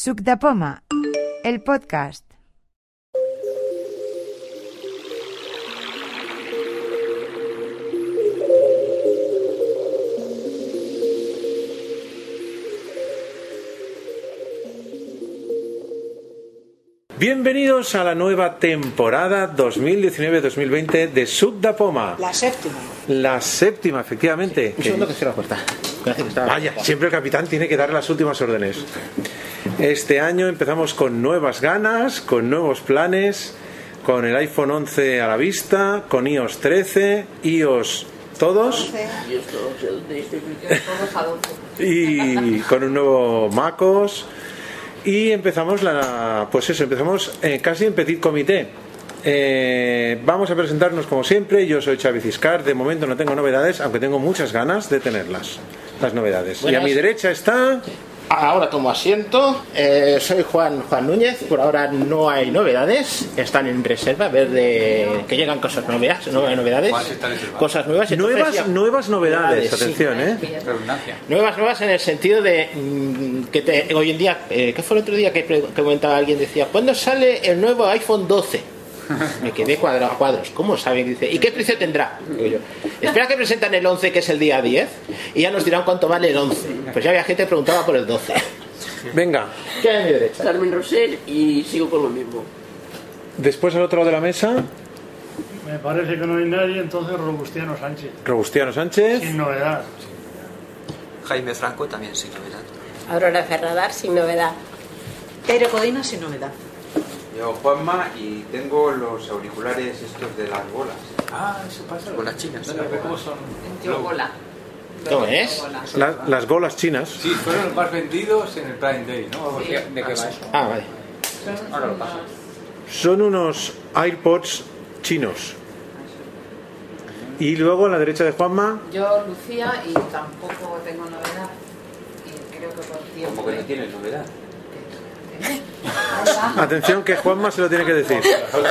Suc de Poma, el podcast. Bienvenidos a la nueva temporada 2019-2020 de Subda Poma. La séptima. La séptima, efectivamente. Un segundo que cierro la puerta. Gracias, que estaba- Vaya, siempre el capitán tiene que dar las últimas órdenes. Este año empezamos con nuevas ganas, con nuevos planes, con el iPhone 11 a la vista, con iOS 13, iOS todos y con un nuevo MacOS y empezamos la pues eso empezamos eh, casi en petit comité Eh, vamos a presentarnos como siempre yo soy Xavi Ciscar de momento no tengo novedades aunque tengo muchas ganas de tenerlas las novedades y a Buenas. mi derecha está Ahora tomo asiento. Eh, soy Juan Juan Núñez. Por ahora no hay novedades. Están en reserva. A ver de que llegan cosas nuevas, no hay novedades. Cosas nuevas. entonces nuevas ya- nuevas novedades Novedades, sí. atención eh Redundancia. Nuevas, nuevas en el sentido de mm, que te- hoy en día, eh, ¿qué fue el otro día que, pre- que comentaba alguien? Decía, ¿cuándo sale el nuevo iPhone 12? Me quedé cuadrado a cuadros. ¿Cómo saben? Dice, ¿y qué precio tendrá? Digo yo, Espera que presentan el 11, que es el día 10, y ya nos dirán cuánto vale el 11. Pues ya había gente que preguntaba por el 12. venga ¿Qué hay a mi derecha? Carmen Rosell y sigo con lo mismo. después al otro lado de la mesa Me parece que no hay nadie, entonces Robustiano Sánchez. Robustiano Sánchez Sin novedad. Jaime Franco también sin novedad. Aurora Ferradar sin novedad. Pero Codina sin novedad. Yo, Juanma, y tengo los auriculares estos de las bolas. Ah, eso pasa. Con las chinas. ¿Cómo son? ¿Cómo es? la- las golas chinas Sí, fueron los más vendidos en el Prime Day, ¿no? Vamos, ¿De qué va eso? Ah, vale. Ahora lo paso. son unos AirPods chinos y luego a la derecha de Juanma Yo, Lucía, y tampoco tengo novedad. Y creo que por tiempo. Como que no tienes novedad. Atención que Juanma se lo tiene que decir.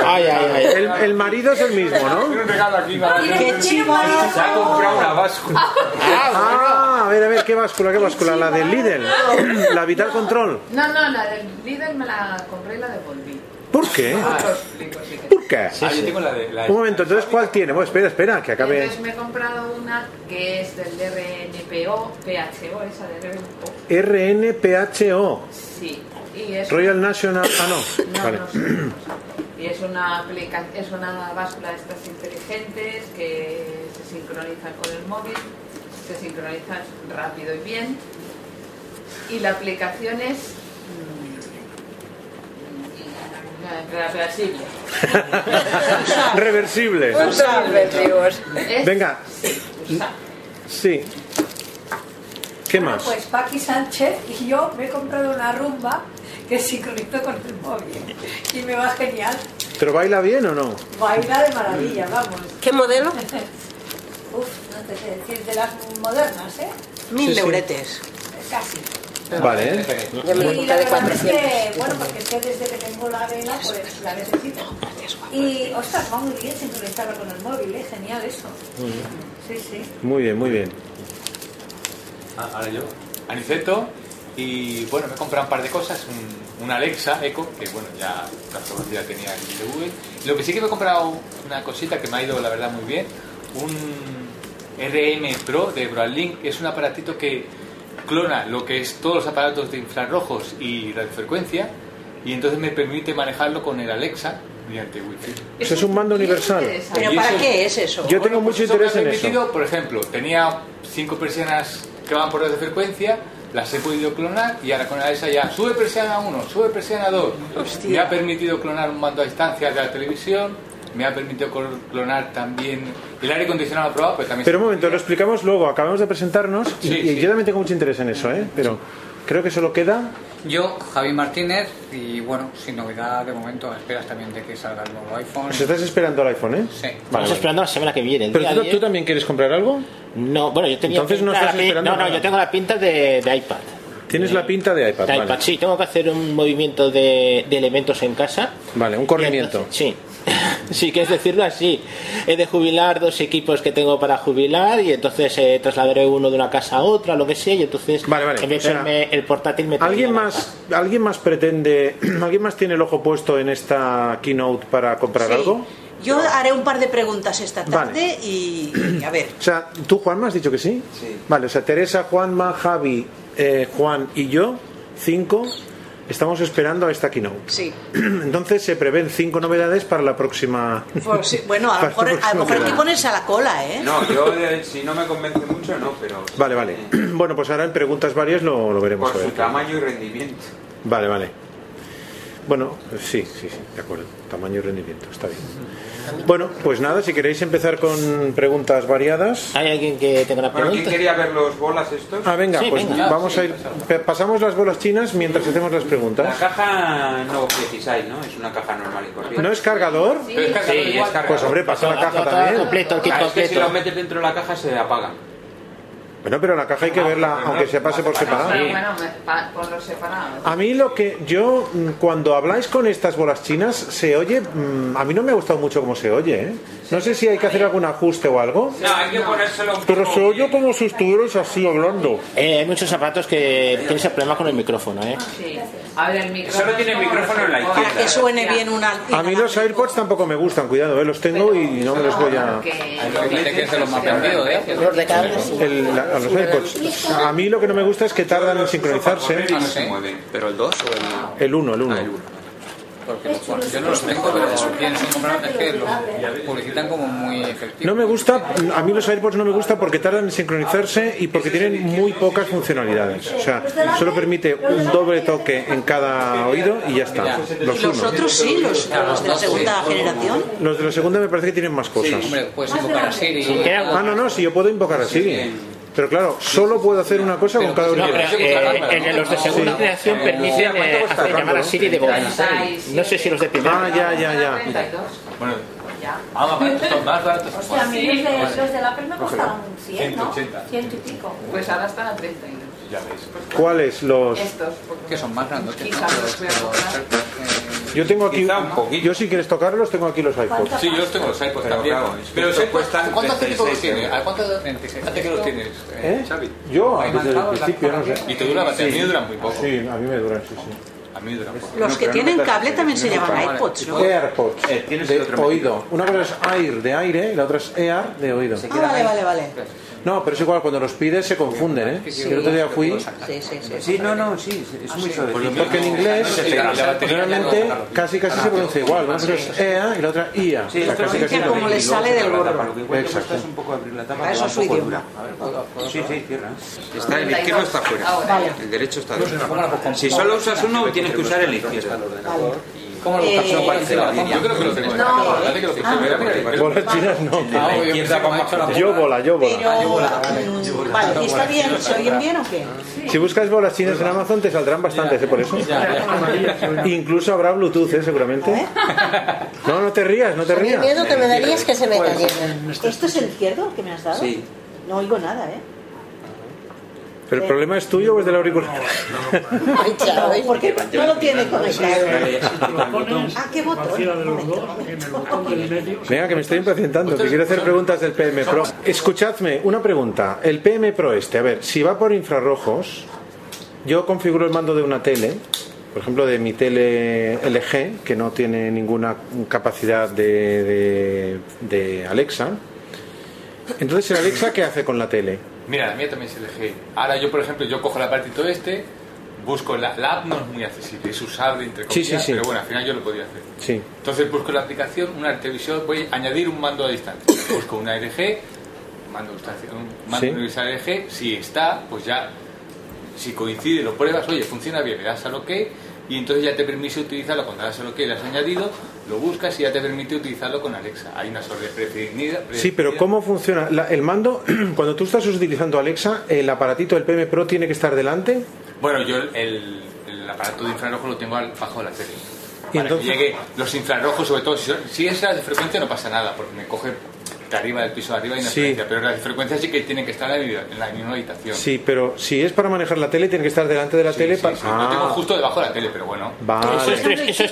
Ay, ay, ay. El, el marido Este es el mismo, ¿no? un regalo aquí, nada ¡Qué chiva! Se ha comprado una Ah, báscula. Ah, a ver, a ver, ¿qué báscula, qué báscula? La del Lidl, la Vital Control. No, no, la del líder me la compré y la devolví. ¿Por qué? Os lo explico, sí que- ¿Por qué? Ah, yo tengo la de. La Un momento, entonces, ¿cuál tiene? Bueno, espera, espera, que acabe. Entonces Eh, me he comprado una que es del RNPO, PHO, esa de RNPO. RNPHO, Sí. Y es Royal National. Ah, No, no. Vale. no sé, no sé. Y es una, aplica- es una báscula de estas inteligentes que se sincronizan con el móvil, se sincronizan rápido y bien. Y la aplicación es. mm, Reversible. Reversible. Es- Venga, sí, usa. sí. ¿Qué Bueno, más? Pues Paqui Sánchez y yo me he comprado una rumba que sincronizó con el móvil y me va genial. ¿Pero baila bien o no? Baila de maravilla, vamos. ¿Qué modelo? Uf, no te sé decir, de las modernas, ¿eh? Mil Sí, sí. neuretes. Casi. Vale, ¿eh? Y la verdad es que, bueno, porque es que desde que tengo la vela, pues la necesito. Y, ostras, va muy bien sincronizarla con el móvil, ¿eh? Genial eso. Sí, sí. Muy bien, muy bien. Ah, ahora yo. Aniceto. Y bueno, me he comprado un par de cosas. Un, una Alexa Echo, que bueno, ya la fotografía tenía en ITV. Lo que sí que me he comprado una cosita que me ha ido, la verdad, muy bien. Un RM Pro de Broadlink. que Es un aparatito que clona lo que es todos los aparatos de infrarrojos y radiofrecuencia. Y entonces me permite manejarlo con el Alexa mediante Wi-Fi. Eso es un mando universal. Interesante. ¿Pero ¿Y para eso? qué es eso? Yo tengo Bueno, pues mucho eso interés me ha en eso. permitido, Por ejemplo, tenía cinco persianas que van por de frecuencia, las he podido clonar y ahora con la ESA ya sube persiana 1, sube persiana 2. Me ha permitido clonar un mando a distancia de la televisión, me ha permitido col- clonar también el aire acondicionado probado, pero también... Pero un momento, lo explicamos luego. Acabamos de presentarnos y, Sí, y sí. yo también tengo mucho interés en eso, ¿eh? Pero creo que solo queda. Yo, Javi Martínez, y bueno, sin novedad de momento, a esperas también de que salga el nuevo iPhone. Os estás esperando al iPhone, ¿eh? Sí. Vale, Estamos vale. esperando la semana que viene. el Pero día tú, 10. tú también quieres comprar algo. No, bueno, yo tenía. Entonces no pinta- estás la pin- esperando No, no, nada. yo tengo la pinta de, de iPad. Tienes la pinta de iPad. De vale. iPad, sí, tengo que hacer un movimiento de, de elementos en casa. Vale, un corrimiento. Y entonces- sí. sí, que es decirlo así. He de jubilar dos equipos que tengo para jubilar y entonces eh, trasladaré uno de una casa a otra, lo que sea, y entonces en vez de o sea, verme el portátil me ¿Alguien termina más, ¿Alguien más pretende, alguien más tiene el ojo puesto en esta keynote para comprar Sí. algo? Yo haré un par de preguntas esta Vale. tarde y, y a ver. O sea, ¿tú, Juanma, has dicho que sí? Sí. Vale, o sea, Teresa, Juanma, Javi, eh, Juan y yo, cinco, estamos esperando a esta keynote. Sí. Entonces se prevén cinco novedades para la próxima. Pues sí, bueno, a lo Para mejor, el a lo próximo mejor hay que día. ponerse a la cola, ¿eh? No, yo eh, si no me convence mucho, no, pero Vale, vale. Bueno, pues ahora en preguntas varias lo, lo veremos. por a ver. su tamaño y rendimiento. Vale, vale. Bueno, sí, sí, sí, de acuerdo. Tamaño y rendimiento, está bien. Bueno, pues nada, si queréis empezar con preguntas variadas. ¿Hay alguien que tenga una Bueno, ¿quién quería ver los bolas estos? Ah, venga, pues vamos a ir. pe- Pasamos las bolas chinas mientras hacemos las La preguntas. caja no precisáis, ¿no? Es una caja normal y corriente. ¿No es cargador? Sí, es cargador Sí, igual. es cargador. Pues hombre, pasa la caja también. Claro, es que si lo metes dentro de la caja se apaga. Bueno, pero la caja hay que Ah, verla, aunque se pase por separado. Pero Ah, bueno, me- pa- ponlo separado. A mí lo que yo, mm, cuando habláis con estas bolas chinas, se oye, mm, a mí no me ha gustado mucho cómo se oye, ¿eh? No sé si hay que hacer algún ajuste o algo. No, hay que ponérselo un Pero se oye como si estuvieras así hablando. Eh, hay muchos aparatos que tienen ese problema con el micrófono, ¿eh? Sí. A ver, el micrófono. Solo tiene micrófono en la izquierda. Para que suene bien una. A mí los AirPods tampoco me gustan, cuidado, ¿eh? los tengo y no me los voy a... que es de los más vendidos, ¿eh? Los de cables. El- la- a los AirPods. A mí lo que no me gusta es que tardan en sincronizarse. Ah, no se mueven. ¿Pero el 2 o El 1, el 1. Porque los cual- yo no los tengo, pero los quieren son comprados, es que los publicitan como muy efectivos. No me gusta, a mí los AirPods no me gusta porque tardan en sincronizarse y porque tienen muy pocas funcionalidades. O sea, solo permite un doble toque en cada oído y ya está. Los Y los uno. otros sí, los, los de la segunda generación. Los de la segunda me parece que tienen más cosas. Hombre, puedes invocar a Siri. Ah, no, no, si yo puedo invocar a Siri. Pero claro, solo puedo hacer una cosa con pues, cada uno. No, pero, eh, en los de segunda Sí. generación permiten eh, hacer llamar a Siri de voz. No sé si los de primera. Ah, ya, ya, ya. Bueno, vamos a son más baratos. Hostia, Pues a mí los de, los del Apple me costaron 100, ¿no? 180. 100 y pico. Pues ahora están a 32. Ya ves. ¿Cuáles? Pues Los. Estos. Que son más grandotes. ¿no? Quizás los voy a comprar. Yo tengo aquí. Yo si quieres tocarlos, tengo aquí los iPods. Sí, yo los tengo los iPods también. claro, es que Pero los estos iPods, cuestan ¿cuánto hace tiempo que los 36 tienes? ¿A cuánto hace que los tienes, eh, ¿Eh? Xavi? Yo, Ahí desde el marcado, principio, no sé. Y te dura bastante, a mí me duran muy poco. Sí, a mí me duran, sí, sí. A mí me duran poco. Los que tienen cable también se llaman Vale. AirPods, ¿no? AirPods, tienes de otro oído. Una cosa es air, de aire, y la otra es ear, de oído. Ah, vale, vale, vale. No, pero es igual, cuando los pides se confunden, ¿eh? Sí. El otro día fui... Sí, sí, sí. Ah, Sí, no, no, sí, es muy suave. Pues Porque en inglés, eh, eh, realmente, casi casi se pronuncia igual. Una cosa es eh, EA y la otra IA. O Sí, sea, esto casi es casi lo como mismo. le sale del gorro. Exacto. Es un poco abrir la tapa. Para que eso va es un su poco idioma. dura. A ver, ¿puedo- puedo- Sí, sí, cierra. Está el izquierdo está fuera. Ah, Vale. El derecho está dentro. Si solo usas uno, tienes que usar el izquierdo. ¿Cómo lo buscas? Eh, Parece la Yo creo que lo tengo en la No. caja, ¿verdad? Que lo Ah, tengo. Mira, mira, mira. Bolas chinas no. Ah, obvio, pensé que me ha hecho la- Yo bola, yo bola. Pero, mm, vale, ¿y está bien? ¿Se oyen bien o qué? Si buscas bolas chinas en Amazon te saldrán bastantes, ¿eh? Por eso. Incluso habrá Bluetooth, ¿eh? Seguramente. No, no te rías, no te El rías. miedo que me daría es que se me cayeran. ¿Esto es el izquierdo el que me has dado? Sí. No oigo nada, ¿eh? ¿Pero el problema es tuyo o es del auricular? Ay, chaval. ¿Por qué no lo tiene conectado? Ah, qué Cualquiera de botón. los dos, en el botón del medio. Venga, que me estoy impacientando, que quiero hacer preguntas del PM Pro. Escuchadme, una pregunta. El PM Pro este, a ver, si va por infrarrojos, yo configuro el mando de una tele, por ejemplo de mi tele LG, que no tiene ninguna capacidad de, de- de Alexa. Entonces, ¿el Alexa qué hace con la tele? Mira, la mía también es LG. Ahora yo, por ejemplo, yo cojo el apartito este, busco la, la app, no es muy accesible, es usable, entre Sí, comillas, sí, sí. pero bueno, al final yo lo podría hacer. Sí. Entonces busco la aplicación, una televisión, voy a añadir un mando a distancia. Busco una RG, mando, a distancia- un mando Sí. universal RG, si está, pues ya, si coincide, lo pruebas, oye, funciona bien, le das al OK y entonces ya te permite utilizarlo cuando das al OK, le has añadido, lo buscas y ya te permite utilizarlo con Alexa. Hay una sobre predefinida. Sí, pero ¿cómo funciona? La- el mando, cuando tú estás utilizando Alexa, el aparatito del PM Pro tiene que estar delante. Bueno, yo el, el- el aparato de infrarrojo lo tengo al- bajo la tele. Y Para que entonces- llegue los infrarrojos, sobre todo, si, son- si es la de frecuencia no pasa nada, porque me coge de arriba, del piso de arriba hay una Sí. diferencia, pero las frecuencias sí que tienen que estar en la, en la misma habitación. Sí, pero si es para manejar la tele, tiene que estar delante de la tele. para... Ah. Sí, Lo tengo justo debajo de la tele, pero bueno. Vale. Eso es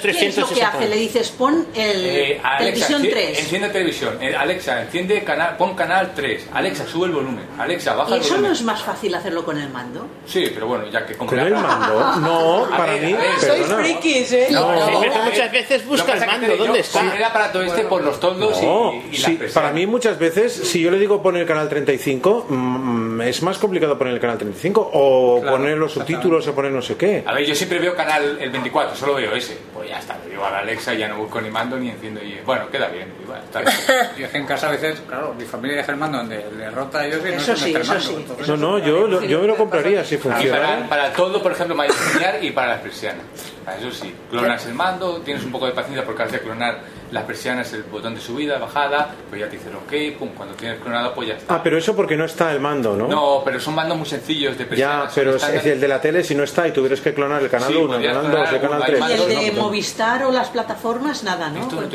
tres- ¿Qué es lo que hace? Le dices, pon el Eh, Alexa, televisión enci- 3. Enciende televisión. Eh, Alexa, enciende canal, pon canal 3. Alexa, sube el volumen. Alexa, baja ¿Y el eso no volumen. es más fácil hacerlo con el mando? Sí, pero bueno, ya que ¿Con el mando? No, para mí, perdona. Sois frikis, ¿eh? No, No. sí, pero- Muchas veces busca el Lo que pasa es que mando, te- ¿dónde yo está? compré El aparato este por los toldos y- No, y, Oh, sí, para mí muchas veces, si yo le digo poner el canal 35, mm, es más complicado poner el canal 35 o poner los subtítulos o poner no sé qué. A ver, yo siempre veo canal el 24, solo veo ese. Pues ya está, le digo a la Alexa, ya no busco ni mando ni enciendo. Y bueno, queda bien. y bueno, está bien. Yo es que en casa a veces, claro, mi familia deja el mando donde le rota a ellos y no Eso se sí, mete el eso mando. sí. Entonces, No, no, yo, lo- yo me lo compraría si Y funciona. Ah, para, para todo, por ejemplo, para diseñar y para las persianas. Para eso sí, clonas el mando, tienes un poco de paciencia porque has de clonar las persianas, el botón de subida, bajada, pues ya te dice ok, pum, cuando tienes clonado, pues ya está. Ah, pero eso porque no está el mando, ¿no? No, pero son mandos muy sencillos de persianas. Ya, pero es son es estándares. el de la tele, si no está y tuvieras que clonar el canal Sí, 1, el podrías canal 2, clonar el alguno, canal hay 3. Y el de no, no. Movistar o las plataformas, nada, ¿no? Pues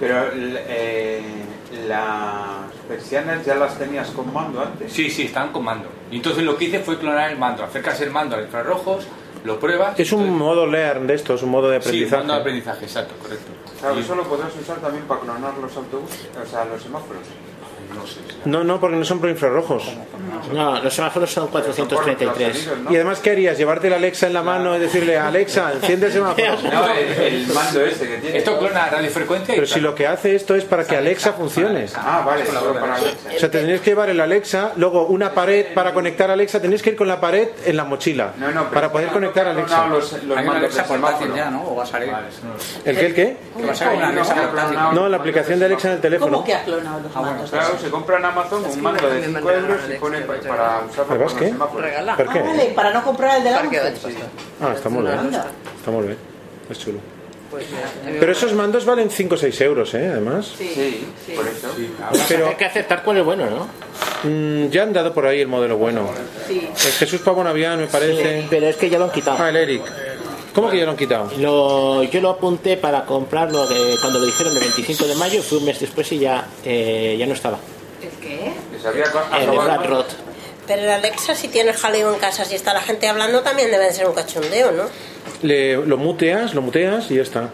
Pero eh, las persianas ya las tenías con mando antes. Sí, sí, están con mando. Y entonces lo que hice fue clonar el mando. Acercas el mando a infrarrojos, lo pruebas. Es un modo learn de esto, es un modo de Sí, aprendizaje. mando de aprendizaje, exacto, correcto. Claro, Y- eso lo podrás usar también para clonar los autobuses, o sea, los semáforos. No sé. No, no, porque no son pro infrarrojos. No, los semáforos son 433. Y además, ¿qué harías? ¿Llevarte la Alexa en la mano y decirle, Alexa, enciende el semáforo? No, el, el mando ese que tiene. Esto clona radiofrecuencia. Pero si lo que hace esto es para que Alexa funcione. Ah, vale, solo para O sea, tendrías que llevar el Alexa, luego una pared para conectar Alexa, tenías que ir con la pared en la mochila para poder conectar Alexa. Hay una Alexa portátil ya, ¿no? O va a salir. ¿El qué, el qué? Que va a salir una Alexa portátil. No, la aplicación de Alexa en el teléfono. Ah, ha clonado los mandos? Claro, se compra en Amazon un mando de 5 euros y pone pa- para usarlo ¿Además con qué? los semáforos. Regala. ¿Por qué? Ah, vale, para no comprar el de la Ah, está muy bien. Anda. Está muy bien. Es chulo. Pero esos mandos valen 5 o 6 euros, ¿eh? Además. Sí, por eso. Ah, Ah, Pero- hay que aceptar cuál es bueno, ¿no? Mm, ya han dado por ahí el modelo bueno. Sí. El Jesús Pavón Avián, me parece. pero es que ya lo han quitado. Ah, el Eric. ¿Cómo que ya lo han quitado? Lo, yo lo apunté para comprarlo de- cuando lo dijeron el 25 de mayo, fue un mes después y ya, eh, ya no estaba. ¿El qué? El de Brad Roth. Pero el Alexa, si tienes jaleo en casa, si está la gente hablando, también debe de ser un cachondeo, ¿no? Le, lo muteas, lo muteas y ya está.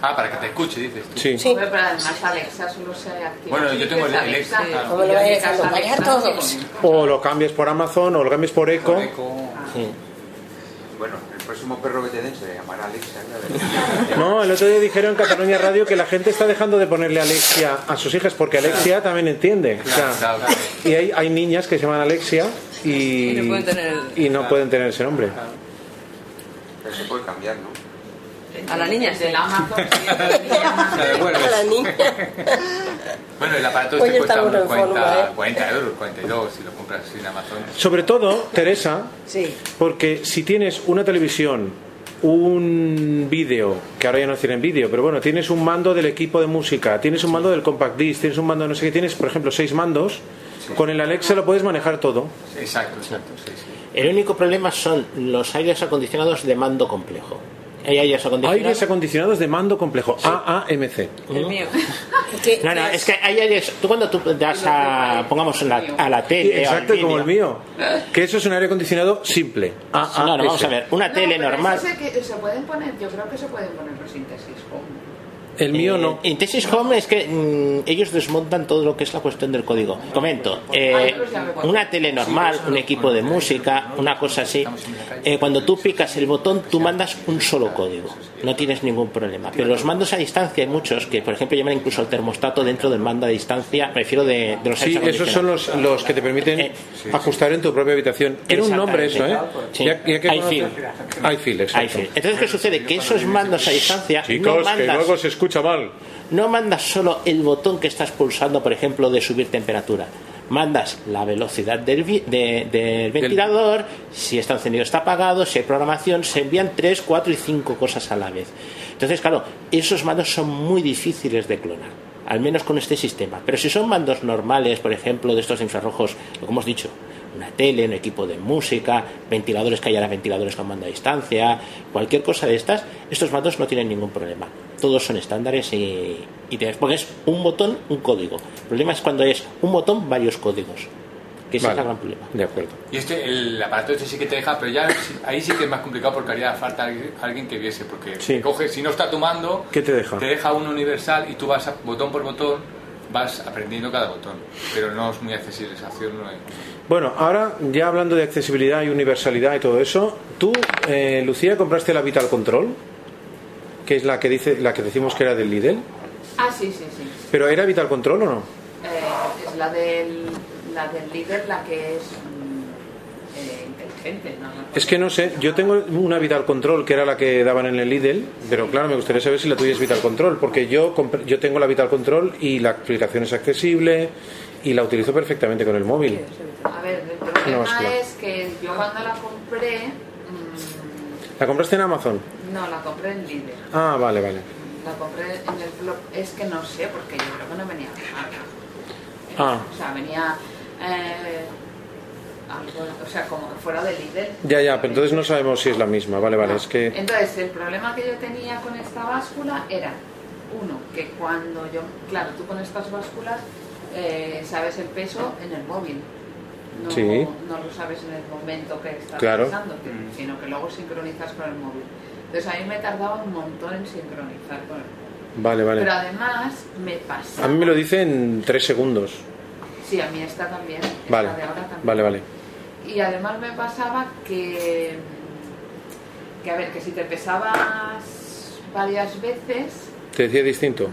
Ah, para que te escuche, dices. tú. Sí. Hombre, pero además Alexa solo se activa. Bueno, yo tengo el- el Alexa, Alexa, claro. ¿Cómo lo y vais aplicas dejando? Alexa Vaya todos. con- O lo cambias por Amazon o lo cambias por Echo. Sí. Bueno, el próximo perro que te den se llamará Alexa. No, el otro día dijeron en Cataluña Radio que la gente está dejando de ponerle Alexia a sus hijas porque Alexia también entiende. O sea, Y hay, hay niñas que se llaman Alexia y, Y no pueden tener el- y no pueden tener ese nombre. Pero se puede cambiar, ¿no? A la niña, sí. Del Amazon. La devuelves. A la niña. Bueno, el aparato Hoy este cuesta estamos unos en forma, 40, ¿eh? 40 euros, 42 si lo compras en Amazon. Sobre todo, Teresa, Sí. porque si tienes una televisión, un vídeo, que ahora ya no tienen vídeo, pero bueno, tienes un mando del equipo de música, tienes un mando del compact disc, tienes un mando de no sé qué, tienes, por ejemplo, seis mandos, con el Alexa lo puedes manejar todo. Exacto, exacto, sí, sí. El único problema son los aires acondicionados de mando complejo. Hay aires acondicionados. Aires acondicionados de mando complejo, AAMC. No, no, es que hay aires. Tú cuando tú das a. pongamos la- a la Sí, tele. o al Exacto, como vídeo- el mío. Que eso es un aire acondicionado simple. AAS. No, no, vamos a ver. Una No, tele pero eso normal. sé que se pueden poner, yo creo que se pueden poner los síntesis home. El mío no. Eh, En Tesis Home es que mm, ellos desmontan todo lo que es la cuestión del código. Comento, eh, una tele normal, un equipo de música, una cosa así, eh, cuando tú picas el botón, tú mandas un solo código. No tienes ningún problema. Pero los mandos a distancia hay muchos que, por ejemplo, llaman incluso al termostato dentro del mando a distancia. Prefiero de, de los Eh, Sí, aires esos son los, los que te permiten ajustar en tu propia habitación. Tiene un nombre eso, ¿eh? Sí. Ya, ya que iFeel. conoces- iFeel, exacto. iFeel. Entonces, ¿qué sucede? Que esos mandos a distancia no Chicos, que mandas luego se escucha mal. no mandas solo el botón que estás pulsando, por ejemplo, de subir temperatura. Mandas la velocidad del, vi- de- del ventilador, si está encendido está apagado, si hay programación, se envían 3, 4 y 5 cosas a la vez. Entonces, claro, esos mandos son muy difíciles de clonar, al menos con este sistema. Pero si son mandos normales, por ejemplo, de estos infrarrojos, lo que hemos dicho, una tele, un equipo de música, ventiladores que haya ventiladores con mando a distancia, cualquier cosa de estas, estos mandos no tienen ningún problema. todos son estándares y, y tienes- porque es un botón, un código. El problema es cuando es un botón, varios códigos. Que ese es Vale. el gran problema. De acuerdo. Y este, el aparato este sí que te deja, pero ya ahí sí que es más complicado porque haría falta alguien- alguien que viese, porque Sí. coge, si no está tomando, ¿Qué te deja? te deja un universal y tú vas a- botón por botón, vas aprendiendo cada botón, pero no es muy accesible esa opción. No es. Bueno, ahora ya hablando de accesibilidad y universalidad y todo eso, tú, eh, Lucía, compraste la Vital Control, que es la que dice, la que decimos que era del Lidl, Ah, sí, sí, sí. pero era Vital Control o no? Eh, es la del, la del líder la que es mm, eh, inteligente, ¿no? Es que no sé, yo tengo una Vital Control que era la que daban en el Lidl, pero claro, me gustaría saber si la tuya es Vital Control, porque yo compr- yo tengo la Vital Control y la aplicación es accesible y la utilizo perfectamente con el móvil. A ver, el problema No, es claro. es que yo cuando la compré, mm, ¿La compraste en Amazon? no, la compré en líder. Ah, vale, vale. La compré en el blog, es que no sé, porque yo creo que no venía nada. Ah, O sea, venía eh, algo, o sea, como fuera de líder. ya, ya, pero entonces no sabemos si es la misma, vale, vale, es que... Entonces, el problema que yo tenía con esta báscula era, uno, que cuando yo, claro, tú con estas básculas eh, sabes el peso en el móvil. No, Sí. no lo sabes en el momento que estás Claro. pensando, que- sino que luego sincronizas con el móvil. Entonces a mí me tardaba un montón en sincronizar con el móvil. Vale, vale. Pero además me pasa. A mí me lo dice en tres segundos. Sí, a mí esta también. esta Vale, de ahora también. vale, vale. Y además me pasaba que, que a ver, que si te pesabas varias veces, Te decía distinto.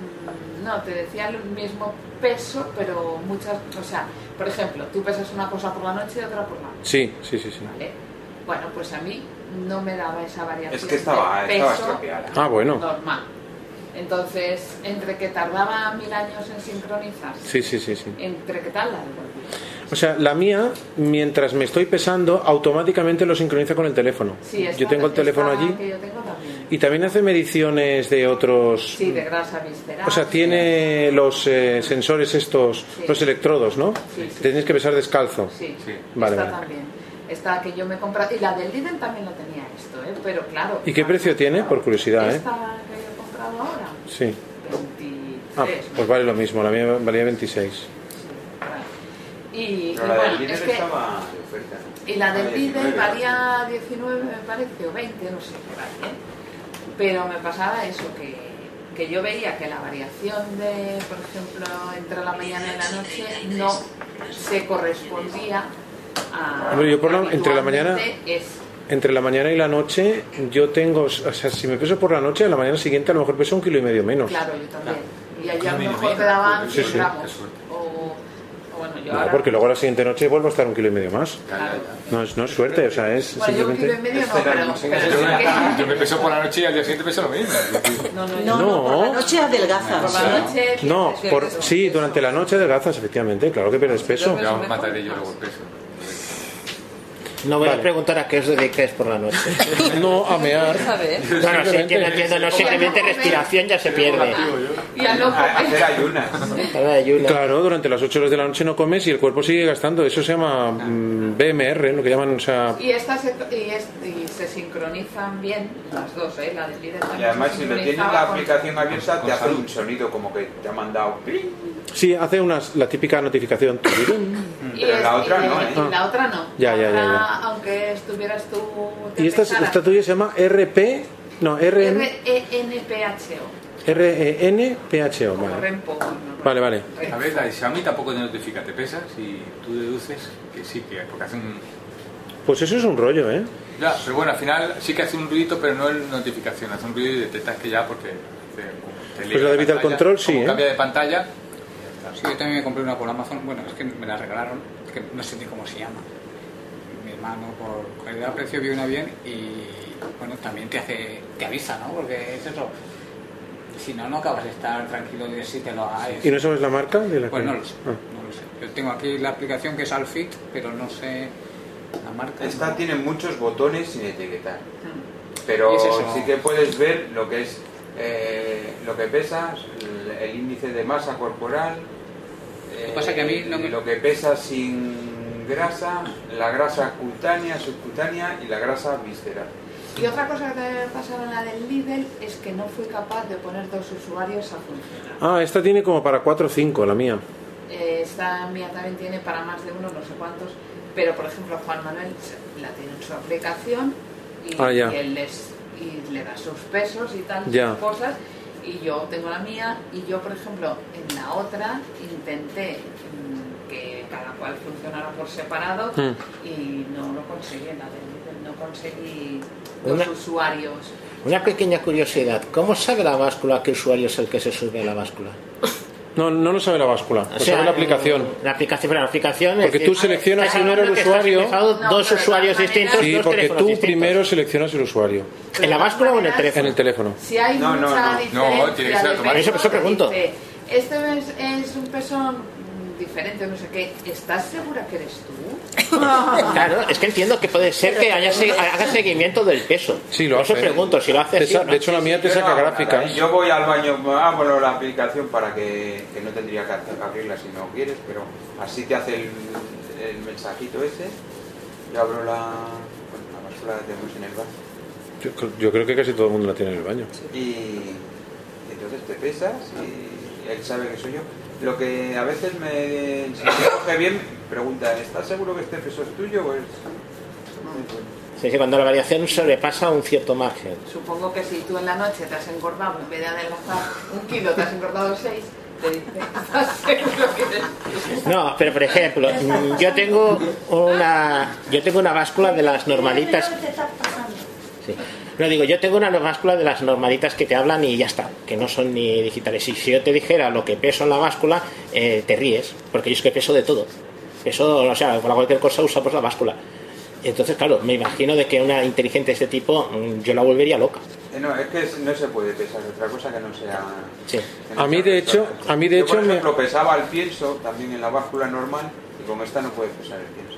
no, te decía el mismo peso, pero muchas, o sea, por ejemplo, tú pesas una cosa por la noche y otra por la Sí, sí, sí, sí. noche. Bueno, pues a mí no me daba esa variación. Es que estaba- de estaba peso estropeada. Ah, bueno. Normal. Entonces, entre que tardaba mil años en sincronizar, Sí, sí, sí, sí. entre que tal la devolví. O sea, la mía, mientras me estoy pesando, automáticamente lo sincroniza con el teléfono. Sí, esta- yo tengo el teléfono esta allí que yo tengo también. y también hace mediciones de otros... Sí, de grasa visceral. O sea, tiene los eh, sensores estos, Sí. los electrodos, ¿no? Sí, sí. Tenéis que pesar descalzo. Sí, Vale, esta vale. también. Esta que yo me he comprado. Y la del Lidl también la tenía esto, ¿eh? Pero claro. ¿Y qué precio tiene? Por curiosidad, ¿eh? Esta que yo he comprado ahora. Sí. 23. Ah, pues vale lo mismo, la mía valía 26. Y, y Pero la del bueno, líder es que. estaba de oferta. Y la del Vale, Lidl 19, valía 19, me parece, o 20, no sé por ahí, ¿eh? Pero me pasaba eso, que, que yo veía que la variación de, por ejemplo, entre la mañana y la noche no se correspondía a. Hombre, yo por la- entre la mañana- habitualmente es- Entre la mañana y la noche, yo tengo, o sea, si me peso por la noche, a la mañana siguiente a lo mejor peso un kilo y medio menos. Claro, yo también. Y allá a lo Mira, mejor mira, te daban sí, 100 sí. gramos. O, o bueno, yo No, ahora. porque luego la siguiente noche vuelvo a estar un kilo y medio más. Claro. No es, no es suerte, o sea, es Bueno, yo un kilo y simplemente... medio no, pero. pero sí que- Yo me peso por la noche y al día siguiente peso lo mismo. No, no, No, no, por la noche adelgaza. Por la noche. No, pierdes por, peso. Ah, sí, durante la noche adelgazas, efectivamente, claro que pierdes peso. Ya os mataré yo luego el peso. No voy Vale. a preguntar a qué os dedicáis por la noche. No, a mear. No, no, sí, entiendo, entiendo, no, simplemente respiración ya se pierde. Y al loco. Claro, durante las 8 horas de la noche no comes y el cuerpo sigue gastando. Eso se llama mm, BMR, lo que llaman, o sea... Y, estas se, y, es- y se sincronizan bien las dos, ¿eh? La del líder también. Y además, se si lo tienes sincronizaba la con- aplicación abierta, te hace un sonido como que te ha mandado. ¡pling! Sí, hace unas, la típica notificación. Y Pero es- la otra y- no, ¿eh? y la otra no. Ya, Ah. ya, ya, La otra, ya. Aunque estuvieras tú. te Y esta, es- pesaras. esta tuya se llama RP... No, RN, E R-E-N-P-H-O. E RENPHO, vale. Rempo. Vale, vale. A ver, la de Xiaomi tampoco te notifica, te pesas y tú deduces que sí, que porque hace un... Pues eso es un rollo, ¿eh? Ya, pero bueno, al final sí que hace un ruidito, pero no en notificación, hace un ruido y detectas que ya porque... te- te lee Pues la de Vital pantalla, Control sí, como ¿eh? Cambia de pantalla. Sí, yo también me compré una por Amazon, bueno, es que me la regalaron, que no sé ni cómo se llama. Mi hermano por calidad-precio vio una bien y, bueno, también te hace, te avisa, ¿no? Porque es eso, si no, no acabas de estar tranquilo de si te lo haces. ¿Y no sabes la marca? De la Pues que- no lo sé. Ah. No lo sé. Yo tengo aquí la aplicación que es Alfit, pero no sé la marca. Esta no. tiene muchos botones sin etiquetar. Pero Y es eso. sí que puedes ver lo que es eh, lo que pesas, el, el índice de masa corporal, eh, pasa que a mí no me- lo que pesa sin grasa, la grasa cutánea, subcutánea y la grasa visceral. Y otra cosa que también me pasaba en la del Lidl es que no fui capaz de poner dos usuarios a funcionar. Ah, esta tiene como para 4 o 5, la mía. Eh, esta mía también tiene para más de uno, no sé cuántos, pero por ejemplo Juan Manuel se- la tiene en su aplicación y, Ah, ya. y él les- y le da sus pesos y tal, Ya. sus cosas, y yo tengo la mía y yo por ejemplo en la otra intenté mm, que cada cual funcionara por separado Hmm. Mm. y no lo conseguí en la del Lidl, no conseguí Una- dos usuarios. Una pequeña curiosidad, ¿cómo sabe la báscula qué usuario es el que se sube a la báscula? No, no lo sabe la báscula, lo O sea, sabe la aplicación. La aplicación, pero la aplicación es Porque decir, tú seleccionas estás primero el hablando que estás usuario. utilizando dos usuarios distintos, Sí, dos porque teléfonos tú distintos. primero seleccionas el usuario. ¿En la báscula o en el teléfono? En el teléfono. Si hay mucha diferencia de Eso, eso pregunto. Dice, este es, es un pezón mm, diferente, no sé qué. ¿Estás segura que eres tú? Claro, es que entiendo que puede ser que haya, se- haga seguimiento del peso. Sí, lo Eso hace. pregunto, si lo hace. Te sí sa- o no. de hecho, la mía te Yo no saca hago nada, gráficas. ¿eh? Yo voy al baño, ah, bueno, la aplicación para que, que no tendría que ab- abrirla si no quieres, pero así te hace el, el mensajito ese. Yo abro la, bueno, la basura la tenemos en el bar. Yo, cre- yo creo que casi todo el mundo la tiene en el baño. Y, y entonces te pesas y, y él sabe que soy yo. Lo que a veces me, si no me coge bien, pregunta, ¿estás seguro que este peso es tuyo o es...? Sí, sí, cuando la variación sobrepasa un cierto margen. Supongo que si tú en la noche te has engordado, en vez de adelgazar un kilo, te has engordado seis, te dice, ¿estás seguro que eres tú? No, pero por ejemplo, mm, yo tengo una, yo tengo una báscula de las normalitas. Te estás pasando. Sí. No digo, yo tengo una báscula de las normalitas que te hablan y ya está, que no son ni digitales. Y si yo te dijera lo que peso en la báscula, eh, te ríes, porque yo es que peso de todo. Peso, o sea, para cualquier cosa usa pues la báscula. Entonces, claro, me imagino de que una inteligente de este tipo, mm, yo la volvería loca. Eh, no, es que es- no se puede pesar otra cosa que no sea... Sí. A mí, de hecho, a mí, de Yo, hecho, por me, ejemplo, pesaba el pienso también en la báscula normal y con esta no puedes pesar el pienso.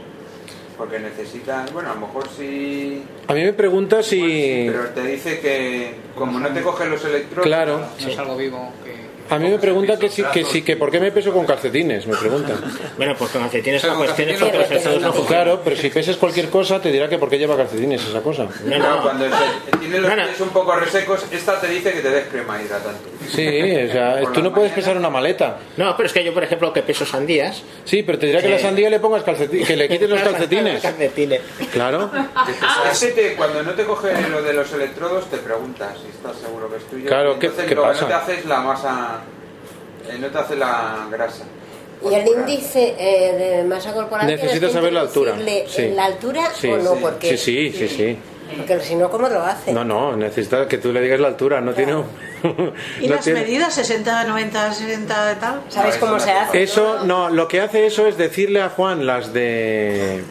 Porque necesitas, bueno, a lo mejor sí, a mí me pregunta si. pero te dice que como no te cogen los electrones... Claro. nada. No es algo vivo que... A mí me pregunta que si, que si, que por qué me peso con calcetines, me preguntan. Bueno, pues con calcetines Pero son con cuestiones calcetines otras, no, eso no funciona. Claro, pero si pesas cualquier cosa, te dirá que por qué lleva calcetines esa cosa. Claro, cuando se- tienes los pies un poco resecos, esta te dice que te des crema hidratante. Sí, o sea, tú no puedes pesar una maleta. No, pero es que yo, por ejemplo, que peso sandías. Sí, pero te dirá que la Eh. sandía le pongas calcetines, que le quites los calcetines. Calcetines. Claro. Ah, Ese te- cuando no te coge lo de los electrodos, te preguntas si estás seguro que es tuyo. Claro, ¿qué- Entonces, qué lo pasa? que no te hace es la masa, eh, no te hace la grasa. Y el índice eh, de masa corporal. tienes Necesitas que saber la altura. introducirle Sí. en ¿La altura Sí, o no? sí. Porque, sí, sí, sí, sí. porque si no, ¿cómo lo hace? No, no, necesitas que tú le digas la altura, no tiene... un- ¿Y no las tiene- medidas? 60, 90, 60 y tal. ¿Sabes No, eso no. Eso, no, lo que hace eso es decirle a Juan las de...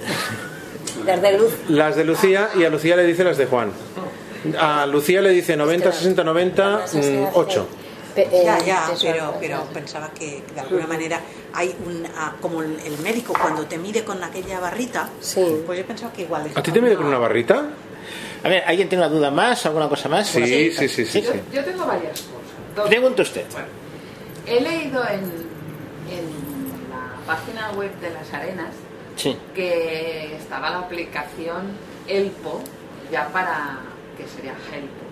Las de luz. Las de Lucía y a Lucía le dice las de Juan. A Lucía le dice 90, 60, 90, mm, 8. Ya, ya, pero, pero pensaba que de alguna manera hay un. ah, como el el médico cuando te mide con aquella barrita, pues yo pensaba que igual. ¿A ti te mide con una barrita? A ver, ¿alguien tiene una duda más? ¿Alguna cosa más? Sí, ¿Una sí, pregunta? sí, sí, sí. Yo, yo tengo varias cosas. Dos. Pregunte usted. He leído en, en la página web de las arenas Sí. que estaba la aplicación Elpo, ya para, que sería Helpo,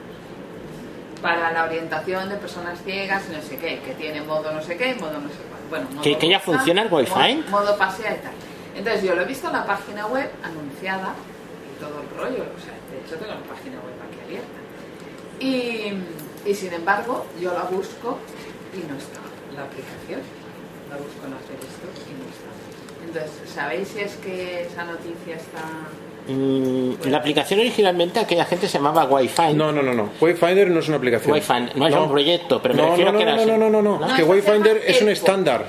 para la orientación de personas ciegas, y no sé qué, que tiene modo no sé qué, modo no sé cuál. Bueno, modo ¿Que- que ya busca, funciona el Wi-Fi? mo- Modo, pasea y tal. Entonces yo lo he visto en la página web anunciada y todo el rollo, o sea, de hecho tengo la página web aquí abierta. Y, y sin embargo, yo la busco y no está la aplicación. La busco en hacer esto y no está. Entonces, ¿sabéis si es que esa noticia está... Mm, la aplicación originalmente aquella gente se llamaba Wi-Fi. No, no, no, no. Wayfinder no es una aplicación. Wi-Fi, no es un proyecto, pero me no, no, refiero no, que era no, así. no, no, no, no, No, Que eso se Wayfinder llama es un Elpo. estándar. E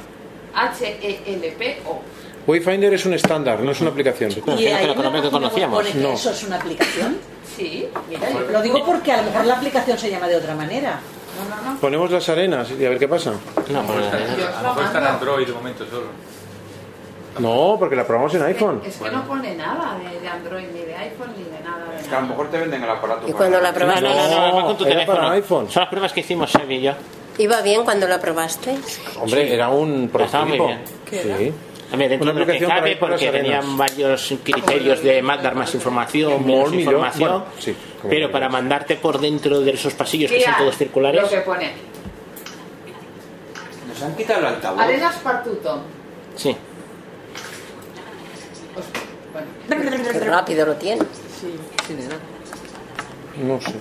H-E-L-P-O. Wayfinder es un estándar, no es una aplicación. No. ¿Eso es una aplicación? Sí, mira. Lo digo porque a lo mejor la aplicación se llama de otra manera. Ponemos las arenas y a ver qué pasa. No, pues, eh, A lo mejor está en Android de momento solo. porque la probamos en iPhone. Es que no pone nada de, de Android, ni de iPhone, ni de nada. De Que a lo mejor te venden el aparato. Y cuando la No, no, probaste, no, no, va con tu era teléfono. para iPhone. Son las pruebas que hicimos Xavi y yo. ¿iba bien cuando la probaste? Hombre, era un Estaba muy prototipo. bien. ¿Qué Sí. era? Hombre, dentro Una de lo que aplicación para cabe, ir por las porque arenas. tenían varios criterios de más, dar más información, menos More, millón, información. bueno, sí. Pero para mandarte por dentro de esos pasillos que son Mira, todos circulares. Lo que pone. Nos han quitado el Arenas Partuto. Sí. Qué rápido lo tiene. Sí, sí, nena. No sé.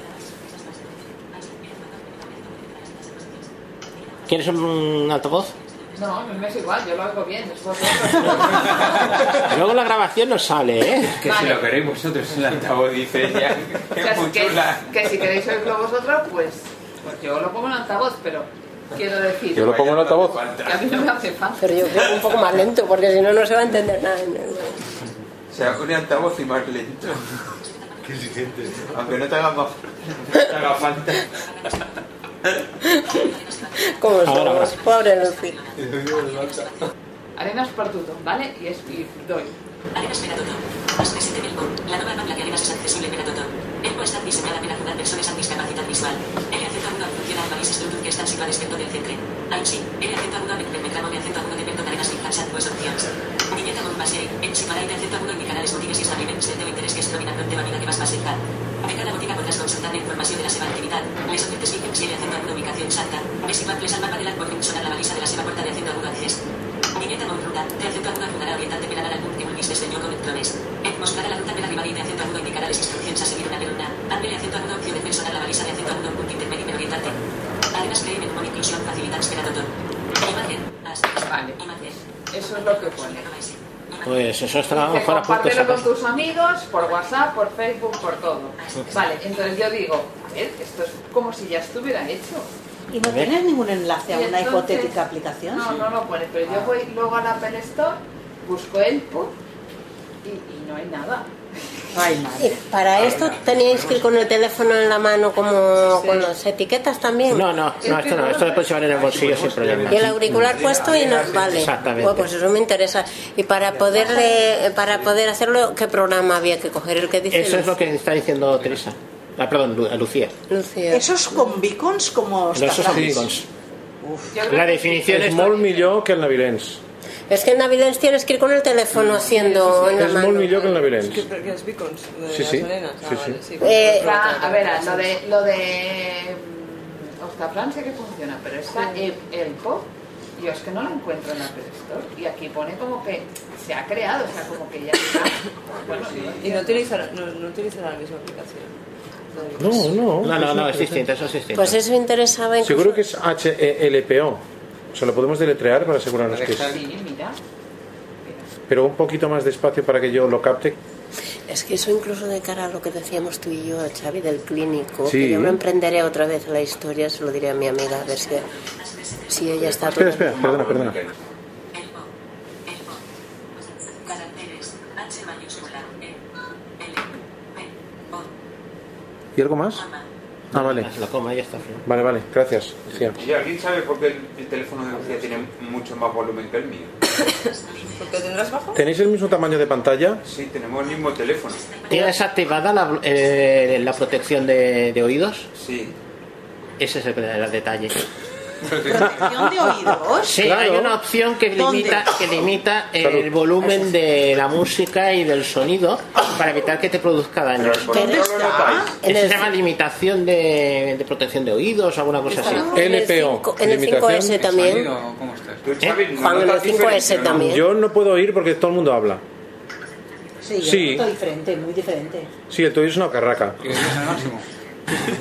¿Quieres un altavoz? No, no me es igual, yo lo hago bien. es vosotros. Luego la grabación no sale, ¿eh? Que si lo queréis vosotros en el altavoz, dice ya. O sea, si que, que si queréis oírlo vosotros, pues, pues yo lo pongo en altavoz, pero quiero decir. Yo lo pongo en altavoz. que a mí no me hace falta. Pero yo creo que un poco más lento, porque si no, no se va a entender nada. O sea, un altavoz y más lento. Qué exigente. Aunque no te haga, más, no te haga falta. Como Ahora, ahora. somos, pobre Lucy. Arenas Partuto, ¿vale? Y es y doy. Arenas Veratoto. Más de 7000 con. La nueva tabla de arenas es accesible Veratoto. El cual está diseñada para ayudar a personas con discapacidad visual. El acento agudo funciona en varias estructuras que están situadas dentro del centro. Así, el acento agudo del metramo de acento agudo de Berto Arenas fijas a dos opciones. Viñeta con base en separar el acento agudo indicará las útiles y establecimentos de interés que es dominante vanida que vas a cercar. Venga la botica podrás consultar la información de la seva actividad, les ofertes fijas y el acento agudo ubicación exacta. Es igual que el mapa de la podrán sonar la baliza de la seva puerta de acento agudo acceso. Viñeta con ruta, de acento agudo rural orientante pelar a la punta y diseño con vectores. En mostrar a la ruta de la rival y de acento agudo indicará las instrucciones a seguir una columna. Darle de acento agudo opciones de sonar la baliza de acento agudo punto intermedio y orientante. Arenas creen en una inclusión facilidad esperador. Imagen, as, vale. Eso es lo que pone. Pues eso está a lo Que mejor a punto de compártelo sacar. con tus amigos, por WhatsApp, por Facebook, por todo. Vale, entonces yo digo, a ver, esto es como si ya estuviera hecho. ¿Y no A ver. tienes ningún enlace a Y una entonces- hipotética aplicación? Ah. No, no lo pone, pero yo voy luego a la Apple Store, busco el pub y, y no hay nada. Y para esto teníais que ir con el teléfono en la mano como con las etiquetas también. No, no, no, esto no, esto lo puedes llevar en el bolsillo pues sin problema. Y el auricular puesto y nos vale. Exactamente. Bueno, pues eso me interesa. Y para poder eh, para poder hacerlo, ¿qué programa había que coger? El que dice Eso es lo que está diciendo Teresa. Ah, perdón, Lu- Lucía. Lucía. Esos con beacons como... No, esos son Sí. beacons. La definición és es... molt millor que el navilens. Es que en Navidad tienes que ir con el teléfono Mm. haciendo en la És molt mano. millor que el navilens. ¿Qué, qué es Beacons? De Sí, las sí. arenas. Ah, Sí, vale, sí. sí. Eh, Ah, a ver, lo de, lo de Ostafrán sé que funciona, pero está el, el pub, yo es que no lo encuentro en la Apple Store. Y aquí pone como que se ha creado, o sea, como que ya está. Bueno, Y no utilizarán, no, no utilizarán la misma aplicación. No, no. No, no, no, es distinto, eso es distinto. Pues eso me interesaba incluso. Seguro que es E HELPO. Se lo podemos deletrear para asegurarnos que es. Sí, mira. Pero un poquito más despacio para que yo lo capte. Es que eso incluso de cara a lo que decíamos tú y yo, Xavi, del clínico, Sí. que yo me emprenderé otra vez la historia, se lo diré a mi amiga, a ver si, si ella está... Espera, espera, perdona, perdona. Caracteres. H mayúscula. E. L. P. O. ¿Y algo más? Ah, vale. La coma, ya está. Vale, vale, gracias. Lucía. ¿Y alguien sabe por qué el, el teléfono de Lucía tiene mucho más volumen que el mío? ¿Porque tendrás bajo? ¿Tenéis el mismo tamaño de pantalla? Sí, tenemos el mismo teléfono. ¿Tienes activada la, eh, la protección de, de oídos? Sí. Ese es el, el detalle. ¿Protección de oídos? Sí, hay una opción que ¿Dónde? limita, que limita Salud. el volumen de la música y del sonido para evitar que te produzca daños. Pero ¿Dónde control lo está? notáis. Eso se llama limitación de, de protección de oídos, alguna cosa así. En el LPO, en el limitación 5S de también. sonido, ¿cómo estás? ¿Eh? Juan, en el 5S también. Yo no puedo oír porque todo el mundo habla. Sí, Sí. es diferente, muy diferente. Sí, el tuyo es una carraca.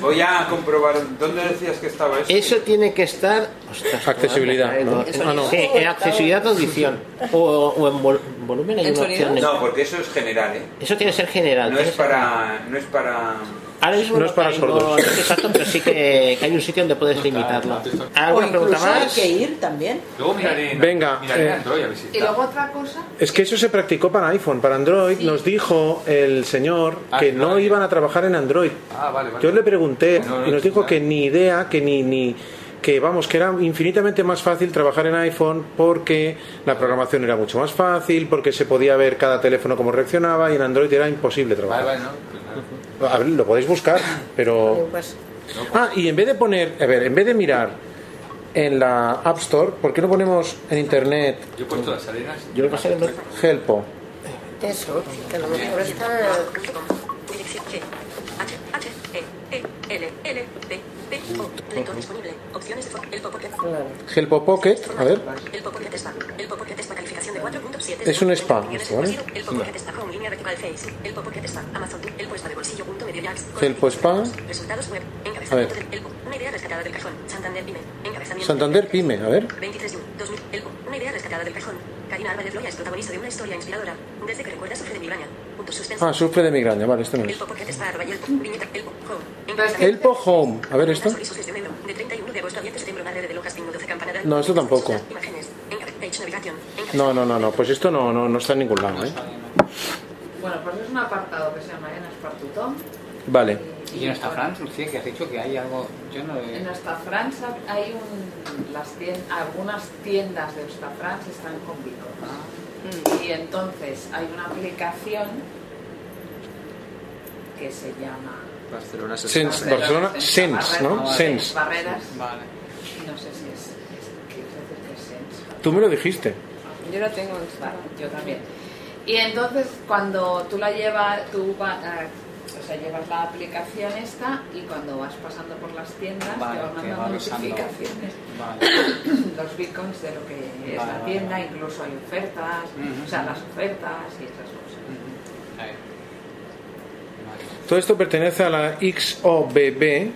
Voy a comprobar dónde decías que estaba eso. Eso tiene que estar. ostras, Accesibilidad, no, ¿no? en- Ah, no. Sí, en accesibilidad de audición. O, o en vol- volumen hay ¿En una opción. de- No, porque eso es general, ¿eh? Eso tiene que ser general. No tiene es que ser- para. No es para. Ahora mismo No es para tengo- sordos. Exacto, pero sí que, que hay un sitio donde puedes limitarlo. ¿Alguna pregunta Incluso hay más? que ir también. Luego miraré en, Venga, miraré en eh, Android a ver si Y luego otra cosa, Es que eso se practicó para iPhone, para Android. Nos dijo el señor que no iban a trabajar en Android. Ah, vale, vale. Yo le pregunté No, no, y nos dijo que ni idea, que ni, ni que vamos, que era infinitamente más fácil trabajar en iPhone porque la programación era mucho más fácil, porque se podía ver cada teléfono cómo reaccionaba y en Android era imposible Vale, trabajar. vale, ¿no? pues. Pues nada. A ver, lo podéis buscar, pero ah y en vez de poner, a ver, en vez de mirar en la App Store, ¿por qué no ponemos en internet Yo he puesto las arenas. Yo lo pasé en Helpo? Eso, que a lo mejor está... Dirección G. H. H. L, L, T, T, O, Play Store disponible. Opciones de for- el Pop Pocket. Helpo Pocket, a ver. El Pop Pocket Spa. El Pop Pocket Spa, calificación de 4.7. Es un spa, Opciones ¿vale? de bolsillo. El Pop Pocket Spa, home, línea vertical face. El Pop Pocket Spa, Amazon. El Pop Spa de bolsillo, punto medio jacks. Helpo Spa. Resultados web. A ver. Encabezamiento del El Pop. Una idea rescatada del cajón. Santander Pyme. Encabezamiento. Santander Pyme, a ver. 23 de 2000. El Pop. Una idea rescatada del cajón. Karina Álvarez Loya es protagonista de una historia inspiradora. Desde que recuerda sufre de migraña. Puntos suspensos. Ah, sufre de migraña, vale, esto no El es. Pop Pocket Spa, arroba y el Pop. Viñeta. El Pop. Home. Ah, Encabezamiento. Helpo Home, a ver esto. Sonrisos desde un euro. De 31 de agosto a 10 de septiembre, madre de Lojas, Pingo, 12 campanada. No, esto tampoco. Imágenes. Encabe- Page Navigation. No, no, no, no, pues esto no, no, no está en ningún lado, ¿eh? Bueno, pues es un apartado que se llama Enas Partutón. Vale. Y en esta Francia, Lucía, que has dicho que hay algo. Yo no he- En Ostafrans hay un, las tien- algunas tiendas de Ostafrans están con Vico. Y entonces hay una aplicación que se llama Barcelona Sens, Barcelona, Sens, ¿no? Sens. Barreras. Vale. No sé si es, es- ¿quieres decir que es Sens? Tú me lo dijiste. Yo la tengo en yo también. Y entonces cuando tú la llevas, tú va- eh, o sea, llevas la aplicación esta y cuando vas pasando por las tiendas Vale, te van te mandando va avisando. notificaciones. los beacons de lo que Vale, es la vale, tienda, vale. incluso hay ofertas, Ujú. o sea, las ofertas y esas cosas. Todo esto pertenece a la XOBB,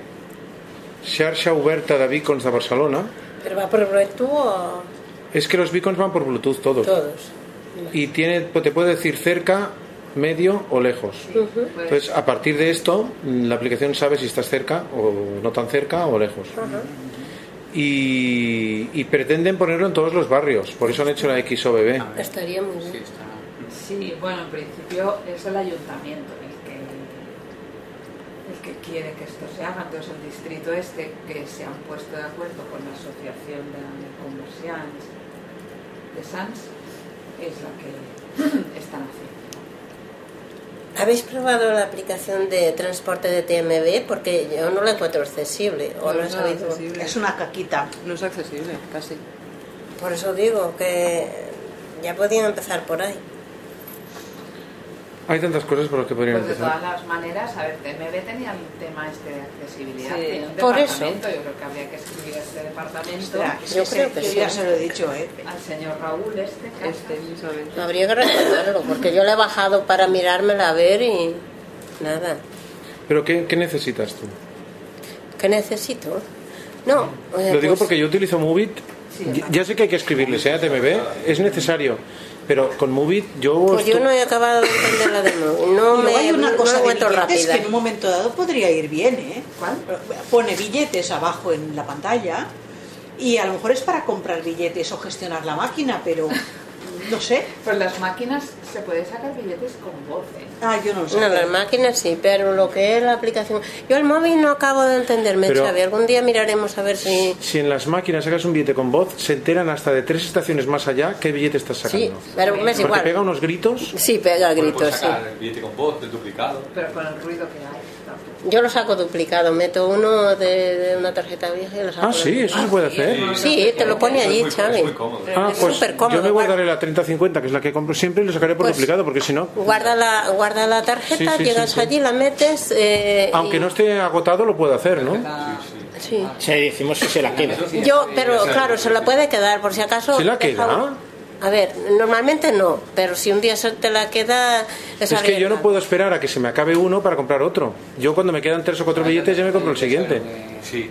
Xarxa Oberta de Beacons de Barcelona. ¿Pero va por Bluetooth o...? Es que los beacons van por Bluetooth todos. Todos. Y tiene, pues, te puede decir cerca, medio o lejos. Ujú. Entonces, Pues, a partir de esto, la aplicación sabe si estás cerca o no tan cerca o lejos. Ajá. Y, y pretenden ponerlo en todos los barrios, por eso han hecho la XOBB. Estaría muy bien. Sí, bueno, en principio es el ayuntamiento el que, el que quiere que esto se haga, entonces el distrito este que se han puesto de acuerdo con la asociación de comerciantes de Sans es la que están haciendo. ¿Habéis probado la aplicación de transporte de TMB? Porque yo no la encuentro accesible. ¿O no, he sabido? Es una caquita. No es accesible, casi. Por eso digo que ya podían empezar por ahí. Hay tantas cosas por las que podrían Pues de todas empezar. las maneras, a ver, TMB tenía el tema este de accesibilidad. Sí, tenía un por eso. departamento, Yo creo que habría que escribir este departamento. Ostras, yo creo que sí. ¿eh? Al señor Raúl este. Este mismamente. Habría que recordarlo, porque yo la he bajado para mirármela a ver y nada. Pero ¿qué, qué necesitas tú? ¿Qué necesito? No. eh, Lo digo pues- porque yo utilizo Movit. Ya- Ya sé que hay que escribirles ¿eh? a TMB, es necesario. Pero con Movit yo... Pues yo estu- no he acabado de entender la demo. No Y me luego hay una no cosa de encuentro billetes rápida. que en un momento dado podría ir bien, ¿eh? Pone billetes abajo en la pantalla y a lo mejor es para comprar billetes o gestionar la máquina, pero no sé. Pues las máquinas se puede sacar billetes con voz, ¿eh? Ah, yo no lo sé. No, las máquinas sí, pero lo que es la aplicación. Yo el móvil no acabo de entenderme, Pero- Xavi. Algún día miraremos a ver si. Si en las máquinas sacas un billete con voz, se enteran hasta de tres estaciones más allá qué billete estás Sí, sacando. pero me es Porque igual. pega unos gritos. Sí, pega Bueno, gritos, puedes sí. sacar el billete con voz, el duplicado. Pero con el ruido que hay. Yo lo saco duplicado, meto uno de, de una tarjeta vieja y lo saco. Ah, sí, eso se puede hacer. Sí, te lo pone allí, Xavi. Ah, es pues súper cómodo. yo me guardaré la 3050, que es la que compro siempre, y lo sacaré por Pues- duplicado, porque si no, Guarda la, guarda la tarjeta, Sí, sí, llegas sí, sí. allí, la metes. eh, aunque y- no esté agotado, lo puedo hacer, ¿no? Sí. Se decimos si se la queda. Yo, pero claro, se la puede quedar, por si acaso. ¿Se la deja- queda? A ver, normalmente no, pero si un día se te la queda. Es que yo no puedo esperar a que se me acabe uno para comprar otro. Yo cuando me quedan tres o cuatro billetes ya me compro el siguiente. Sí,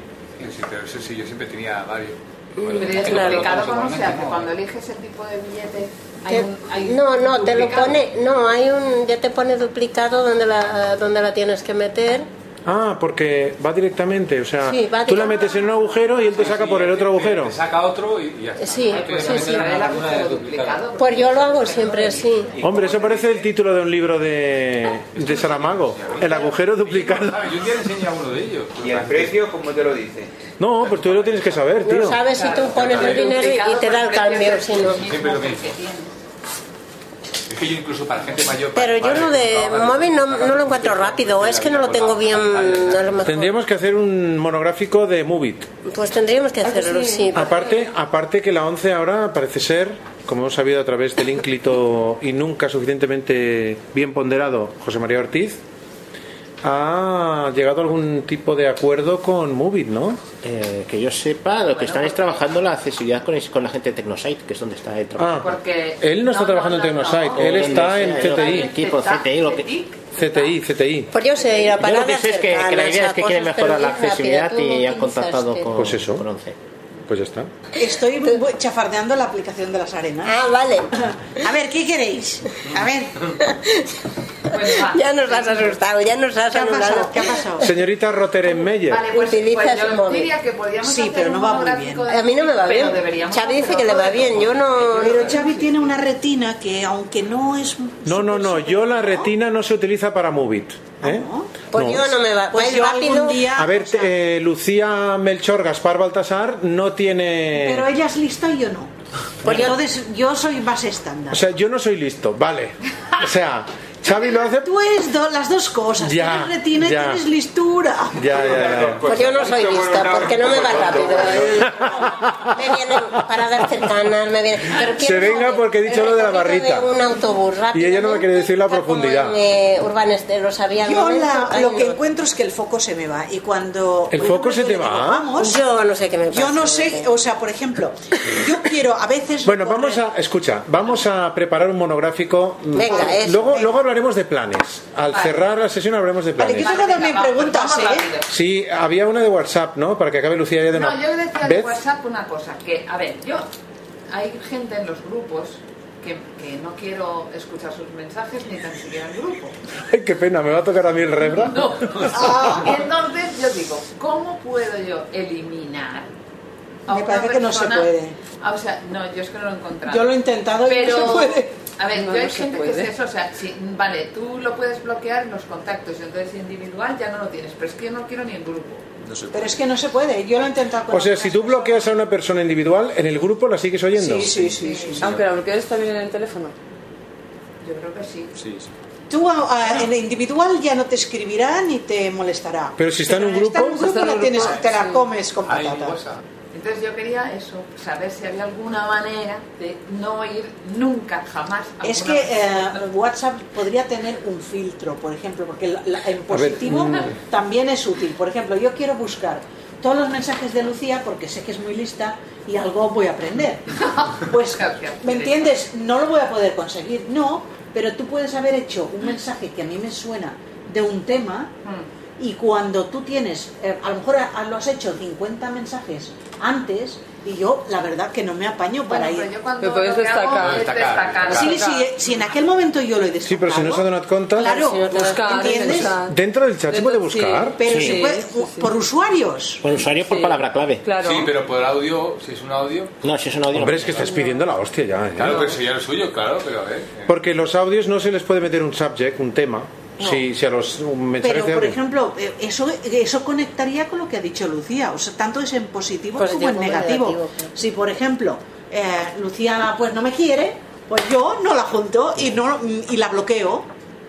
sí, pero eso sí, yo siempre tenía varios. Pero Bueno, ya tengo es complicado varios, cómo se hace. no. Cuando eliges el tipo de billete, hay Te- un, hay un no, no, te lo duplicado. pone, no, hay un, ya te pone duplicado donde la, donde la tienes que meter. Ah, porque va directamente, o sea, Sí, va tú la directamente. metes en un agujero y él te saca por el otro agujero. Te saca otro y ya Sí, sí, sí. duplicado. Pues yo lo hago siempre así. Hombre, eso parece el título de un libro de, de Saramago, El agujero duplicado. Yo te enseñé a uno de ellos. ¿Y el precio cómo te lo dice? No, pues tú lo tienes que saber, Lo tío. sabes si tú pones el dinero y- y te da el cambio, si no. Siempre lo mismo. Es que yo incluso para gente mayor... Pero yo padre, lo de trabajador, móvil no, no lo encuentro rápido, es que no lo tengo bien. a lo mejor. Tendríamos que hacer un monográfico de Movit. Pues tendríamos Ah, que hacerlo, sí. Aparte, aparte que la 11 ahora parece ser, como hemos sabido a través del ínclito y nunca suficientemente bien ponderado José María Ortiz, ha llegado a algún tipo de acuerdo con Movit, ¿no? Eh, que yo sepa, lo que están es trabajando la accesibilidad con, con la gente de Tecnosite, que es donde está eh, el trabajo. Porque Ah, Él no está trabajando en Tecnosite, él está en CTI. Equipo CTI, lo que, CTI, CTI. Pues yo sé ir a yo parar lo que sé es que, que la idea es que quieren mejorar la accesibilidad y han contactado con, Pues eso. con Once. Pues ya está. Estoy bu- chafardeando la aplicación de las arenas. Ah, vale. A ver, ¿qué queréis? A ver. Pues Ya nos has asustado, ya nos has ¿Qué ha anulado. pasado? ¿Qué ha pasado? Señorita Roteren Meyer. Vale, pues, Utilizas pues yo el móvil. diría que podríamos Sí, hacer pero un no va muy monográfico A mí no me va Pero bien. deberíamos Xavi dice hacerlo que le va todo. bien, yo no... Pero Xavi tiene una retina que, aunque no es. No, no, no, yo la retina no se utiliza para Movit. ¿eh? Pues yo no me va... Ah, Pues va yo rápido. algún día. A ver, eh, Lucía Melchor Gaspar Baltasar no tiene... Pero ella es lista y yo no. Pues Entonces yo soy más estándar. O sea, yo no soy listo, vale. O sea, Xavi lo hace... Tú es do- las dos cosas. Ya, tienes retina y ya. tienes listura. Ya, ya, ya. Pues yo no soy lista, porque no me va rápido. eh. Me vienen para dar cercanas, me vienen... Pero quiero Se venga porque he dicho lo de la barrita. un autobús Y rápido. ella no me quiere decir la profundidad. Eh, Urban Este, lo sabía al Yo momento. la- Ay, lo que no. encuentro es que el foco se me va y cuando ¿El foco se te va? vamos, Yo no sé qué me pasa. yo no sé, o sea, por ejemplo, yo quiero a veces Bueno, vamos a, escucha, vamos a preparar un monográfico. mm, Venga, eso, luego, luego hablaremos de planes. Al cerrar la sesión hablaremos de Vale, planes. yo tengo también Ah, pues preguntas, ¿eh? Sí, había una de WhatsApp, ¿no? Para que acabe Lucía ya de una No, yo decía de vez. WhatsApp una cosa, que, a ver, yo, hay gente en los grupos que, que no quiero escuchar sus mensajes ni tan siquiera el grupo. Ay, qué pena, me va a tocar a mí el rebra. No. Ah. Entonces yo digo, ¿cómo puedo yo eliminar a Me una parece que no se persona? puede. Ah, O sea, no, yo es que no lo he encontrado. Yo lo he intentado y Pero, no se puede. a ver, No, yo hay no se gente que puede. es eso, o sea, si- vale, tú lo puedes bloquear en los contactos, y entonces individual ya no lo tienes, pero es que yo no quiero ni en grupo. Pero es que no se puede, yo lo he intentado con O sea, si tú bloqueas a una persona individual, en el grupo la sigues oyendo. Sí, sí, sí, sí, sí. Aunque la bloquees también en el teléfono. Yo creo que sí. Tú a- a- en el individual ya no te escribirá ni te molestará. Pero si está en un Está en un grupo, grupo, la tienes, te la sí. comes con Ay, pues, patatas. ah, Entonces yo quería eso, saber si había alguna manera de no ir nunca, jamás. a Es una- que eh, WhatsApp podría tener un filtro, por ejemplo, porque la- la- en positivo mm. también es útil. Por ejemplo, yo quiero buscar todos los mensajes de Lucía porque sé que es muy lista y algo voy a aprender. Pues, ¿me entiendes? No lo voy a poder conseguir, no, pero tú puedes haber hecho Mm. un mensaje que a mí me suena de un tema Mm. y cuando tú tienes, eh, a lo mejor a- a- lo has hecho 50 mensajes antes y yo la verdad que no me apaño Bueno, para ir. pero yo cuando Pero puedes lo que hago destacar. es Destacar, destacar. Sí, destacar. sí, eh, si en aquel momento yo lo he Sí, pero si no se ha dado cuenta. Claro, buscar, ¿entiendes? Dentro del chat se puede buscar. Pero se puede- por usuarios. Por usuarios por palabra clave. Sí, pero por audio, si es un audio. No, si es un audio. Hombre, es que estás pidiendo la hostia ya. ¿eh? Claro, pero sería lo suyo, claro, pero a ver. Porque los audios no se les puede meter un subject, un tema. Si, si a los un mensaje Pero, de por audio. ejemplo, eh, eso, eso conectaría con lo que ha dicho Lucía. O sea, tanto es en positivo, Positivo como en como en negativo. negativo, claro. Si, por ejemplo, eh, Lucía pues no me quiere, pues yo no la junto y, no, y la bloqueo.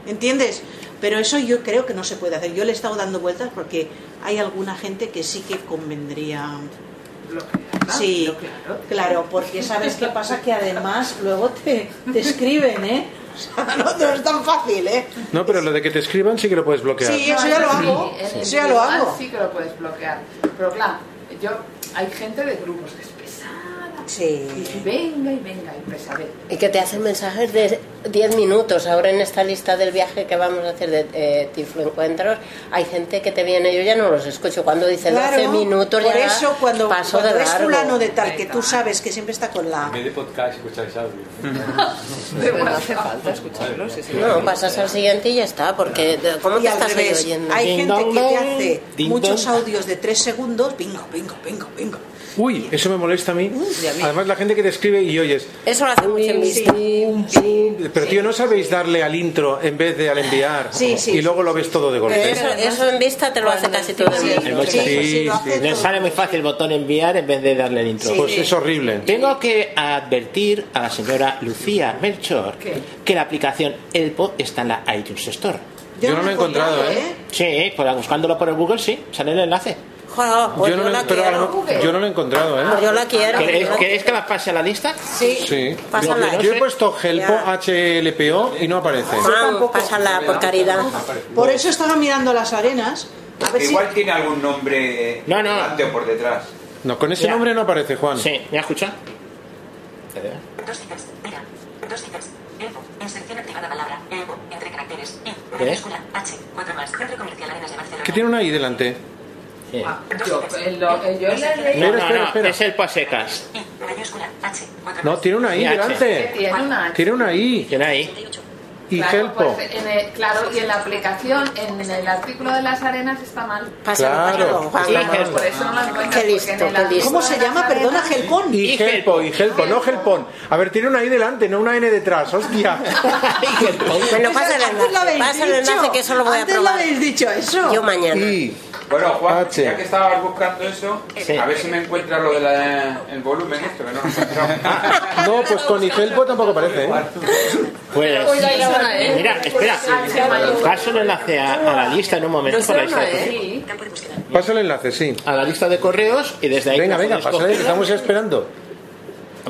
¿Entiendes? Pero eso yo creo que no se puede hacer. Yo le he estado dando vueltas porque hay alguna gente que sí que convendría. Sí, claro, porque sabes qué pasa que además luego te, te escriben, ¿eh? O sea, no, no es tan fácil, ¿eh? No, pero lo de que te escriban sí que lo puedes bloquear. Sí, eso ya lo hago. Sí, en Eso ya lo individual hago. Sí que lo puedes bloquear. Pero claro, yo, hay gente de grupos que es pesada. Y venga y venga y pesadez. Y que te hacen mensajes de 10 minutos. Ahora en esta lista del viaje que vamos a hacer de eh, Tifloencuentros, hay gente que te viene, yo ya no los escucho. Cuando dice Claro, 12 minutos, por ya eso cuando, paso cuando de ves largo. fulano de tal que tú sabes que siempre está con la... En vez de podcast, escucháis audio. Pero no hace falta escucharlo. No, pasas al siguiente y ya está, porque de- ¿cómo Y te al estás ahí revés, oyendo? Hay gente que te hace ding muchos dong. audios de tres segundos, bingo, bingo, bingo, bingo. Uy, eso me molesta a mí. ya vi. Además, la gente que te escribe y oyes. Eso lo hace mucho en Sí. Pero tío, ¿no sabéis darle al intro en vez de al enviar? Sí, sí, y luego lo ves todo de golpe. Eso, eso en vista te lo hace casi todo el El mundo. botón. Le sale muy fácil el botón enviar en vez de darle el intro. Sí. Pues es horrible. Tengo que advertir a la señora Lucía Melchor ¿Qué? que la aplicación Elpo está en la iTunes Store. Yo no lo he encontrado, ¿eh? Sí, pues buscándolo por el Google, sí, sale el enlace. Jo, pues yo, no la, pero a lo quiero. mejor- yo no lo he encontrado, ¿eh? Pues yo la quiero. ¿Queréis, queréis que las pase a la lista? Sí. Sí. Pásala. Yo- Yo he puesto Helpo Ya. HLPO y no aparece. Ah, pásala, por caridad. Por eso estaba mirando las arenas. A ver si. Igual tiene algún nombre No, no. delante o por detrás. No, con ese Ya. nombre no aparece, Juan. Sí, ¿me has escuchado? Dos citas. Mira. Dos citas. Elfo. Inserción activada palabra. Elfo. Entre caracteres. I. ¿Qué? Mayúscula. H. Cuatro más. Centro comercial Arenas de Barcelona. ¿Qué tiene una ahí delante? Yo, eh, lo, eh, yo la leí. No, no, no, es el pasecas. Mayúscula. H. Cuatro No, tiene una I H. delante. Tiene una H. Tiene una I. Tiene ahí. Y Claro, Helpo. pues, en el- claro, y en la aplicación, en el artículo de las arenas está mal. Pásalo, Claro, pásalo, Juan. está Y mal. por eso no la encuentras, Qué porque listo, en el qué listo. ¿Cómo se llama? Perdona, Gelpón. Y Helpo, y Helpo, no Helpón. A ver, tiene una I delante, no una N detrás, hostia. Bueno, pasa el enlace, pasa el enlace que eso lo voy a probar. dicho eso. Yo mañana. Bueno, Juan, H. ya que estabas buscando eso, a ver si me encuentras lo del el volumen, esto que no lo encontramos. No, pues con y Helpo tampoco aparece, ¿eh? Pues, Uy, la iba a decir. mira, espera. Paso el enlace a, a la lista en un momento. No sé, por la lista no, ¿eh? de- Pasa el enlace, sí. A la lista de correos y desde ahí. Venga, cojo venga, los pásale, copias. que estamos esperando.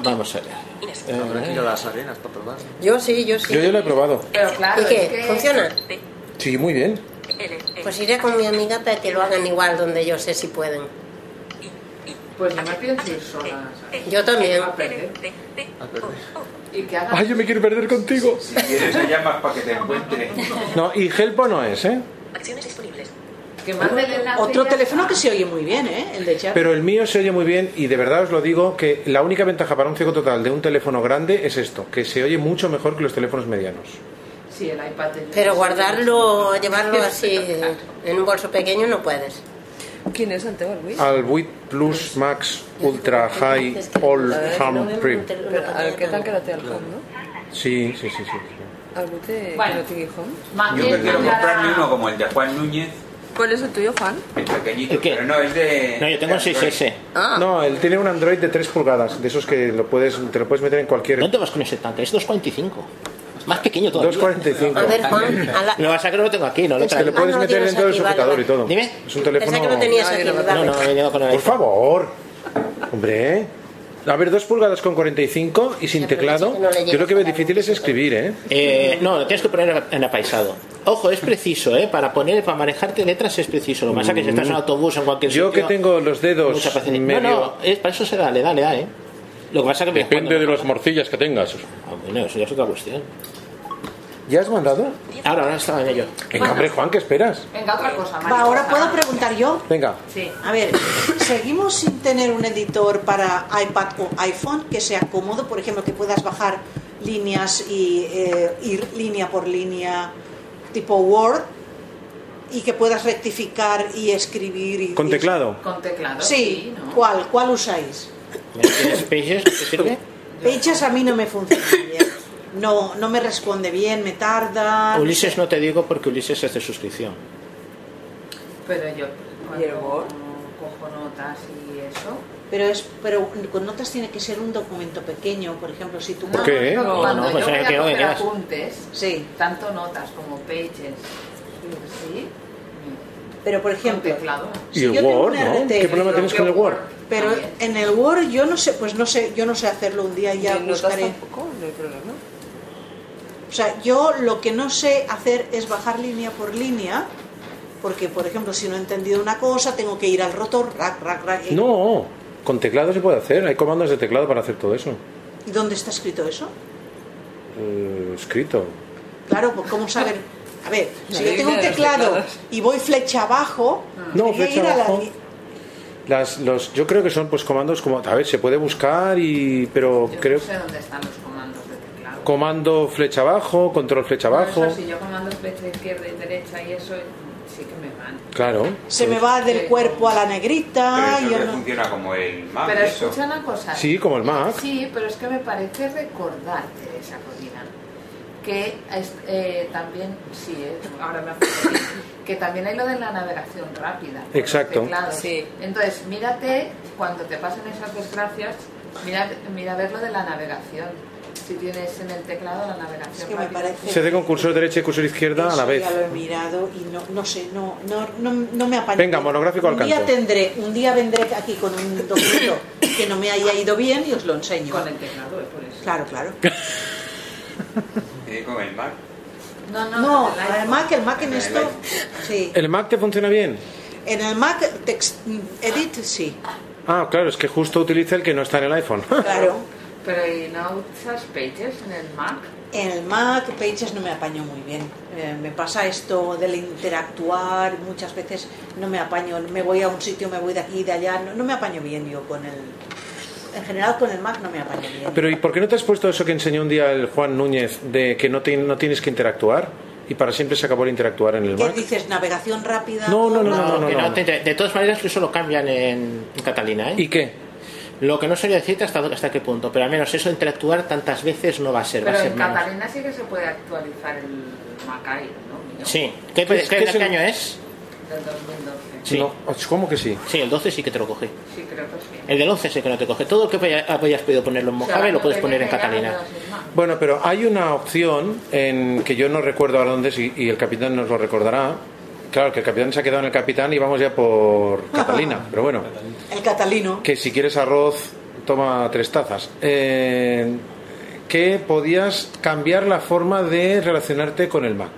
Vamos allá. Habrá que ir a las arenas para probar. Yo sí, yo sí. Yo ya lo he probado. Pero claro, ¿Y qué? es que- ¿Funciona? Sí, muy bien. Pues iré con mi amiga para que lo hagan igual donde yo sé si pueden. Pues yo me pienso ir sola. Yo también. Y que haga Ay, yo me quiero perder contigo. Quieres que llamas para que te encuentre. No, y Helpo no es, ¿eh? Acciones disponibles. Que mande el enlace Otro ya. teléfono que se oye muy bien, ¿eh? El de Char. Pero el mío se oye muy bien y de verdad os lo digo que la única ventaja para un ciego total de un teléfono grande es esto, que se oye mucho mejor que los teléfonos medianos. Sí, el iPad. del- Pero guardarlo, llevarlo así en un bolso pequeño no puedes. ¿Quién es Santiago Luis? Al 8 Plus Max Ultra High All Hum Prim. Pero, a ver, ¿qué tal que no te al home, no? Sí, sí, sí, sí. Algo te Bueno. no te home. Yo prefiero comprarme uno como el de Juan Núñez, ¿Cuál es el tuyo, Juan? el pequeñito, pero no es de. No, yo tengo de el Android. Ah. No, él tiene un Android de 3 pulgadas, de esos que lo puedes, te lo puedes meter en cualquier... No te vas con ese tanto, es 2.45. Más pequeño todavía. 2.45. A ver, Juan, a la- Lo vas a que no lo tengo aquí, no lo Te lo puedes meter dentro del sujetador y todo. Dime. Es un teléfono... Pensé que lo tenías aquí, No, vale. no, no, he venido con el Por iPhone. favor. Hombre. A ver, dos pulgadas con 45 y sin teclado. Yo lo que veo difícil es escribir, ¿eh? Eh, no, lo tienes que poner en apaisado. Ojo, es preciso, ¿eh? Para poner, para manejarte letras es preciso. Lo que pasa es que si estás en autobús o en cualquier Mm. Yo sitio... que tengo los dedos mucha paciencia. medio... No, no, es, para eso se da, le da, le da, ¿eh? Lo que pasa es que... Depende de las morcillas que tengas. Ah, bueno, eso ya es otra cuestión. ¿Ya has mandado? Ahora, ahora estaba en ello. Venga, hombre, Juan, ¿qué esperas? Venga, otra cosa, Mari. Va, ahora puedo preguntar yo. Venga. Sí. A ver, seguimos sin tener un editor para iPad o iPhone que sea cómodo, por ejemplo, que puedas bajar líneas y eh, ir línea por línea, tipo Word, y que puedas rectificar y escribir. Y, ¿Con y- teclado? Con teclado. Sí, ¿cuál? ¿Cuál usáis? ¿Pages? ¿Te sirve? Pages a mí no me funciona bien. No, no me responde bien, me tarda. no Ulises no te digo porque Ulises es de suscripción. Pero yo cuando cojo notas y eso... Pero es, pero con notas tiene que ser un documento pequeño, por ejemplo, si tú No, no, no, cuando pues yo voy a coger apuntes, sí. tanto notas como pages, sí, Pero por ejemplo, Y si el yo tengo Word, una ¿no? RT, ¿Qué problema tienes con el Word? Pero en el Word yo no sé, pues no sé, yo no sé hacerlo un día ya ¿Y en notas buscaré. tampoco? No hay problema. O sea, yo lo que no sé hacer es bajar línea por línea, porque por ejemplo, si no he entendido una cosa, tengo que ir al rotor, rack, rack, rack. eh, No, con teclado se puede hacer. Hay comandos de teclado para hacer todo eso. ¿Y dónde está escrito eso? Eh, escrito. Claro, pues cómo saber. A ver, La si yo tengo Biblia un de los teclado teclados. y voy flecha abajo, No, tengo que flecha ir a la abajo. li- Las, los, yo creo que son pues comandos como... A ver, se puede buscar y... Pero creo... no sé dónde están los comandos de teclado. Comando flecha abajo, control flecha abajo. Eso, si yo comando flecha izquierda y derecha y eso, sí que me van. Claro. se me va del cuerpo a la negrita. Pero yo eso que no- funciona como el Mac. pero eso. escucha una cosa. Ah, Sí, como el Mac. Sí, pero es que me parece recordar, Teresa Codina, que es- eh, también, sí, eh, ahora me acuerdo, que también hay lo de la navegación rápida. con los Exacto. teclados. Entonces, mírate, cuando te pasen esas desgracias, mira, mira ver lo de la navegación. Si tienes en el teclado la navegación. Es que me rápida. parece- Se hace con cursor derecha y cursor izquierda a la Eso vez. Ya lo he mirado y no, no sé, no, no, no, no me apaño. Venga, monográfico al Un día canto. tendré, un día vendré aquí con un documento que no me haya ido bien y os lo enseño. Con el teclado, es por eso. Claro, claro. ¿Y con el Mac? No, no, el Mac, el Mac en esto, sí. ¿El Mac te funciona bien? En el Mac, text, edit, sí. Ah, claro, es que justo utiliza el que no está en el iPhone. Claro. Pero ¿y no usas Pages en el Mac? En el Mac, Pages no me apaño muy bien. Eh, me pasa esto del interactuar, muchas veces no me apaño, me voy a un sitio, me voy de aquí y de allá, no, no me apaño bien yo con el... En general con el Mac no me apaño bien. Pero ¿y por qué no te has puesto eso que enseñó un día el Juan Núñez de que no, te- no tienes que interactuar y para siempre se acabó el interactuar en el ¿Qué Mac? dices? ¿Navegación rápida? Que te- te- de todas maneras, eso lo cambian en, en Catalina. ¿eh? ¿Y qué? Lo que no sabía decirte hasta, hasta qué punto, pero al menos eso interactuar tantas veces no va a ser. Pero va a ser en menos. Catalina sí que se puede actualizar el Macay, ¿no? Sí. ¿Qué, ¿Qué qué, es- qué es de qué el- año es? Del 2012. Sí. ¿Cómo que sí? Sí, el 12 sí que te lo cogí. Sí, creo que sí. El del 11 sí que no te coge. Todo lo que haya- hayas podido ponerlo en Mojave lo puedes poner en Catalina. Bueno, pero hay una opción en que yo no recuerdo ahora dónde es y, y el capitán nos lo recordará. Claro, que el capitán se ha quedado en el capitán y vamos ya por Catalina, pero bueno. El catalino. Que si quieres arroz, toma tres tazas. Eh, que podías cambiar la forma de relacionarte con el Mac.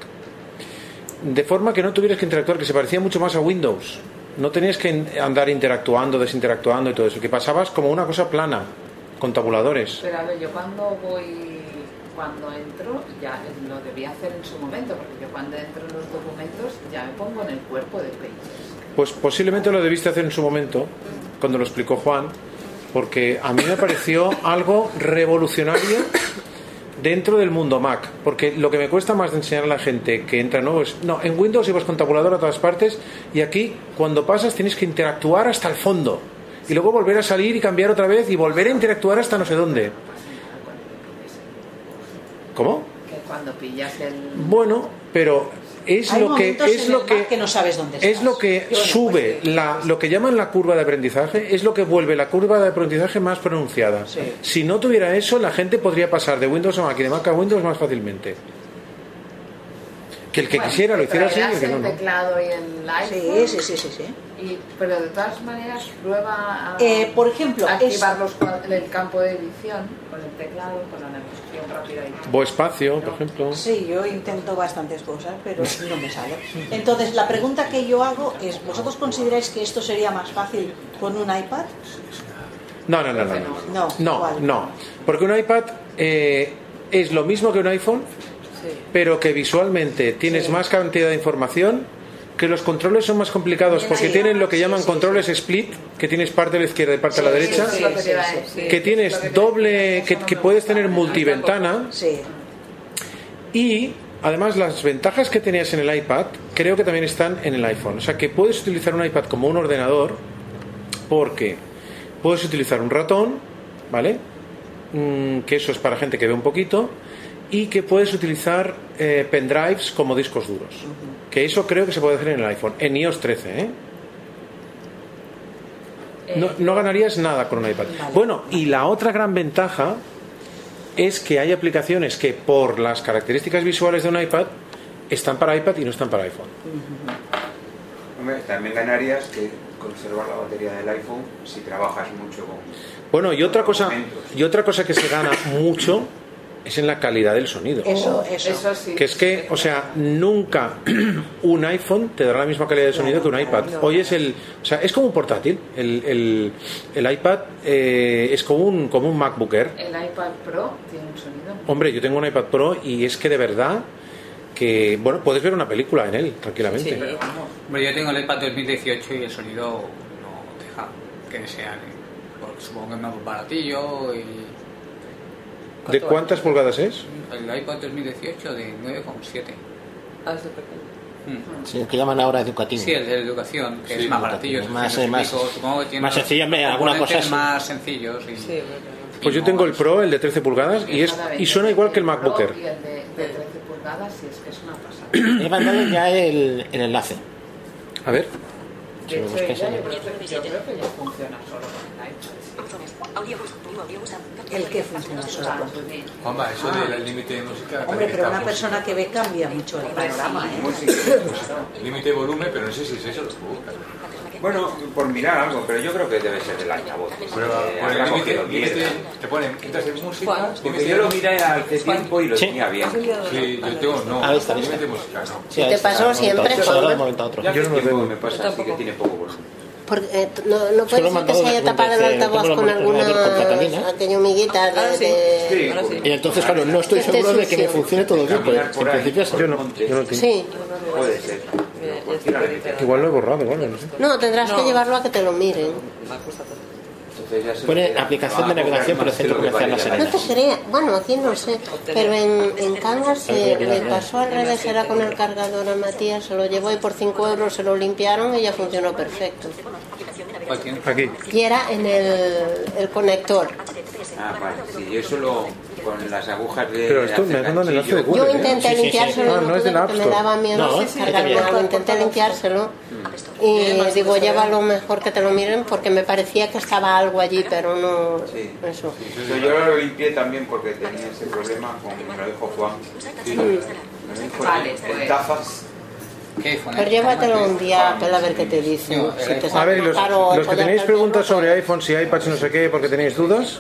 De forma que no tuvieras que interactuar, que se parecía mucho más a Windows. No tenías que in- andar interactuando, desinteractuando y todo eso. Que pasabas como una cosa plana, con tabuladores. Pero a ver, yo cuando voy, cuando entro, ya lo debía hacer en su momento, porque yo cuando entro en los documentos ya me pongo en el cuerpo de Pages. Pues posiblemente lo debiste hacer en su momento, cuando lo explicó Juan, porque a mí me pareció algo revolucionario dentro del mundo Mac. Porque lo que me cuesta más de enseñar a la gente que entra nuevo es, no, en Windows ibas con tabulador a todas partes y aquí cuando pasas tienes que interactuar hasta el fondo. Y luego volver a salir y cambiar otra vez y volver a interactuar hasta no sé dónde. ¿Cómo? Que cuando pillas el. Bueno, pero es Hay lo que momentos es en lo el que Mac que no sabes dónde está. es lo que sube la, lo que llaman la curva de aprendizaje es lo que vuelve la curva de aprendizaje más pronunciada si no tuviera eso la gente podría pasar de Windows a Mac y de Mac a Windows más fácilmente que el que Bueno, quisiera lo hiciera así y el traerás que no, el no. teclado y el Sí, iPhone. sí, sí, sí. sí. Y, pero de todas maneras, prueba a Eh, por ejemplo, activar los cua- el campo de edición con el teclado, con la navegación rápida y o espacio por ejemplo Sí, yo intento bastantes cosas, pero no me sale. Entonces, la pregunta que yo hago es, ¿vosotros consideráis que esto sería más fácil con un iPad? No, no, no, no. No, No, no, ¿cuál? no. Porque un iPad eh, es lo mismo que un iPhone, pero que visualmente tienes más cantidad de información, que los controles son más complicados porque Sí. tienen lo que llaman controles split, que tienes parte a la izquierda y parte a la Sí, derecha, sí, sí, sí, sí. que tienes doble, que, que puedes tener multiventana. Y además las ventajas que tenías en el iPad creo que también están en el iPhone. O sea que puedes utilizar un iPad como un ordenador porque puedes utilizar un ratón, ¿vale? Mm, que eso es para gente que ve un poquito, y que puedes utilizar eh, pendrives como discos duros. Que eso creo que se puede hacer en el iPhone, en iOS 13, ¿eh? No, no ganarías nada con un iPad. Bueno, y la otra gran ventaja es que hay aplicaciones que por las características visuales de un iPad están para iPad y no están para iPhone. Hombre, también ganarías que conservar la batería del iPhone si trabajas mucho con... Bueno, y otra cosa, y otra cosa que se gana mucho es en la calidad del sonido. Eso, Oh, eso. sí. Que es que, o sea, nunca un iPhone te dará la misma calidad de sonido que un iPad. Hoy es el, o sea, es como un portátil. El, el- el iPad eh, es como un, como un MacBook Air. El iPad Pro tiene un sonido. Hombre, yo tengo un iPad Pro y es que de verdad que, bueno, puedes ver una película en él tranquilamente. pero vamos. Hombre, yo tengo el iPad 2018 y el sonido no deja que desear. ¿eh? Porque supongo que es más baratillo y... ¿De cuántas pulgadas es? El iPad 2018 de 9,7. Ah, es de pequeño. Sí, el que llaman ahora educativo. Sí, el de educación, que Sí, es más educativo, baratillo. es más- que no más- explico, supongo que tiene más sencillo, hombre, alguna cosa componentes así. más sencillos. Y, Pues yo tengo el Pro, el de 13 pulgadas, y, es, y suena igual que el MacBook Air. Y el de, de 13 pulgadas, y es que es una pasada. He mandado ya el, el enlace. A ver. De hecho, buscas ella en yo el- creo, que, yo creo que ya funciona solo con el iPhone. El que funciona solo con tu Juanma, eso del límite de música. Ah. Hombre, parece que pero está una persona que ve cambia mucho el panorama, ¿eh? fun- Límite de volumen, pero no sé si es eso lo que busca. Bueno, por mirar algo, pero yo creo que debe ser el altavoz. Pero Eh, por habrá el límite, cogido límite, mierda. te ponen, entras en música. Porque yo lo miré hace tiempo y lo tenía bien. Sí, yo tengo, no, Ahí está, ahí está. límite de música, no. Sí, ahí está, de un momento a otro, solo de un momento a otro. Ya hace tiempo me pasa así que tiene poco volumen. Porque eh, t- no, no puede Solo ser me que acabo se de haya dar cuenta tapado el que altavoz tengo con la alguna oportunidad de ver con Catalina. aquella humiguita de... de- Y entonces, claro, no estoy Que esté seguro de que me sucio. funcione todo bien, pero en principio sí. Sí. Puede ser. Igual lo he borrado, bueno, no sé. No, tendrás que No. llevarlo a que te lo miren. Entonces ya se Pone me queda. aplicación de Ah, navegación por el más centro que lo que comercial vale Las la No Arenas. te creas, bueno, aquí no sé, pero en, en Cangas se le pasó al revés, era con el cargador a Matías, se lo llevó y por 5 euros se lo limpiaron y ya funcionó perfecto. Aquí. Y era en el, el conector. Ah, vale. Sí, yo solo con las agujas de. Pero esto me ha mandado un enlace de ¿eh? Google. Yo intenté limpiárselo, Ah, y no es de la App me daba Store. miedo cargar algo, intenté limpiárselo y digo, llévalo mejor que te lo miren porque me parecía que estaba algo allí, pero no... Eso. Yo, yo lo limpié también porque tenía ese problema con me lo dijo Juan. Sí. Me lo dijo Vale, en- pues. en tazas. Pero Pues llévatelo un día, Pel, a ver qué te dicen. Si te eh, A sale ver, más los, caro los que poder tenéis cambiarlo, preguntas sobre iPhone, si iPads y no sé qué, porque tenéis dudas,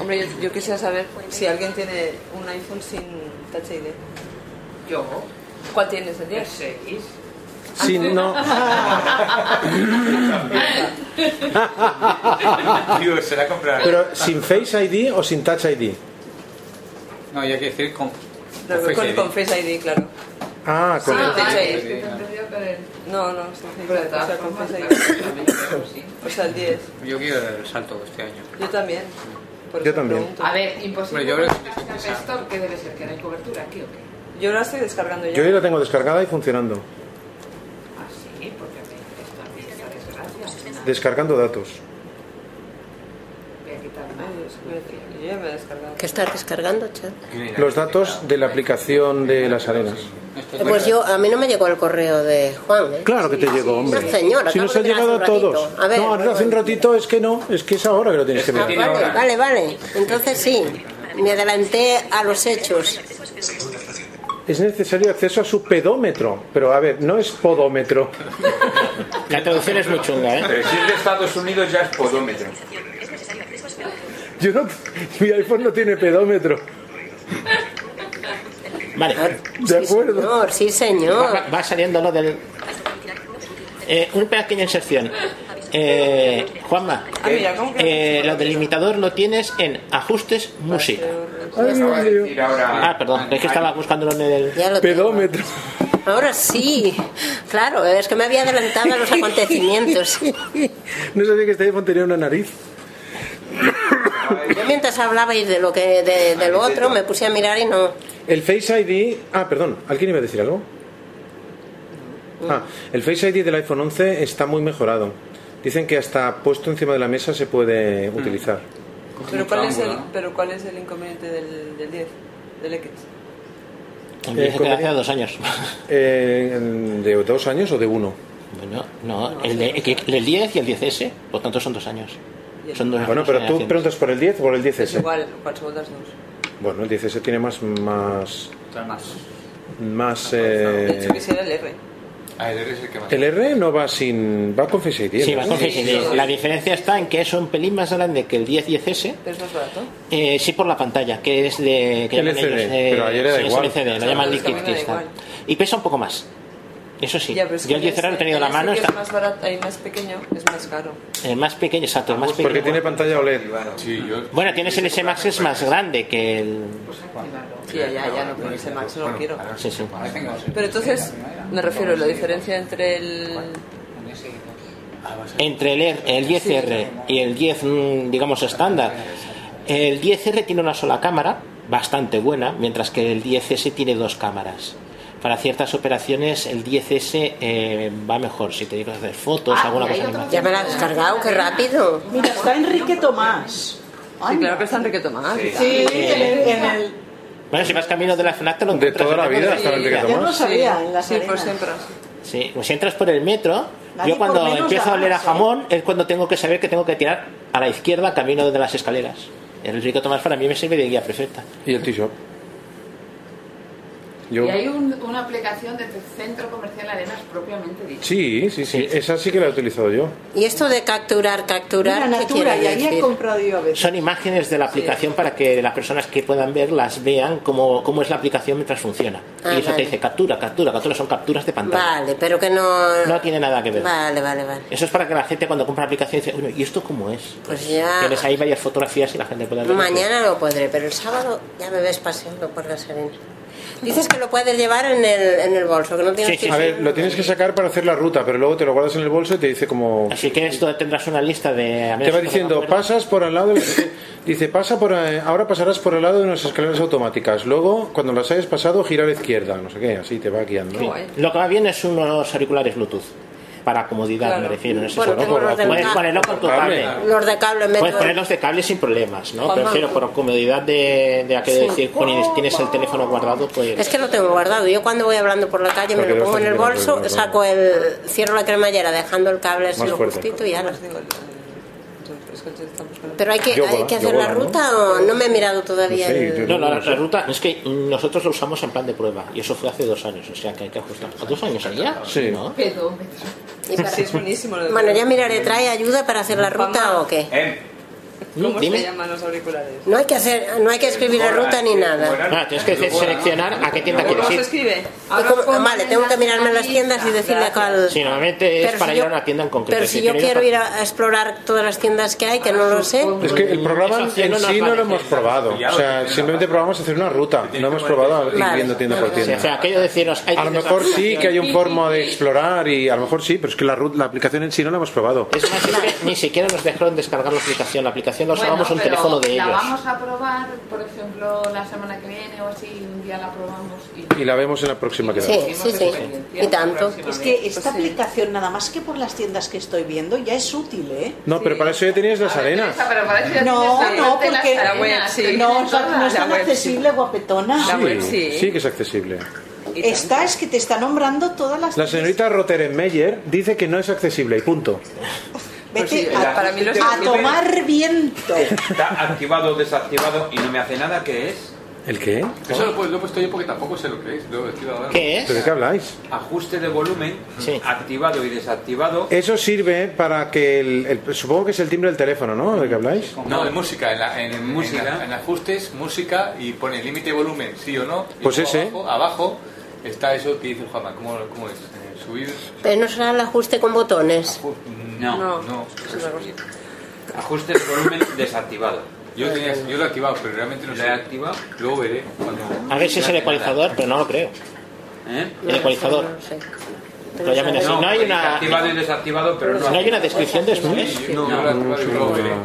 Hombre, yo, yo quisiera saber si alguien tiene un iPhone sin Touch ID. Yo. ¿Cuál tienes el 10? si no... Digo, será comprar. Pero sin Face ID o sin Touch ID. No, y hay que decir con. No, Face con, ID. con Face ID, claro. Ah, con Ah, el- vale. Sí, sí, No, no, sí, sí, Pero de o todas sea, con formas, Face sí. ID. O sea, el 10. Yo quiero el salto de este año. Yo también. Yo también. A ver, imposible. Hombre, yo creo que- que App Store, ¿qué debe ser? ¿Que no hay cobertura aquí o qué? Yo la estoy descargando ya. Yo ya la tengo descargada y funcionando. Ah, sí, porque me esto a mí esta desgracia. Descargando datos. Voy a quitarme. Yo ya me he descargado. ¿Qué estás descargando, Chad? Los datos de la aplicación de las arenas. Eh, Pues yo, a mí no me llegó el correo de Juan, ¿eh? Claro que te llegó, hombre. No, señor, si acabo nos ha de ver llegado a hace un todos. ratito. A ver, no, ahora hace un ratito es que no, es que es ahora que lo tienes que Ah, mirar. vale, vale, vale. Entonces sí, me adelanté a los hechos. Es necesario acceso a su pedómetro, pero a ver, no es podómetro. La traducción es muy chunga, ¿eh? Pero si es de Estados Unidos ya es podómetro. Yo no, mi iPhone no tiene pedómetro. Vale. Ah, De acuerdo. Señor, sí, señor. Va, va saliendo lo del. Eh, una pequeña inserción. Eh, Juanma, Ah, mira, ¿cómo eh, lo del limitador lo tienes en ajustes música. Ah, perdón, es que estaba buscándolo en el. Ya lo Pedómetro. Ahora sí, claro, eh, es que me había adelantado a los acontecimientos. No sabía que este iPhone tenía una nariz. Yo mientras hablabais de lo que de, de lo otro, me puse a mirar y no. El Face ID. Ah, perdón, ¿alguien iba a decir algo? Ah, el Face ID del iPhone 11 está muy mejorado. Dicen que hasta puesto encima de la mesa se puede utilizar. Pero ¿cuál, es el, pero ¿cuál es el inconveniente del, del 10? Del X. También se queda hace dos años. Eh, ¿De dos años o de uno? Bueno, no, el, de- el, el 10 y el 10S, por tanto son dos años. Son dos Bueno, dos pero tú generaciones. preguntas por el 10 o por el 10S. Igual, ¿cuál son las dos? Bueno, el 10S tiene más. más. Más. más Ah, pues De eh, hecho, quisiera el R. Ah, el R es el que más. el R no va sin. va con Face ID. Sí, ¿no? va con Face ID. La diferencia está en que es un pelín más grande que el 10 y s Pero es más barato. Eh, sí, por la pantalla, que es de. Que llaman LCD, ellos de- pero ayer era sí, es igual. LCD, lo Ah, llaman pues Liquid también era Crystal. igual. Y pesa un poco más. Eso sí. Ya, pero es Yo el que 10 lo he ese- tenido en la ese mano, que está- es más barato y más pequeño, es más caro. el más pequeño, exacto, el más pequeño. Porque tiene pantalla E OLED. Bueno, tienes el S Max, es más grande que el. Sí, ya, ya, ya, no, con ese Max no lo quiero. Sí, sí. Pero entonces, me refiero a la diferencia entre el... Entre el, R- el 10R y el 10, mm, digamos, estándar, el 10R tiene una sola cámara, bastante buena, mientras que el 10S tiene dos cámaras. Para ciertas operaciones el 10S eh, va mejor, si te digo hacer fotos, Ah, alguna cosa. más. Ya me la has descargado, qué rápido. Mira, está Enrique Tomás. Sí, claro que está Enrique Tomás. Sí, en el- en el Bueno, si vas camino de la FNAC te lo De toda la vida hasta el que Enrique Tomás. sabía, en las Sí, por arenas. siempre. Sí, pues si entras por el metro, Nadie yo cuando por menos empiezo a avanza, oler a ¿eh? jamón es cuando tengo que saber que tengo que tirar a la izquierda camino de las escaleras. El rico Tomás para mí me sirve de guía perfecta. Y el T-Shop. Y hay un- una aplicación de Centro Comercial Arenas propiamente dicha. Sí, sí, sí, esa sí que la he utilizado yo. Y esto de capturar, capturar, Mira, ¿qué Natura, quiere y ahí he decir? comprado yo a veces. Son imágenes de la aplicación para que las personas que puedan ver las vean cómo, cómo es la aplicación mientras funciona. Ah, y eso te vale. dice captura, captura, captura, son capturas de pantalla. Vale, pero que no... No tiene nada que ver. Vale, vale, vale. Eso es para que la gente cuando compra la aplicación dice, bueno, ¿y esto cómo es? Pues ya- Tienes ahí varias fotografías y la gente puede ver. Mañana lo podré, pero el sábado ya me ves paseando por la Serena. Dices que lo puedes llevar en el, en el bolso, que no tienes que ir A ver, lo tienes que sacar para hacer la ruta, pero luego te lo guardas en el bolso y te dice como... Así que esto tendrás una lista de... Te va diciendo, pasas por al lado... de las- Dice, pasa por... eh, Ahora pasarás por al lado de unas escaleras automáticas. Luego, cuando las hayas pasado, gira a la izquierda. No sé qué, así te va guiando. Sí. Lo que va bien es unos auriculares Bluetooth. Para comodidad, me refiero. En ese sentido. puedes ponerlo por tu cable. Los de cable me Puedes ponerlos de cable sin problemas, ¿no? Pero Juanma. refiero, por comodidad de, de aquello de Sí. decir, con- tienes el teléfono guardado, pues... Es que lo tengo guardado. Yo cuando voy hablando por la calle me Porque lo lo pongo en el estás mirando, bolso, ¿no? saco el... cierro la cremallera dejando el cable así Más lo fuerte. justito y ala. Pero hay que, Yoga, hay que hacer yoga, la ¿no? ruta o no me he mirado todavía. el- No, la, la ruta es que nosotros lo usamos en plan de prueba y eso fue hace dos años, o sea que hay que ajustar. ¿A dos años allá? Sí. ¿No? Y para- Sí, es buenísimo. lo de- Bueno, ya miraré, ¿trae ayuda para hacer la ruta o qué? ¿Cómo Dime. se llaman los auriculares? No hay que hacer, no hay que escribir la ruta ni nada. Ah, tienes que decir, seleccionar a qué tienda ¿Cómo quieres se ir. escribe? Ah, Y como- vale, tengo que mirarme las tiendas y decirle a cuál. Sí, normalmente es Pero para si ir yo- a una tienda en concreto. Pero si yo quiero a- ir a, a explorar todas las tiendas que hay, que no lo sé. Es que el programa Esa en opción sí no nos no lo vale. hemos probado. O sea, simplemente probamos hacer una ruta. No hemos probado ir Vale. viendo tienda por Sí, tienda. o sea, aquello de deciros, hay A lo tiendas mejor aquí, sí aquí, que hay un aquí. forma de explorar y a lo mejor sí, pero es que la, ru- la aplicación en sí no la hemos probado. Es más, es que ni siquiera nos dejaron descargar la aplicación. La aplicación la Bueno, usábamos un pero teléfono de La ellos. vamos a probar, por ejemplo, la semana que viene o así, un día la probamos y Y la vemos en la próxima quedada. Sí, sí, sí. Y tanto. Es que esta aplicación, nada más que por las tiendas que estoy viendo, ya es útil, ¿eh? No, pero para eso ya tenías las arenas. No, no, porque la web, sí. no, no La es tan web, sí. accesible, guapetona. Sí, sí que es accesible. Esta es que te está nombrando todas las. La señorita Rotterenmeyer dice que no es accesible y punto. Vete sí, a, para mí lo es a accesible. tomar viento. Está activado, desactivado y no me hace nada, ¿qué es? ¿El qué? Eso lo, he- lo he puesto yo porque tampoco sé lo que es. Lo he escrito ahora. ¿Pero de qué habláis? Ajuste de volumen, activado y desactivado. Eso sirve para que el, el- Supongo que es el timbre del teléfono, ¿no? ¿De qué habláis? No, en música, en, la- en- en- en la- en ajustes, música y pone límite volumen, sí o no. y Pues luego ese. Abajo, abajo está eso que dice Juanma, ¿cómo, cómo es? Eh, Subir. Pero no será el ajuste con botones. No, no. Ajuste de volumen desactivado. Yo, tenía- yo lo he activado, pero realmente no sé. ¿Lo he activado? Luego veré. cuando- A ver si es el ecualizador, pero no lo creo. ¿Eh? El ecualizador. Lo llaman así. No hay una, Activado y desactivado, pero no. no hay una descripción de Smules. No, no, no, no, no. Cuando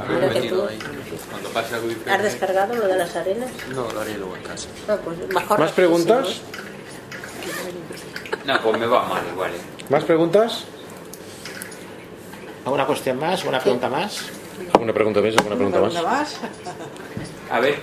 pase algo diferente. ¿Has descargado lo de las arenas? No, lo haré luego en casa. Ah, pues mejor ¿Más preguntas? No, pues me va mal igual. ¿eh? ¿Más preguntas? ¿Alguna cuestión más? ¿Alguna pregunta más? Una pregunta más, una pregunta más. A ver,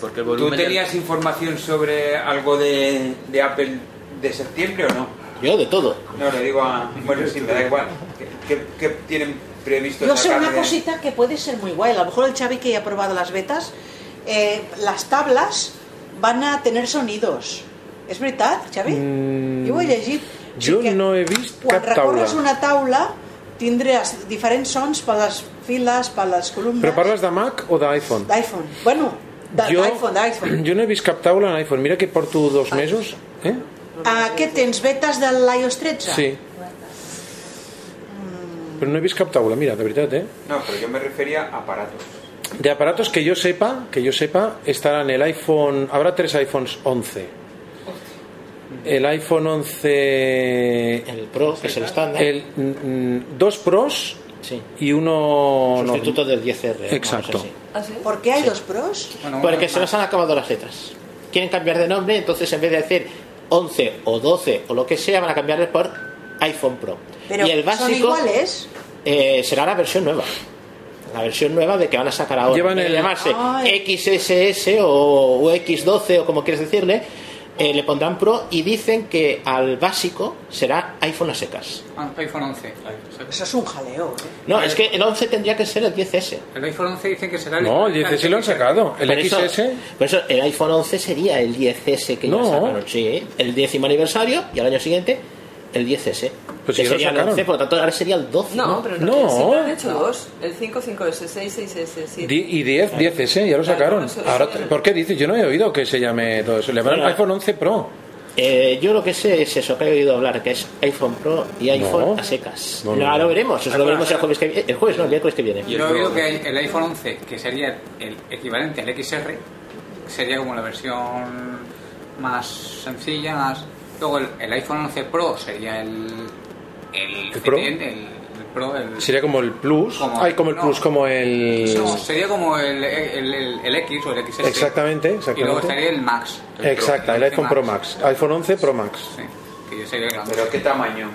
Porque el ¿tú volumen... tenías información sobre algo de, de Apple de septiembre o no? Yo de todo. No, le digo a... Bueno, sí, me da igual. ¿Qué, qué- qué tienen previsto Yo sé sacar una de- cosita que puede ser muy guay. A lo mejor el Xavi que ya ha probado las betas, eh, las tablas van a tener sonidos. ¿Es verdad, Xavi? Jo ho he llegit. Mm, Yo no he visto Quan Mm, cap taula. recorres una taula tindràs diferents sons per les files, per les ¿Pero columnes parlas de Mac o de iPhone? d'iPhone. Bueno, de- Jo- d'iPhone, d'iPhone. Jo no he vist cap taula en iPhone. Mira que porto dos mesos. Eh? Ah, què tens, betes de l'iOS 13? Sí. Però no he vist cap taula, mira, de veritat, eh? No, pero yo me refería a aparatos. De aparatos que yo sepa, que yo sepa, estarán el iPhone... Habrá tres iPhones 11. El iPhone 11... El Pro, que es el estándar. El, mm, mm, dos Pros Sí. y uno... Sustituto del 10R. Exacto. ¿Por qué hay dos pros? Porque se nos han acabado las letras. Quieren cambiar de nombre, entonces en vez de decir 11 o 12 o lo que sea, van a cambiarle por iPhone Pro. Pero y el ¿Son básico iguales? eh, será la versión nueva. La versión nueva de que van a sacar ahora. Llevan Debe el- llamarse XSS o, o X12 o como quieres decirle. eh, le pondrán Pro y dicen que al básico será iPhone a secas. Ah, iPhone 11. Eso es un jaleo. ¿eh? No, es que el 11 tendría que ser el 10S. El iPhone 11 dicen que será el. No, el 10S lo han sacado. El Por eso- XS. por eso el iPhone 11 sería el 10S que ya No. sacaron, sí. ¿eh? El décimo aniversario y al año siguiente el 10S. Pues que si ya lo sería el sacaron. 11, por lo tanto ahora sería el 12. No, pero no. No. Sí, han hecho No. dos. El 5, 5S, 6, 6S, 7. Di- Y 10, 10S, ya lo sacaron. eso- eso Ahora, ya lo- ¿Por qué dices? Yo no he oído que se llame todo eso. Le llamarán Mira. iPhone 11 Pro. Eh, yo lo que sé es eso que he oído hablar, que es iPhone Pro y iPhone No. a secas. No, No, no, no. lo veremos, eso lo veremos el jueves que viene. El jueves, no, el miércoles que viene. Ah, Yo he oído que el iPhone 11, que sería el equivalente al XR, sería como la versión más sencilla, más... Luego el, el iPhone 11 Pro sería el... El, ¿El Pro? CTN, el, el Pro, el... Sería como el Plus. Como- Ay, como el no. Plus, como el. No, sería como el, el, el- el X o el XS. Exactamente, Y luego exactamente. estaría el Max. el Pro, Exacto, el 11 iPhone Pro Max. iPhone 11 Pro Max. que yo sería el grande. ¿Pero qué tamaño?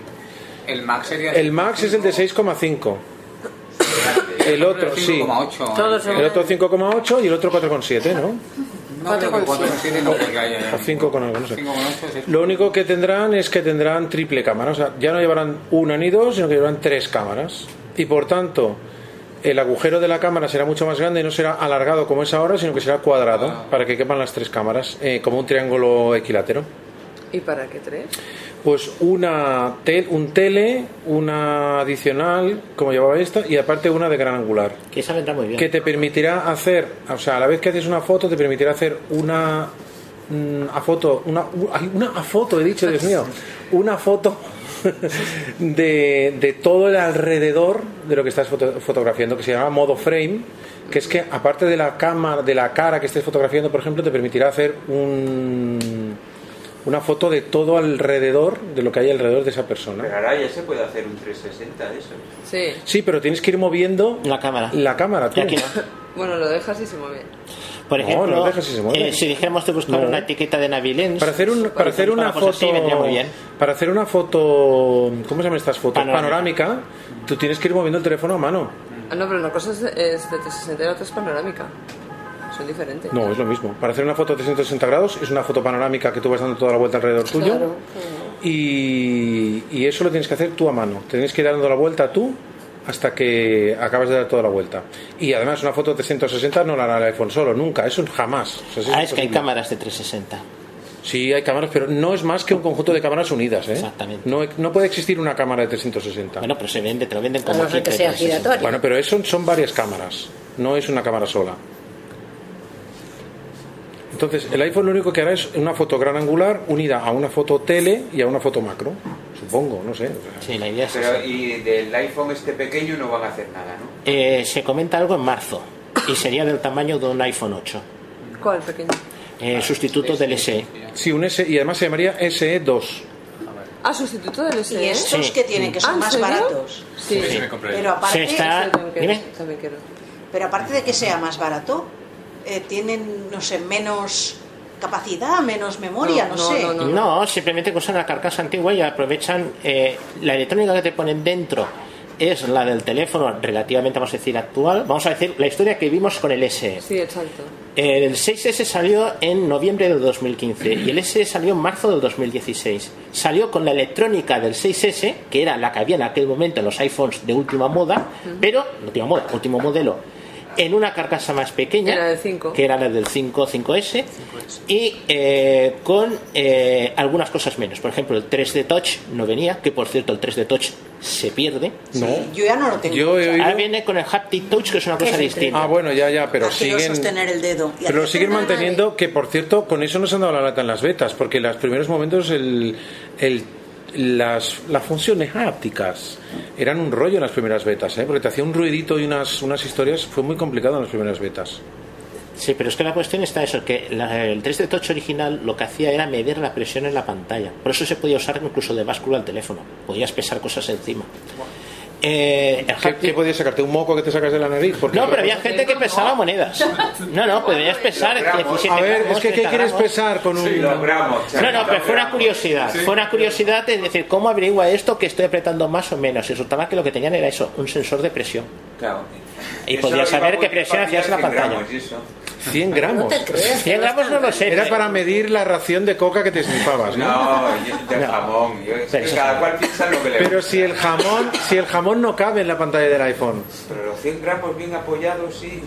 El Max sería... El Max es el de 6,5. El otro, sí. 5,8. Todos son- El otro 5,8 y el otro 4,7, ¿no? No, creo que 4,7 no, porque hay... hay- O 5,9, no sé. 5,8 es Lo único que tendrán es que tendrán triple cámara. O sea, ya no llevarán una ni dos, sino que llevarán tres cámaras. Y por tanto, el agujero de la cámara será mucho más grande y no será alargado como es ahora, sino que será cuadrado para que quepan las tres cámaras, eh, como un triángulo equilátero. ¿Y para qué tres? Pues una tel- un tele, una adicional, como llevaba esta, y aparte una de gran angular. Que esa vendrá muy bien. Que te permitirá hacer, o sea, a la vez que haces una foto, te permitirá hacer una mm, a foto, una, u- ay, una a foto, he dicho, Dios mío, una foto de, de todo el alrededor de lo que estás foto- fotografiando, que se llama modo frame, que es que aparte de la cámara, de la cara que estés fotografiando, por ejemplo, te permitirá hacer un una foto de todo alrededor, de lo que hay alrededor de esa persona. Pero ahora ya se puede hacer un 360 de eso. Sí. Sí, pero tienes que ir moviendo la cámara. La cámara, tú. Bueno, lo dejas y se mueve. Por No, ejemplo, no deja si se mueve. eh, si dijéramos de buscar No. una pues, etiqueta de Navilens Para hacer, un, para hacer una cosa así, foto. vendría muy bien. Para hacer una foto. ¿Cómo se llaman estas fotos? Panorámica. Panorámica. Tú tienes que ir moviendo el teléfono a mano. Ah, no, pero una cosa es, es de 360 y la otra es panorámica. Son diferentes. No, es lo mismo. Para hacer una foto 360 grados es una foto panorámica que tú vas dando toda la vuelta alrededor tuyo. Y, y eso lo tienes que hacer tú a mano. Tienes que ir dando la vuelta tú hasta que acabas de dar toda la vuelta. Y además una foto 360 no la hará el iPhone solo, nunca. Eso jamás. O sea, eso Ah, es que hay imposible. cámaras de 360. Sí, hay cámaras, pero no es más que un conjunto de cámaras unidas. ¿eh? Exactamente. No, no puede existir una cámara de 360. Bueno, pero se vende, te lo venden como A no ser kit que de sea 360. giratoria. Bueno, pero eso son varias cámaras. No es una cámara sola. Entonces, el iPhone lo único que hará es una foto gran angular unida a una foto tele y a una foto macro. Supongo, no sé. Sí, la idea Pero y del iPhone este pequeño no van a hacer nada, ¿no? Eh, se comenta algo en marzo y sería del tamaño de un iPhone 8. ¿Cuál pequeño? Eh, sustituto del E. SE. Ah, Sí, un S y además se llamaría E SE2. Ah, sustituto del SE. Y estos que tienen que ser Ah, ¿en más serio? baratos. Sí. Sí, sí, me compré. Pero aparte- Se está... Eso también quiero, Dime. También quiero. Pero aparte de que sea más barato, eh, tienen, no sé, menos capacidad, menos memoria, no, sé. No, simplemente que usan la carcasa antigua y aprovechan eh, la electrónica que te ponen dentro. Es la del teléfono relativamente, vamos a decir, actual. Vamos a decir la historia que vimos con el E. SE. Sí, exacto. Eh, El 6S salió en noviembre del 2015 y el SE salió en marzo del 2016. Salió con la electrónica del 6S, que era la que había en aquel momento en los iPhones de última moda, pero, no última moda, último modelo, en una carcasa más pequeña, Era del 5. que era la del 5, 5S, y eh, con eh, algunas cosas menos. Por ejemplo, el 3D Touch no venía, que por cierto el 3D Touch se pierde. No. Yo ya no lo tengo. Yo he oído- Ahora viene con el Haptic Touch, que es una cosa distinta. Ah, bueno, ya, ya, pero siguen. sostener el dedo. Y Pero lo siguen manteniendo, que por cierto, con eso no se han dado la lata en las betas, porque en los primeros momentos el, el- las, las funciones hápticas eran un rollo en las primeras betas, ¿eh? porque te hacía un ruidito y unas, unas historias, fue muy complicado en las primeras betas. Sí, pero es que la cuestión está eso, que la- el 3D Touch original lo que hacía era medir la presión en la pantalla. Por eso se podía usar incluso de báscula al teléfono. Podías pesar cosas encima. Eh, el ¿Qué, qué podías sacarte? ¿Un moco que te sacas de la nariz? Porque- No, pero había gente que pesaba monedas. No, no, podías pesar. Los gramos. 17 A ver, gramos, es que ¿qué 30 quieres gramos. pesar con un- Sí, los gramos, No, pues no, chaval. pero fue una curiosidad. Sí. Fue una curiosidad es decir, ¿cómo averigua esto que estoy apretando más o menos? Y resultaba que lo que tenían era eso, un sensor de presión. Claro. Y Eso podías iba saber muy qué bien presión para hacías en la pillar pantalla. gramos y eso. 100 gramos. No te creas, 100 gramos no lo sé. eh. Era para medir la ración de coca que te snifabas, ¿no? No, yo- del jamón. Yo, es que Pero- cada cual piensa lo que le Pero gusta. si el jamón, si el jamón no cabe en la pantalla del iPhone. Pero los 100 gramos bien apoyados, sí.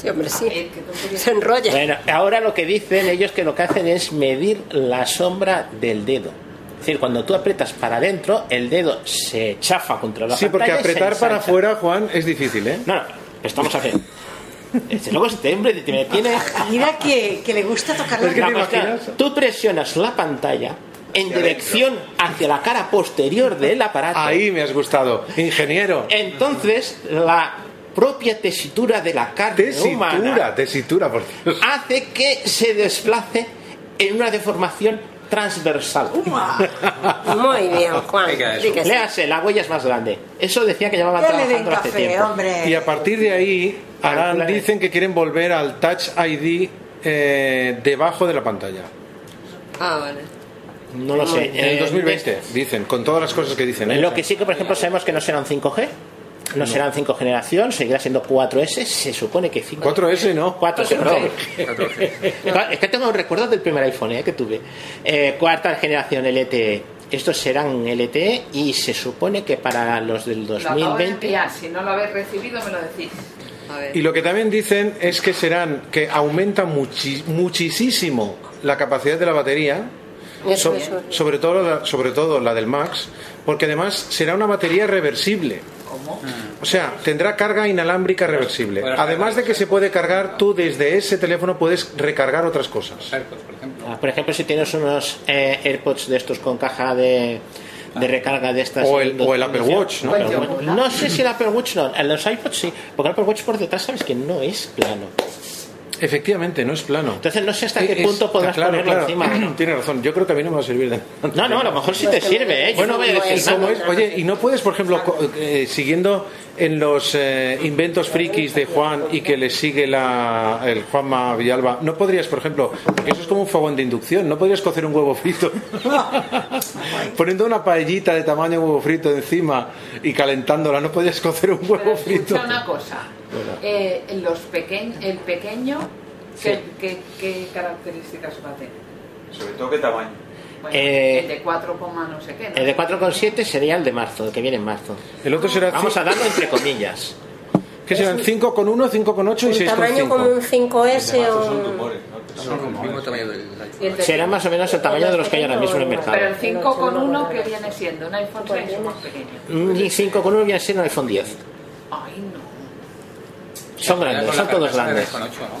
Sí, hombre, sí. Se enrolla. Bueno, ahora lo que dicen ellos que lo que hacen es medir la sombra del dedo. Es decir, cuando tú aprietas para adentro, el dedo se chafa contra la Sí, porque pantalla y se apretar para ensancha. afuera, Juan, es difícil, ¿eh? No, no, estamos haciendo. Este luego este hombre te me tiene. Mira que, que le gusta tocar la La cuestión, tú presionas la pantalla en Hacia dirección hacia la cara posterior del aparato. Ahí me has gustado, ingeniero. Entonces, la propia tesitura de la carne humana Tesitura, tesitura, por Dios. hace que se desplace en una deformación transversal. Muy bien, Juan. di que sí. Léase, la huella es más grande. Eso decía que llevaban Ya le trabajando den hace café, tiempo. hombre. Y a partir de ahí, harán, Calcula- dicen que quieren volver al Touch ID eh, debajo de la pantalla. Ah, vale. No lo sé. En Eh, el 2020, dicen, con todas las cosas que dicen. ¿eh? Lo que sí que, por ejemplo, sabemos que no serán 5G. No, serán 5 generación, seguirá siendo 4S, se supone que 5. 4S no. 4S, perdón. 14. Claro, Es que tengo recuerdos del primer iPhone eh, que tuve. Eh, cuarta generación LTE. Estos serán LTE y se supone que para los del Lo acabo de 2020. enviar. Si no lo habéis recibido, me lo decís. A ver. Y lo que también dicen es que serán que aumenta muchi- muchísimo la capacidad de la batería, Eso so- es horrible. sobre todo la, sobre todo la del Max, porque además será una batería reversible. O sea, tendrá carga inalámbrica reversible. Además de que se puede cargar, tú desde ese teléfono puedes recargar otras cosas. Ah, Por ejemplo, si tienes unos eh, AirPods de estos con caja de, de recarga de estas. O el- o el Apple inducción, Watch, ¿no? Apple Watch. No sé si el Apple Watch no. En los iPods sí. Porque el Apple Watch por detrás sabes que no es plano. Efectivamente, no es plano. Entonces no sé hasta Eh, qué es- punto podrás claro, ponerlo claro. encima. Tienes razón, yo creo que a mí no me va a servir de nada. No, no, a lo mejor sí te sirve, ¿eh? Yo Bueno, no voy a decir y como nada. es- oye, y no puedes, por ejemplo, co- eh, siguiendo en los eh, inventos frikis de Juan y que le sigue la, el Juanma Villalba, no podrías, por ejemplo, porque eso es como un fogón de inducción, no podrías cocer un huevo frito poniendo una paellita de tamaño huevo frito encima y calentándola, no podrías cocer un huevo frito. Escucha una cosa. Eh, los peque- el pequeño, ¿qué, qué- qué características va a tener? Sobre todo qué tamaño. Bueno, Eh, el de 4, coma no sé qué. ¿no? El de 4,7 sería el de marzo, el que viene en marzo. El otro será Vamos cin- a darlo entre comillas. Que serán 5,1, 5,8 y Un tamaño como 6,5. un 5S o. Será más o menos el tamaño de los que hay ahora mismo en el mercado. Pero el 5 con 1 que viene siendo un iPhone 6 o más pequeño. Un 5 con 1 viene a ser un iPhone 10. Ay, no. Son grandes, son Pues todos grandes.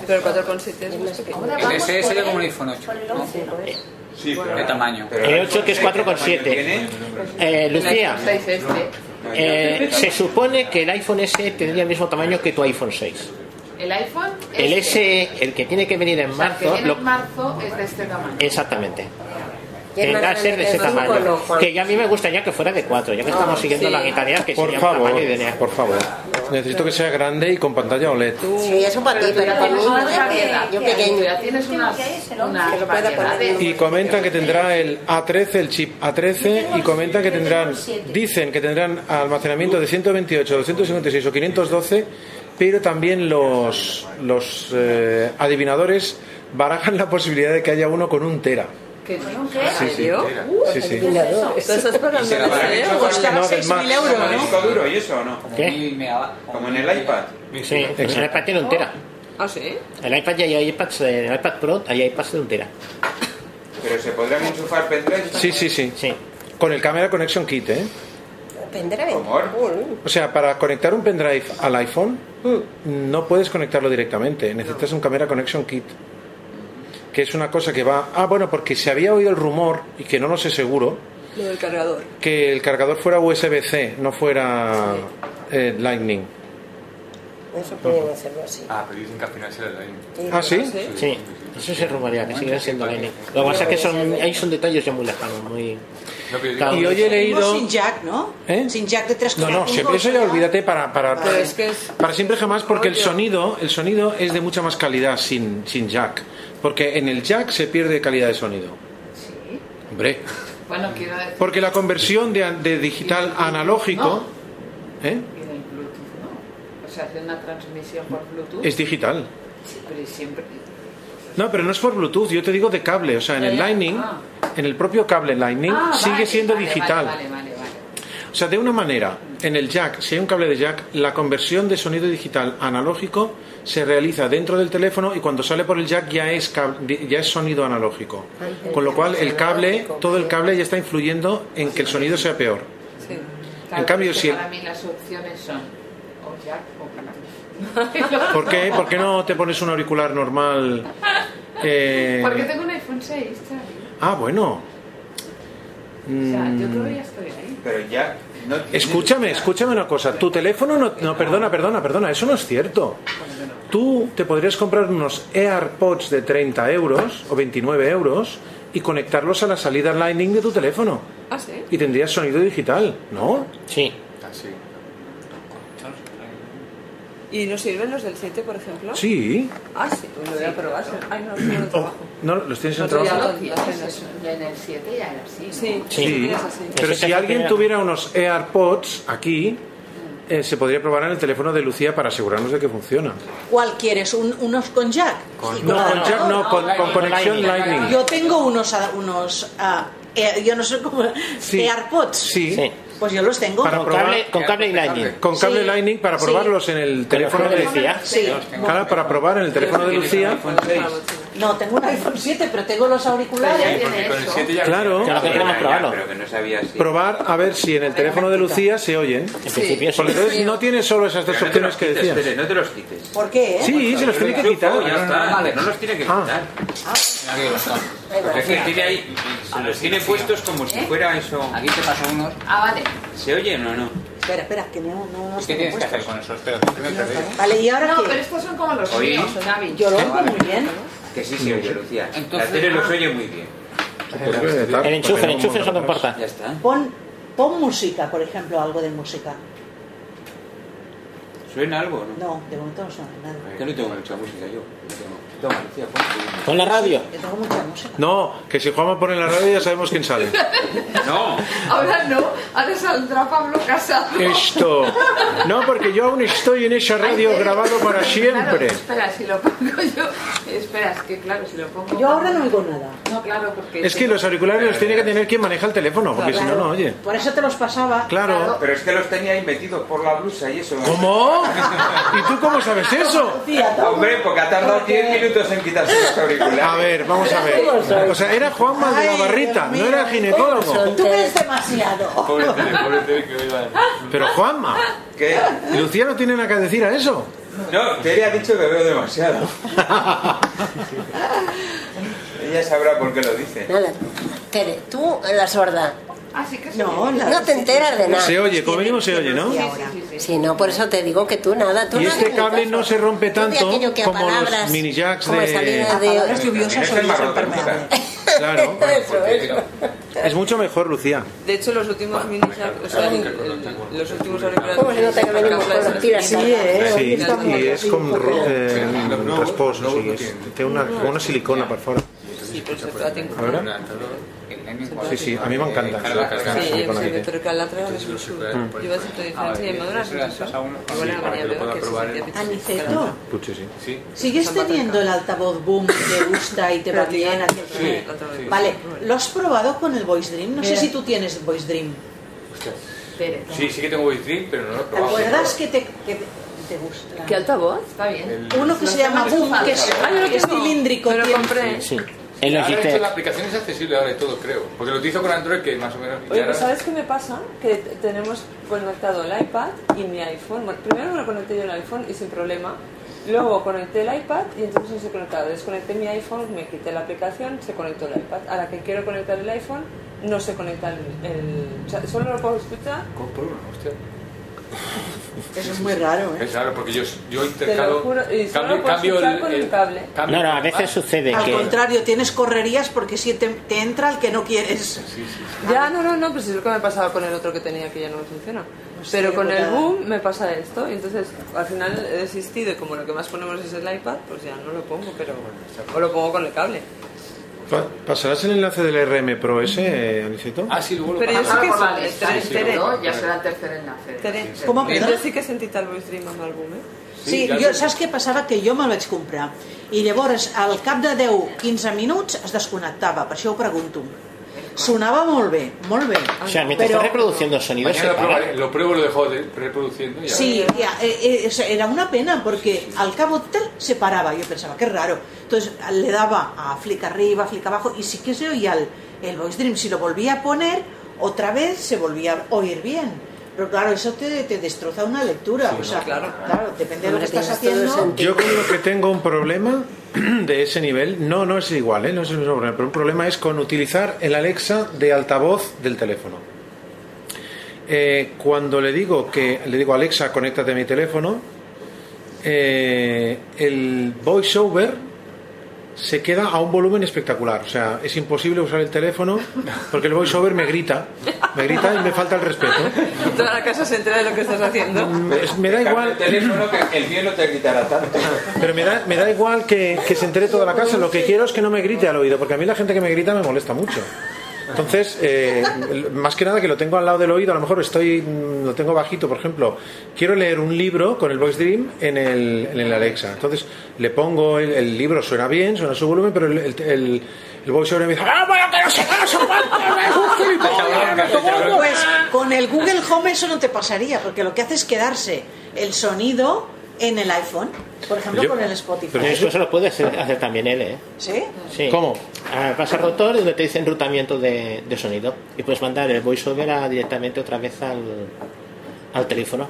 Pero el 4,7 es más pequeño. El SE sería como un iPhone 8. Sí, pero... ¿Qué tamaño? El 8 que es 4,7. Eh, Lucía, El 6 este. eh, se supone que el iPhone S tendría el mismo tamaño que tu iPhone 6. El iPhone El este, S, el que tiene que venir en o sea, el que marzo, viene lo- en marzo es de este tamaño. exactamente. Y es Tendrá más que ser de grande ese que el cinco, tamaño. ¿no, Juan? Que ya a mí me gustaría que fuera de 4, ya que estamos siguiendo sí. la guitarra que Por sería un favor, tamaño ideal. por favor. Necesito que sea grande y con pantalla E OLED. Sí, eso para ti, pero para mí. Una variedad. Yo pequeño. Ya tienes unas, unas Que lo pueda poner. variedades. Y comentan que tendrá el A13, el chip A13, y comentan que tendrán, dicen que tendrán almacenamiento de 128, 256 o 512, pero también los, los eh, adivinadores barajan la posibilidad de que haya uno con un tera. ¿Qué no? Sí, sí. Sí, sí. ¿Estás esperando Se la van a el echar SE o con- el Mac? No, del Mac. euros, Como el ¿no? disco duro y eso, ¿no? ¿Qué? Como en el iPad. Sí, el iPad tiene un tera. Ah, sí. El iPad ya hay iPads, de- el iPad Pro hay iPads de un tera. Pero se podrían enchufar pendrives. Sí, sí, sí. Con el Camera Connection Kit, ¿eh? Pendrive. O sea, para conectar un pendrive al iPhone, no puedes conectarlo directamente. Necesitas un Camera Connection Kit. Que es una cosa que va. Ah, bueno, porque se había oído el rumor, y que no lo sé seguro, Lo del cargador. que el cargador fuera USB-C, no fuera eh, Lightning. Eso podrían hacerlo así. Ah, pero dicen que al final será el mismo. ¿Ah, sí? Sí, eso se rumorea, que seguirá siendo Lightning. Lo que pasa es que son, ahí son detalles ya muy lejanos, muy... Claro. Y hoy he leído. Sin jack, ¿no? ¿Eh? Sin jack de 3,5. No, no, se- eso ya olvídate para, para, pues, Pero es que es- para siempre jamás, porque el sonido, el sonido es de mucha más calidad sin, sin jack. Porque en el jack se pierde calidad de sonido. Hombre. Bueno, quiero decir. Porque la conversión de, de digital a analógico ¿eh? Y del Bluetooth, ¿no? O sea, de una transmisión por Bluetooth. es digital. Pero siempre. No, pero no es por Bluetooth, yo te digo de cable. O sea, en el Ah. Lightning, en el propio cable Lightning, Ah, sigue vale, siendo vale, digital. Vale, vale, vale. O sea, de una manera, en el jack, si hay un cable de jack, la conversión de sonido digital analógico se realiza dentro del teléfono y cuando sale por el jack ya es, cab- ya es sonido analógico. Con lo cual, el cable, todo el cable ya está influyendo en que el sonido sea peor. Sí. En cambio, es que si el- Para mí las opciones son o Jack o Canal. ¿Por qué? ¿Por qué no te pones un auricular normal? Eh, Porque tengo un iPhone 6, Xavi. Ah, bueno. O sea, yo Mm. creo que ya estoy ahí. Pero ya. No Escúchame, escúchame una cosa. Tu teléfono no, no, perdona, perdona, perdona. Eso no es cierto. Tú te podrías comprar unos AirPods de 30 euros o 29 euros y conectarlos a la salida Lightning de tu teléfono Ah, sí. y tendrías sonido digital, ¿no? Sí. Así. ¿Y nos sirven los del 7, por ejemplo? Sí. Ah, sí, pues lo voy a probar. Ay, no, no, no trabajo. No, los tienes en el Otro día trabajo. lo- Y entonces, y en el 7 ya era así. ¿no? Sí. Sí. es así. Pero Eso si es alguien genial. tuviera unos AirPods aquí, eh, se podría probar en el teléfono de Lucía para asegurarnos de que funciona. ¿Cuál quieres? ¿Un- ¿Unos con jack? Sí, no, con jack no, con, con conexión Lightning. Yo tengo unos, a- unos a- eh, yo no sé cómo, AirPods. Sí. Sí. Pues yo los tengo. Para probar- Con cable Sí. Lightning para Sí. probarlos en el teléfono de Lucía. Sí. Claro, para probar en el teléfono de Lucía. No, tengo un iPhone 7, pero tengo los auriculares. Claro. Claro que queremos probarlo. Pero que no sabía si- Probar a ver si en el teléfono de Lucía se oyen. En principio sí. Porque entonces no tienes solo esas dos Pero no te opciones los que quites, decías. Tere, no te los quites. ¿Por qué? eh? Sí, se los tiene que quitar. Pues, Ya está, Vale. no los tiene que Ah. quitar. Aquí los están. Es que tiene ahí, ¿Eh? se los tiene puestos como si fuera eso. Aquí te pasan unos. Ah, vale. ¿Se oyen o no? Espera, espera, que no, no, no ¿Qué se me tienes que puesto. hacer con esos? Espera, ¿eh? Vale, ¿y ahora No, qué? pero estos son como los Oye. míos, Xavi. Yo lo oigo muy bien. Que sí se oye, Lucía. Entonces- la tele los oye muy bien. Pues, El enchufe, el enchufe, eso no importa. Ya está. Pon, pon música, por ejemplo, algo de música. ¿Suena algo o no? No, de momento no suena nada. Yo no tengo mucha música, yo. No tengo. Toma, Lucía, ponte. Con la radio. Yo tengo mucha música. No, que si Juanma pone la radio ya sabemos quién sale. No. Ahora no, ahora saldrá Pablo Casado. Esto. No, porque yo aún estoy en esa radio grabado para Claro, siempre. espera, si lo pongo yo. Espera, es que claro, si lo pongo. Yo ahora no oigo nada. No, claro, porque. Es que los auriculares los tiene que tener quien maneja el teléfono, porque si no, no oye. Por eso te los pasaba. Claro. Pero es que los tenía ahí metidos por la blusa y eso. ¿Cómo? ¿Y tú cómo sabes eso? Hombre, porque ha tardado 10 minutos en quitarse los auriculares. A ver, vamos a ver. O sea, era Juanma de la Barrita, no era ginecólogo. Tú eres demasiado. Pobre tele, pobre tele que iba a... Pero Juanma, ¿Qué? Lucía no tiene nada que decir a eso. No, Tere ha dicho que veo demasiado. Ella sabrá por qué lo dice. Nada. Tere, tú, la sorda. Así que No, no te enteras de nada. Se oye, como mínimo se oye, ¿no? Sí, no, por eso te digo que tú nada. Tú Y no este haces ni cable caso. no se rompe Tú de tanto aquello que a como los palabras, mini jacks como salida de... de- Las lluviosas son las impermeables. Claro. Es mucho mejor, Lucía. De hecho, los últimos mini jack, o sea, el- el- los últimos auriculares. ¿Cómo se nota que venimos con los tiras? Sí, eh, Sí, hoy estamos y es así con un poco- ro- eh, rasposo, sí. es- Tiene una, como una silicona por fuera. Sí, pero se trata en- ¿A ver? Sí, sí, a mí Eh, me encanta. la Sí, yo silicona que sé, tiene. pero que la otra vez es un Yo hace Ah, tu diferencia y me dura Igual a la mañana veo que se sentía Ah, bien. Aniceto, Puche, sí. ¿sigues teniendo el altavoz boom que te gusta y te va bien? hacia el Sí, sí. Vale, ¿lo has probado con el Voice Dream? No sé Mira. si tú tienes Voice Dream. Espere, Sí, sí que tengo Voice pero no lo he ¿Te probado. acuerdas que te, que te- te gusta? ¿Qué altavoz? Está bien. Uno que se llama Boom, que es, Ah, yo lo que es tengo. cilíndrico. Me lo tiene- compré. Sí. El Ahora, de hecho, la Logitech. aplicación es accesible ahora de todo, creo. Porque lo utilizo con Android, que más o menos... Oye, ya pues era- ¿sabes qué me pasa? Que t- tenemos conectado el iPad y mi iPhone. Bueno, primero me lo conecté yo el iPhone y sin problema. Luego conecté el iPad y entonces no se conectaba. Desconecté mi iPhone, me quité la aplicación, se conectó el iPad. A la que quiero conectar el iPhone, no se conecta el... el- o sea, solo lo puedo escuchar. Con- Por uno, hostia. Eso es muy raro, ¿eh? Es raro, porque yo, yo Te lo intercalo... juro. Y solo cambio- lo puedo cambio escuchar el- con el- un cable. cambio- No, no, a Ah. veces sucede Al que. contrario, tienes correrías porque si te, te entra el que no quieres. Ya, no, no, no, pues es lo que me pasaba con el otro que tenía que ya no me funciona. sé, Pero con el botada. boom me pasa esto, y entonces al final he desistido y como lo que más ponemos es el iPad, pues ya no lo pongo, pero o lo pongo con el cable. Pa- ¿Pasarás el enlace del RM Pro ese, eh, Anicito? Ah, sí, luego lo Pero yo paso. sé que Por la son- letra, sí, sí, ¿no? claro. Ya será el tercer enlace. Tere, Sí, ¿Cómo sí. que no? jo sí que he sentit el Luis Dream amb àlbum, eh? Sí, jo, saps què passava? Que jo me'l vaig comprar. I llavors, al cap de 10-15 minuts, es desconnectava. Per això ho pregunto. Sonava molt bé, molt bé. O sea, mientras está reproduciendo sonidos, se Mañana lo para. probaré, lo pruebo, lo dejo de- reproduciendo y a Sí, ver. ya, eh, eh, o sea, era una pena porque al cabo tal se paraba. Yo pensaba, qué raro. Entonces le daba a flick arriba, flick abajo y sí que se oía el, el voice dream. Si lo volvía a poner, otra vez se volvía a oír bien. Pero claro, eso te, te destroza una lectura. o sea, claro, depende de lo que estás haciendo. Yo creo que tengo un problema de ese nivel. No, no es igual, ¿eh? no es el mismo problema. Pero un problema es con utilizar el Alexa de altavoz del teléfono. Eh, cuando le digo que le digo Alexa, conéctate a mi teléfono, eh, el voiceover se queda a un volumen espectacular. O sea, es imposible usar el teléfono porque el voiceover me grita, me grita y me falta el respeto. Toda la casa se entera de lo que estás haciendo. Es- me da igual. el mío no te gritará tanto. Pero me da, me da igual que, que se entere toda la casa. Lo que quiero es que no me grite al oído, porque a mí la gente que me grita me molesta mucho. Entonces, eh, el- más que nada que lo tengo al lado del oído, a lo mejor estoy mm, lo tengo bajito, por ejemplo, quiero leer un libro con el Voice Dream en el, en el Alexa. Entonces, le pongo el, el libro, suena bien, suena a su volumen, pero el, el, el, el voiceover me dice, ¡Ah, bueno, que no sé qué, no sé cuánto, es un gilipollas, no sé cuánto". Pues con el Google Home eso no te pasaría porque lo que hace es quedarse el sonido en el iPhone. Por ejemplo, Yo- con el Spotify. Pero eso, eso lo puede hacer, hacer también él, ¿eh? ¿Sí? Sí. ¿Cómo? Ah, vas al rotor y donde te dice enrutamiento de, de sonido. Y puedes mandar el voiceover a- directamente otra vez al, al teléfono.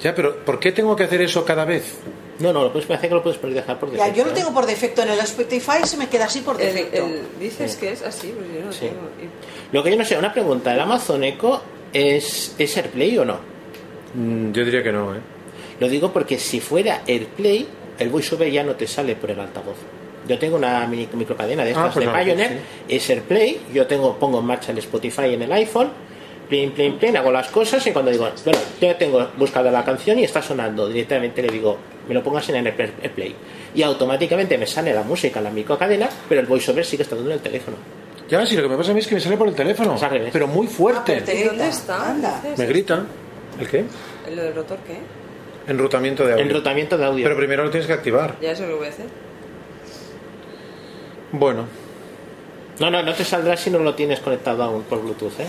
Ya, pero ¿por qué tengo que hacer eso cada vez? No, no, lo puedes, parece que lo puedes dejar por Ya, defecto. yo lo ¿eh? tengo por defecto en el Spotify se me queda así por El- defecto. el- dices que es así, pues yo no Sí. tengo. Y- Lo que yo no sé, una pregunta, ¿el Amazon Echo es, es AirPlay o no? yo diría que no, ¿eh? Lo digo porque si fuera AirPlay, el voiceover ya no te sale por el altavoz. Yo tengo una mini- microcadena de Ah, estas pues de a lo mejor Pioneer, es AirPlay, yo tengo, pongo en marcha el Spotify en el iPhone, plin, plin, plin, hago las cosas y cuando digo, bueno, yo tengo buscada la canción y está sonando, directamente le digo, me lo pongas en el Air- AirPlay. Y automáticamente me sale la música en la microcadena, pero el voiceover sigue estando en el teléfono. Ya, si lo que me pasa a mí es que me sale por el teléfono, pero muy fuerte. ¿Y dónde está? ¿Dices? Me grita. ¿El qué? ¿Lo del rotor qué? Enrutamiento de audio. Enrutamiento de audio. Pero primero lo tienes que activar. Ya eso lo voy a hacer. Bueno. No, no, no te saldrá si no lo tienes conectado aún por Bluetooth, ¿eh?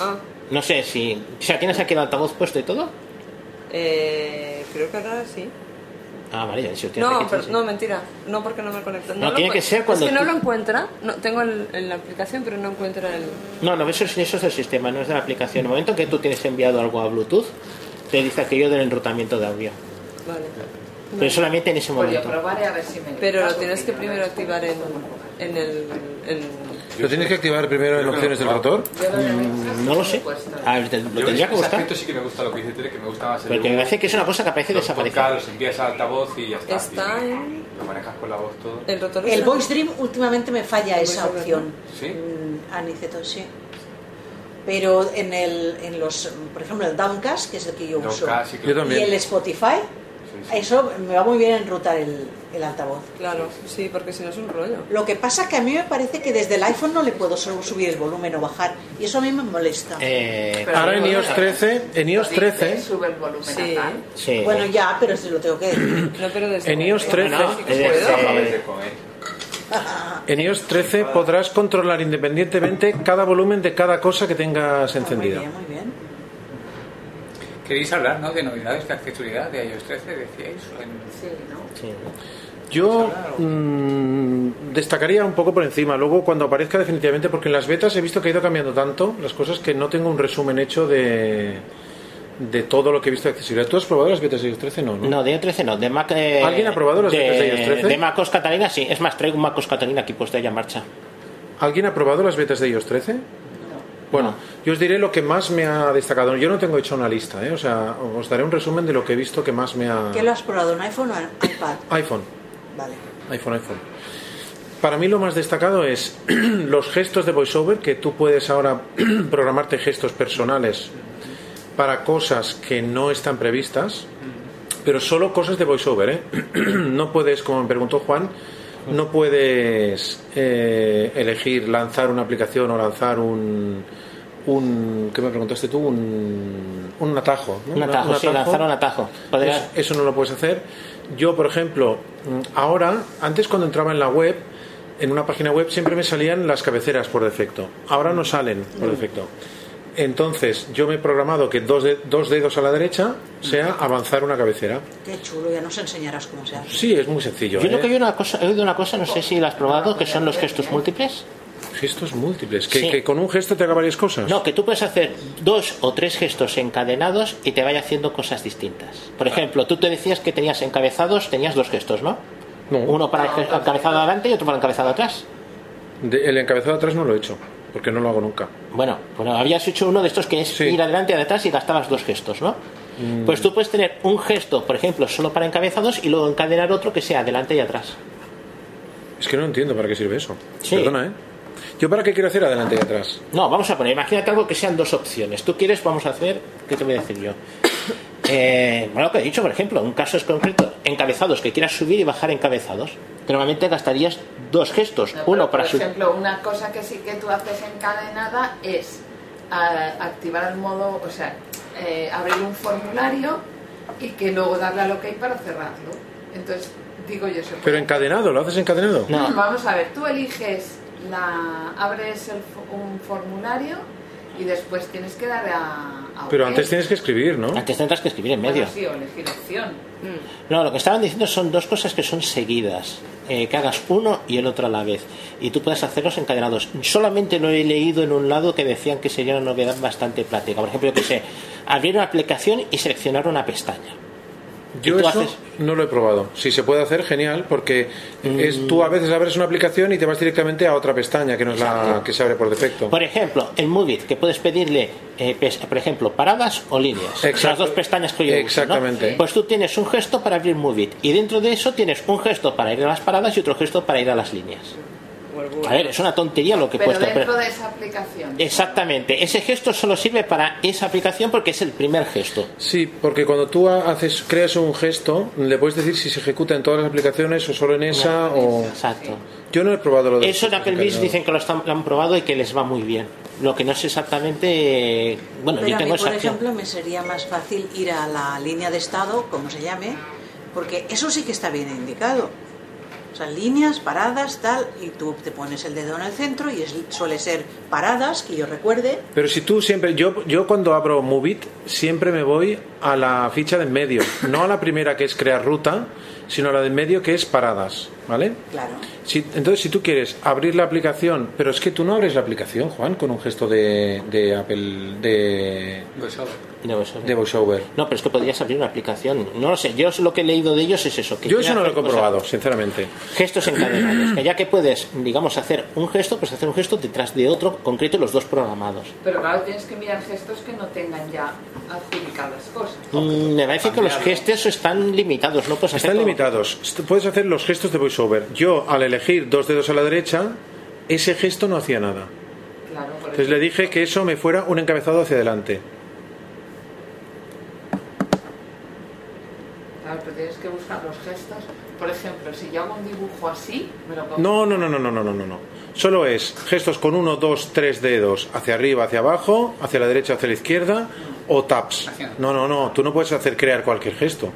Ah, No sé si... O sea, ¿tienes aquí el altavoz puesto y todo? eh, creo que ahora sí. Ah, vale, ya, si lo tienes No, aquí, pero- sí. no, mentira. No, porque no me conecto. No, lo tiene que encuent- ser cuando Es que no tú- lo encuentra. No, tengo el- en la aplicación, pero no encuentro el... No, no, eso, es- eso es del sistema, no es de la aplicación. En el momento que tú tienes enviado algo a Bluetooth, te dice aquello del enrutamiento de audio. Vale. Pero solamente en ese Pues yo momento. probaré a ver si me Pero lo tienes que primero activar en, en el... en- ¿Lo tienes que activar primero en opciones del rotor? Mm, No lo sé. A ver, te- Yo lo en tendría que ese buscar. aspecto sí que me gusta lo que dice Tere, que me gusta más el Porque me dibujo. parece que es una cosa que aparece Los desaparecer. tocas, los envías al altavoz y ya está. Está Y en- Lo manejas con la voz todo. El rotor El Voice Dream últimamente me falla esa voiceover, opción. ¿Sí? Mm, Aniceto, sí. Pero en, el, en los, por ejemplo, el Downcast, que es el que yo uso, Downcast, sí, claro. Yo también. y el Spotify, eso me va muy bien enrutar el, el altavoz. Claro, sí, porque si no es un rollo. Lo que pasa que a mí me parece que desde el iPhone no le puedo solo subir el volumen o bajar, y eso a mí me molesta. Ahora en iOS 13, Eh, en iOS 13, Sube el volumen a tal. Sí. Bueno, ya, pero se lo tengo que decir. no, pero En iOS 13, eh, en iOS 13 podrás controlar independientemente cada volumen de cada cosa que tengas encendida. Muy bien. ¿Queréis hablar no, de novedades de accesibilidad de iOS 13, decíais? o en- Yo mm, destacaría un poco por encima, luego cuando aparezca definitivamente, porque en las betas he visto que ha ido cambiando tanto las cosas que no tengo un resumen hecho de, de todo lo que he visto de accesibilidad. ¿Tú has probado las betas de iOS 13? No, no. No, de iOS 13 no. De Mac, eh, ¿Alguien ha probado las de, betas de iOS 13? De MacOS Catalina sí. Es más, traigo un MacOS Catalina aquí puesto ya en marcha. ¿Alguien ha probado las betas de iOS 13? Bueno, yo os diré lo que más me ha destacado. Yo no tengo hecho una lista, ¿eh? o sea, os daré un resumen de lo que he visto que más me ha... ¿Qué lo has probado? ¿Un iPhone o un iPad? iPhone. Vale. iPhone, iPhone. Para mí lo más destacado es los gestos de voiceover, que tú puedes ahora programarte gestos personales para cosas que no están previstas, pero solo cosas de voiceover. ¿eh? No puedes, como me preguntó Juan, no puedes eh, elegir lanzar una aplicación o lanzar un, un ¿qué me preguntaste tú? Un, un atajo. ¿no? Un atajo, sí, lanzar un atajo. Podrías- Eso- eso no lo puedes hacer. Yo, por ejemplo, mm, ahora, antes cuando entraba en la web, en una página web siempre me salían las cabeceras por defecto. Ahora no salen por defecto. Entonces, yo me he programado que dos, de- dos dedos a la derecha sea avanzar una cabecera. Qué chulo, ya nos enseñarás cómo se hace. Sí, es muy sencillo. Yo ¿eh? creo que hay una cosa, he oído una cosa, no sé si la has probado, que son los gestos múltiples. Gestos múltiples, que, Sí. que con un gesto te haga varias cosas. No, que tú puedes hacer dos o tres gestos encadenados y te vaya haciendo cosas distintas. Ah. Por ejemplo, tú te decías que tenías encabezados, tenías dos gestos, ¿no? Uno para el ge- encabezado adelante y otro para el encabezado atrás. De- el encabezado atrás no lo he hecho, porque no lo hago nunca. Bueno, bueno, habías hecho uno de estos que es ir adelante y atrás y gastabas dos gestos, ¿no? Mm. Pues tú puedes tener un gesto, por ejemplo, solo para encabezados y luego encadenar otro que sea adelante y atrás. Es que no entiendo para qué sirve eso. Sí. Perdona, ¿eh? ¿Yo para qué quiero hacer adelante y atrás? No, vamos a poner, imagínate algo que sean dos opciones. Tú quieres, vamos a hacer, ¿qué te voy a decir yo? Eh, bueno, lo que he dicho, por ejemplo, un caso es concreto, encabezados, que quieras subir y bajar encabezados. Que normalmente gastarías dos gestos, uno para Por subir. ejemplo, una cosa que sí que tú haces encadenada es ah, activar el modo, o sea, eh, abrir un formulario y que luego darle al OK para cerrarlo. Entonces, digo yo eso. pues, Pero encadenado, ¿lo haces encadenado? Vamos a ver, tú eliges, la abres el fo- un formulario y después tienes que darle a, a Pero OK. antes tienes que escribir, ¿no? Antes tendrás que escribir en Bueno, medio. sí, o elegir opción. No, lo que estaban diciendo son dos cosas que son seguidas. Eh, que hagas uno y el otro a la vez. Y tú puedes hacerlos encadenados. Solamente lo he leído en un lado que decían que sería una novedad bastante práctica. Por ejemplo, yo que sé, abrir una aplicación y seleccionar una pestaña. Yo ¿Y tú eso haces? no lo he probado. Si se puede hacer, genial, porque es, tú a veces abres una aplicación y te vas directamente a otra pestaña que no es la Exacto. que se abre por defecto. Por ejemplo, en Moodit, que puedes pedirle, eh, pes- por ejemplo, paradas o líneas. Las dos pestañas que yo uso, ¿no? Exactamente. Pues tú tienes un gesto para abrir Moodit y dentro de eso tienes un gesto para ir a las paradas y otro gesto para ir a las líneas. A ver, es una tontería lo que Pero puedes hacer, dentro pero- de esa aplicación. Exactamente, ese gesto solo sirve para esa aplicación porque es el primer gesto. Sí, porque cuando tú ha- haces, creas un gesto, le puedes decir si se ejecuta en todas las aplicaciones o solo en esa o... Exacto. Yo no he probado lo de... Eso en Applebee's dicen que lo, están- lo han probado y que les va muy bien. Lo que no es exactamente. eh, Bueno, Pero yo a mí, tengo por esa acción. ejemplo, me sería más fácil ir a la línea de estado, como se llame, porque eso sí que está bien indicado. O sea, líneas, paradas, tal, y tú te pones el dedo en el centro y es- suele ser paradas, que yo recuerde, Pero si tú siempre, yo, yo cuando abro Movit siempre me voy a la ficha de en medio, no a la primera que es crear ruta, sino a la de en medio que es paradas, ¿vale? claro. Si- entonces, si tú quieres abrir la aplicación, pero es que tú no abres la aplicación, Juan, con un gesto de, de Apple, de, Pues, oh, de VoiceOver. No, pero es que podrías abrir una aplicación. No lo sé, yo lo que he leído de ellos es eso. Que Yo eso quieren no lo he hacer cosas- comprobado, sinceramente. gestos encadenados. Que ya que puedes, digamos, hacer un gesto, pues hacer un gesto detrás de otro concreto y los dos programados. Pero claro, tienes que mirar gestos que no tengan ya adjudicadas cosas. Mm, me parece que los gestos están limitados, ¿no? Pues Están limitados. Est- Puedes hacer los gestos de voiceover. Yo, al elegir dos dedos a la derecha, ese gesto no hacía nada. Claro, por Entonces le dije que eso me fuera un encabezado hacia adelante. Claro, pero tienes que buscar los gestos. Por ejemplo, si yo hago un dibujo así, me lo pongo. No, no, no, no, no, no, no, no, no. Solo es gestos con uno, dos, tres dedos hacia arriba, hacia abajo, hacia la derecha, hacia la izquierda o taps. No, no, no. Tú no puedes hacer crear cualquier gesto.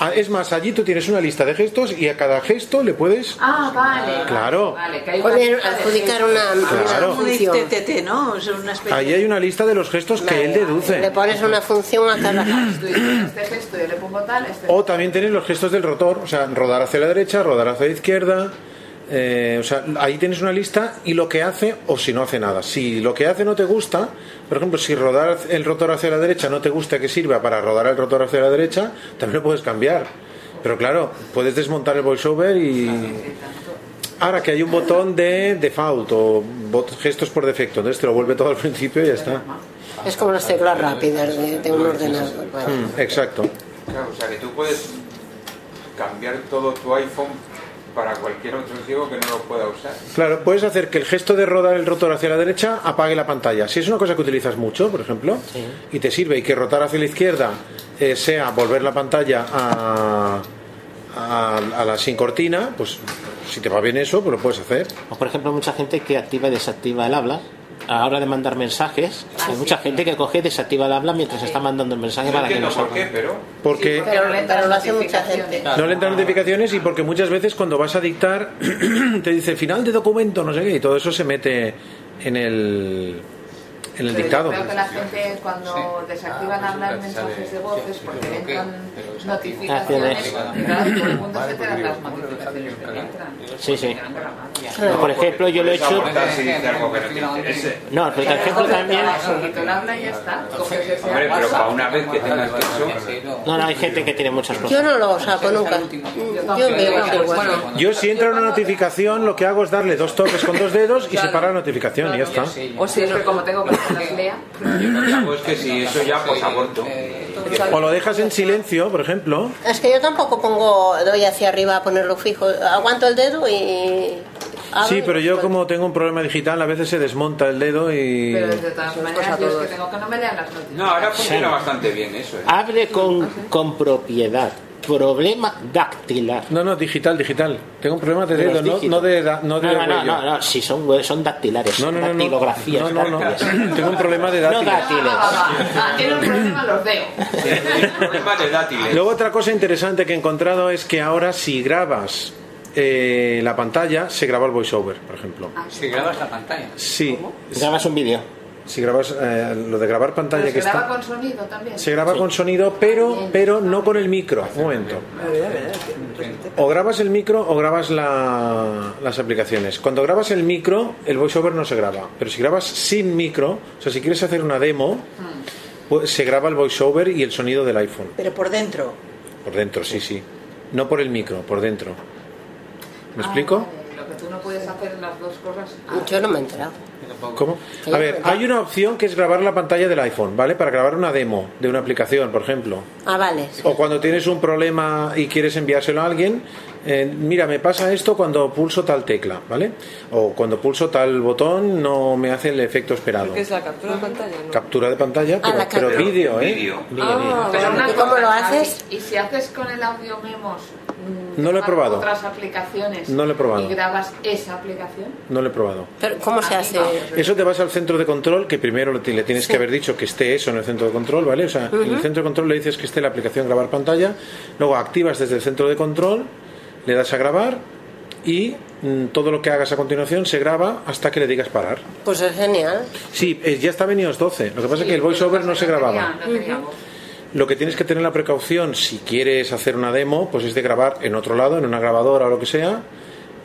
Ah, Es más, allí tú tienes una lista de gestos y a cada gesto le puedes. Ah, vale. Claro. Vale, que hay Poner- una- adjudicar una- Claro. Como dice TTT, ¿no? Es una especie- Allí hay una lista de los gestos que él Le deduce. pones una función a cada Tú dices, este gesto yo le pongo tal, este O también tienes los gestos del rotor, o sea, rodar hacia la derecha, rodar hacia la izquierda. eh, o sea, ahí tienes una lista y lo que hace o si no hace nada. Si lo que hace no te gusta, por ejemplo, si rodar el rotor hacia la derecha no te gusta que sirva para rodar el rotor hacia la derecha, también lo puedes cambiar. Pero claro, puedes desmontar el voiceover y... Ahora que hay un botón de default o bot- gestos por defecto, entonces te lo vuelve todo al principio y ya está. Es como las teclas rápidas de, de un ordenador. vale. Mm, exacto. Claro, o sea que tú puedes cambiar todo tu iPhone para cualquier otro ciego que no lo pueda usar. Claro, puedes hacer que el gesto de rodar el rotor hacia la derecha apague la pantalla. Si es una cosa que utilizas mucho, por ejemplo, y te sirve, y que rotar hacia la izquierda eh, sea volver la pantalla a, a, a la sin cortina, pues si te va bien eso, pues lo puedes hacer. O, por ejemplo, mucha gente que activa y desactiva el habla. A la hora de mandar mensajes, hay mucha gente que coge y desactiva el habla mientras está mandando el mensaje para que no entiendo por salga. qué, pero... Porque Pero lo hace mucha gente. no le Ah. entran notificaciones y porque muchas veces cuando vas a dictar te dice final de documento, no sé qué, y todo eso se mete en el, en el Pero yo dictado. Creo que la gente cuando desactivan hablar mensajes de voz es porque le entran notificaciones. Acciones. Claro, todo el mundo se entera de las notificaciones que le entran. Sí, sí. No, por ejemplo, yo lo he hecho. Pues No, pero por ejemplo también. Quito el habla y ya está. Coges ese Hombre, pero habla. para una vez que tengas que eso... No, no, hay gente que tiene muchas cosas. Yo no lo saco nunca. Yo veo que bueno. Yo si entra una notificación lo que hago es darle dos toques con dos dedos y se para la notificación y ya está. O si no, como tengo que hacer las lea. Pues que si eso ya, pues aborto. O lo dejas en silencio, por ejemplo. Es que yo tampoco pongo, doy hacia arriba a ponerlo fijo. Aguanto el dedo y. abro Sí, pero yo como tengo un problema digital a veces se desmonta el dedo y... Pero de todas maneras, yo es que tengo que no me lean las notificaciones. No, ahora Sí. funciona bastante bien eso, ¿eh? Hable con, con propiedad. Problema dactilar. No, no, digital, digital. Tengo un problema de dedo, no, no de, da- no de no, no, huello. no, no, si son, hue- son dactilares, No, no, no, no. dactilografías. No, no, no. dactiles. Tengo un problema de dátiles. No dátiles. Ah, tiene un problema los dedos. Luego otra cosa interesante que he encontrado es que ahora si grabas eh, la pantalla, se graba el voiceover, por ejemplo. Si grabas la pantalla. Sí. Grabas un vídeo. Si grabas eh, lo de grabar pantalla Pero que se graba está... con sonido también. Se graba con sonido, pero, pero no con el micro. Un momento. O grabas el micro o grabas la- las aplicaciones. Cuando grabas el micro, el voiceover no se graba. Pero si grabas sin micro, o sea, si quieres hacer una demo, pues se graba el voiceover y el sonido del iPhone. Pero por dentro. Por dentro, sí, sí. No por el micro, por dentro. Ah, ¿Me explico? Lo que tú no puedes hacer las dos cosas. Yo no me he enterado. ¿Cómo? A ver, hay una opción que es grabar la pantalla del iPhone, ¿vale? Para grabar una demo de una aplicación, por ejemplo. Ah, vale. O cuando tienes un problema y quieres enviárselo a alguien, eh, mira, me pasa esto cuando pulso tal tecla, ¿vale? O cuando pulso tal botón no me hace el efecto esperado. ¿Qué es la captura de pantalla? ¿no? Captura de pantalla, pero, la pero captura. vídeo, ¿eh? Vídeo. Vídeo, Ah, vídeo. vale. Pero una ¿Y cómo cosa, lo haces? Y si haces con el audio memos. mm, No lo he para probado. Otras aplicaciones. No lo he probado. Y grabas esa aplicación. No lo he probado. Pero ¿cómo se hace? Eso te vas al centro de control, que primero le ti- le tienes que haber dicho que esté eso en el centro de control, ¿vale? O sea, en Ujú. el centro de control le dices que esté la aplicación grabar pantalla, luego activas desde el centro de control, le das a grabar y mm, todo lo que hagas a continuación se graba hasta que le digas parar. Pues es genial. Sí, eh, ya está venidos 12, lo que pasa es que el voiceover no se grababa. Lo que tienes que tener la precaución si quieres hacer una demo, pues es de grabar en otro lado, en una grabadora o lo que sea,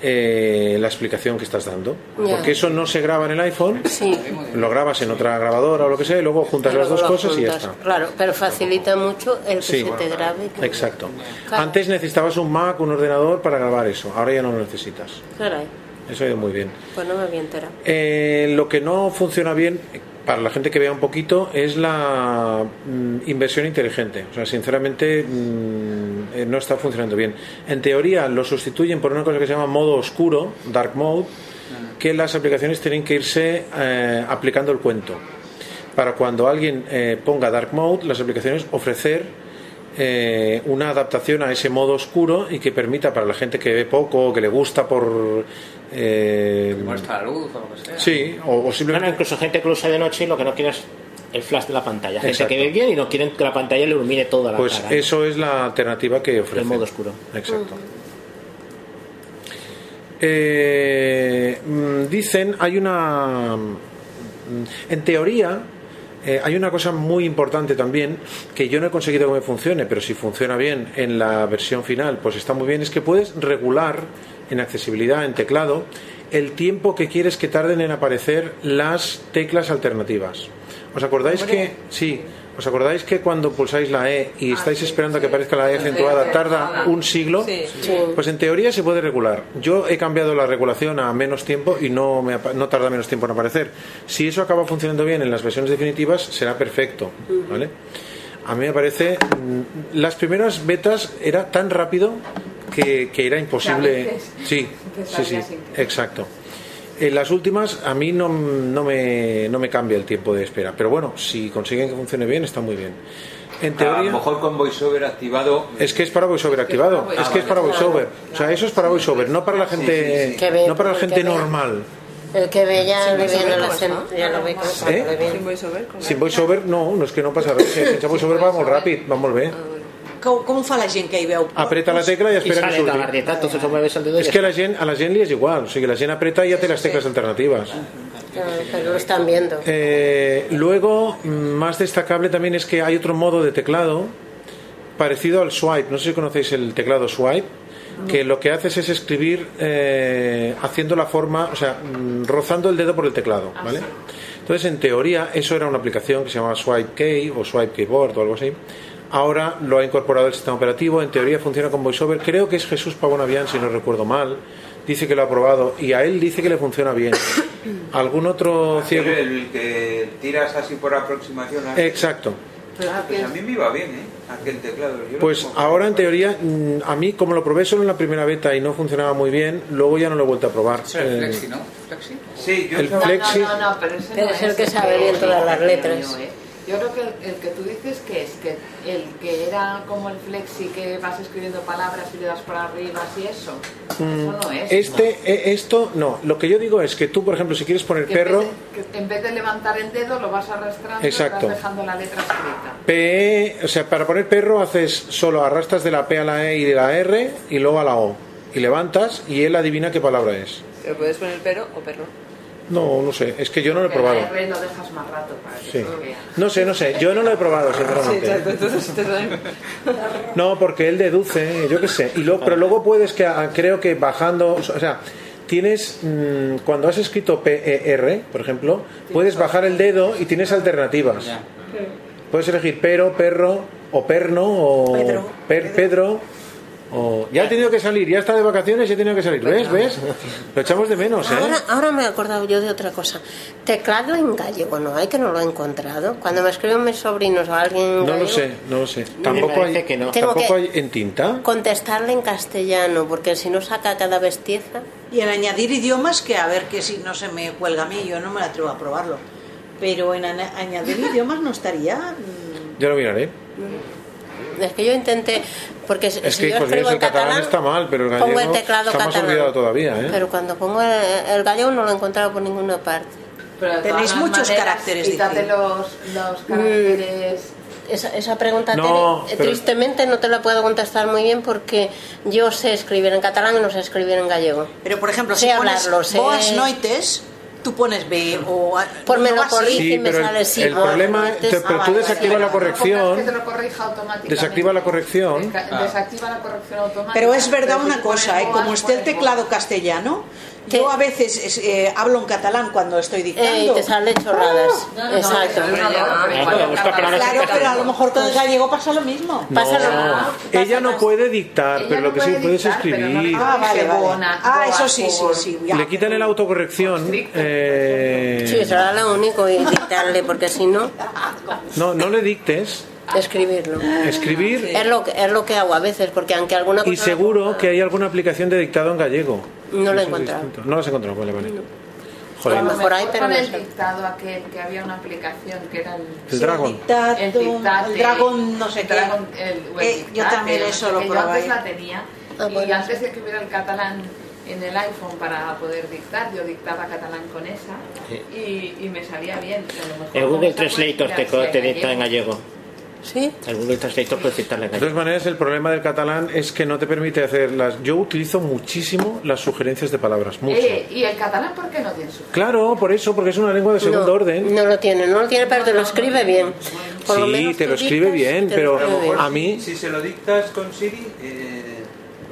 eh, la explicación que estás dando. Ya. Porque eso no se graba en el iPhone, Sí. lo grabas en otra grabadora o lo que sea, y luego juntas las dos Luego lo cosas y ya juntas. está. Claro, pero facilita mucho el que Sí. se te grabe. Exacto. Claro. Antes necesitabas un Mac, un ordenador para grabar eso, ahora ya no lo necesitas. Caray, Eso ha ido muy bien. pues no me había enterado. Eh, lo que no funciona bien, para la gente que vea un poquito, es la mm, inversión inteligente. O sea, sinceramente, mm, eh, no está funcionando bien. En teoría, lo sustituyen por una cosa que se llama modo oscuro, dark mode, que las aplicaciones tienen que irse eh, aplicando el cuento. Para cuando alguien eh, ponga dark mode, las aplicaciones ofrecer eh, una adaptación a ese modo oscuro y que permita para la gente que ve poco o que le gusta por eh, Muestra la luz o lo que sea. Sí, o, o simplemente. incluso gente que lo usa de noche y lo que no quiere es el flash de la pantalla. Gente Exacto. que ve bien y no quieren que la pantalla le ilumine toda la Pues cara. ¿eh? eso es la alternativa que ofrece. El modo oscuro. Exacto. Eh, mm, dicen, hay una. mm, En teoría, eh, hay una cosa muy importante también que yo no he conseguido que me funcione, pero si funciona bien en la versión final, pues está muy bien. Es que puedes regular en accesibilidad, en teclado, el tiempo que quieres que tarden en aparecer las teclas alternativas. ¿Os acordáis que.? Sí. ¿Os acordáis que cuando pulsáis la E y estáis esperando a que aparezca la E acentuada tarda un siglo? Sí. Pues en teoría se puede regular. Yo he cambiado la regulación a menos tiempo y no, me apa- no tarda menos tiempo en aparecer. Si eso acaba funcionando bien en las versiones definitivas, será perfecto. ¿vale? A mí me parece. mm, Las primeras betas era tan rápido que, que era Que a imposible. veces Sí, te sí, sí. salía sin Exacto. En las últimas a mí no, no, me, no me cambia el tiempo de espera. Pero bueno, si consiguen que funcione bien, está muy bien. En teoría. A lo mejor con VoiceOver activado. Es que es para VoiceOver activado, es que es para VoiceOver. O sea, eso es para VoiceOver, no para la Ah, sí, gente, sí. Qué bien, no para la porque gente qué bien. normal. El que ve ya Sin lo voiceover, vi en la ¿cómo pues, escena, ya lo vi con ¿Eh? lo vi. Sin VoiceOver no, no es que no passa res, si sense VoiceOver va molt ràpid, va molt bé. Ah. Com, com fa la gent que hi veu? Apreta la tecla i espera I que sale surti. la barreta, entonces lo mueves al dedo y És ya que a la gent, a la gent li és igual, o sigui, la gent apreta i ja té les tecles alternatives. Eh, Pero lo están viendo. Eh, luego, mm, más destacable también es que hay otro modo de teclado parecido al swipe. No sé si conocéis el teclado swipe, que lo que haces es escribir eh, haciendo la forma, o sea, mm, rozando el dedo por el teclado, ¿vale? Entonces, en teoría, eso era una aplicación que se llamaba Swipe Key o Swipe Keyboard o algo así. Ahora lo ha incorporado el sistema operativo, en teoría funciona con VoiceOver. Creo que es Jesús Pavonavian, si no recuerdo mal. Dice que lo ha probado y a él dice que le funciona bien. ¿Algún otro ciego? El, el que tiras así por aproximación. a- Exacto. Pues a mí me iba bien, ¿eh? Aquel teclado. Yo lo Pues tengo. ahora en teoría, mm, a mí como lo probé solo en la primera beta y no funcionaba muy bien, luego ya no lo he vuelto a probar. Eh, ¿no? Sí, El flexi. No, no, no, pero ese Pero no es el que ese. sabe bien todas las letras. Yo, eh. Yo creo que el, el que tú dices que es que el que era como el flexi que vas escribiendo palabras y le das para arriba y eso. mm, no es. Este, eh, esto, no. Lo que yo digo es que tú, por ejemplo, si quieres poner Que perro, En vez, de, que en vez de levantar el dedo lo vas arrastrando Exacto. y vas dejando la letra escrita. PE, o sea, para poner perro haces solo arrastras de la P a la E y de la R y luego a la O. Y levantas y él adivina qué palabra es. Pero puedes poner pero o perro. No, no sé, es que yo no lo he Porque la probado. R lo dejas más rato para que Sí. tú veas. No sé, no sé, yo no lo he Ah, probado, Sí, sinceramente. exacto. Entonces te salen No, porque él deduce, yo qué sé. Y luego, pero luego puedes que ah, creo que bajando, o sea, tienes mm, cuando has escrito PER, por ejemplo, puedes bajar el dedo y tienes alternativas. Puedes elegir pero, perro o perno o Pedro. per, Pedro o ya ha tenido que salir, ya está de vacaciones, ya ha tenido que salir. ¿Ves? ¿Ves? Lo echamos de menos, ¿eh? Ahora, ahora me he acordado yo de otra cosa. Teclado en gallego no hay, que no lo he encontrado. Cuando me escriben mis sobrinos o alguien en No lo gallego, sé, no lo sé. Me Tampoco hay, parece que no. Tengo tampoco que- hay en tinta. contestarle en castellano, porque si no saca cada bestieza. Y en añadir idiomas, que a ver que si no se me cuelga a mí, yo no me la atrevo a probarlo. Pero en ana- añadir idiomas no estaría. Yo lo miraré. Es que yo intenté, porque si- Es si que yo pues, el escribo en catalán, catalán, está mal, pero el pongo el gallego teclado está más catalán. olvidado todavía, ¿eh? pero cuando pongo el, el gallego no lo he encontrado por ninguna parte. Pero de Tenéis todas muchos maneras, caracteres, Quítate dice. los, los caracteres. Mm. Esa, esa pregunta, No, Tere, eh, pero- tristemente no te la puedo contestar muy bien porque yo sé escribir en catalán y no sé escribir en gallego. Pero por ejemplo, sé si pones hablarlo, sé... boas noites, tú pones B o. Por me lo así. corrige y me sale el, sí, el boas problema noites. te- pero Ah, tú vale, desactivas vale. la corrección Que te lo corrija automáticamente. desactiva la corrección Desca- Desactiva la corrección automática. Pero es verdad Pero si una tú pones cosa, ¿eh? boas, como esté el pones teclado castellano, yo a veces es, eh, hablo en catalán cuando estoy Eh, dictando. Ah, y te salen chorradas. No, no, no, Exacto. no, no, no, Claro, pero a lo mejor con el gallego pasa lo mismo. No, ella no puede dictar pero lo que sí puede es escribir Ah, vale, vale. Ah, eso sí, sí, sí. ya. le quitan el autocorrección eh, Sí, será lo único y dictarle, porque si no, no no le dictes escribirlo. Escribir. Es lo, que, es lo que hago a veces, porque aunque alguna cosa y seguro que hay alguna aplicación de dictado en gallego no lo he Eso es encontrado. distinto. no las he encontrado vale vale A Joder. lo mejor ahí, pero con no el sé. dictado aquel, que había una aplicación que era el... El Dragon. dictado, el dictate, el Dragon no sé qué. Dragon, el- o el Eh, yo dictate, también no sé eso lo qué. Yo probé. antes la tenía Ah, y antes de que hubiera el catalán en el iPhone para poder dictar, yo dictaba catalán con esa Sí. y, y me salía bien. y a lo mejor El con Google esa puedes Translator te, te dictar si hay dicta en gallego. gallego. Sí. El Google Translator puede dictar en De gallego. todas maneras, el problema del catalán es que no te permite hacer las. Yo utilizo muchísimo las sugerencias de palabras, mucho. Pues Eh, ¿Y el catalán por qué no tiene su Claro, por eso, porque es una lengua de segundo no, orden. No lo tiene, no lo tiene, pero te lo escribe bien. Por lo Sí, menos te tú lo escribe dictas, bien, te lo pero escribe bien. a mí Si se lo dictas con Siri, eh,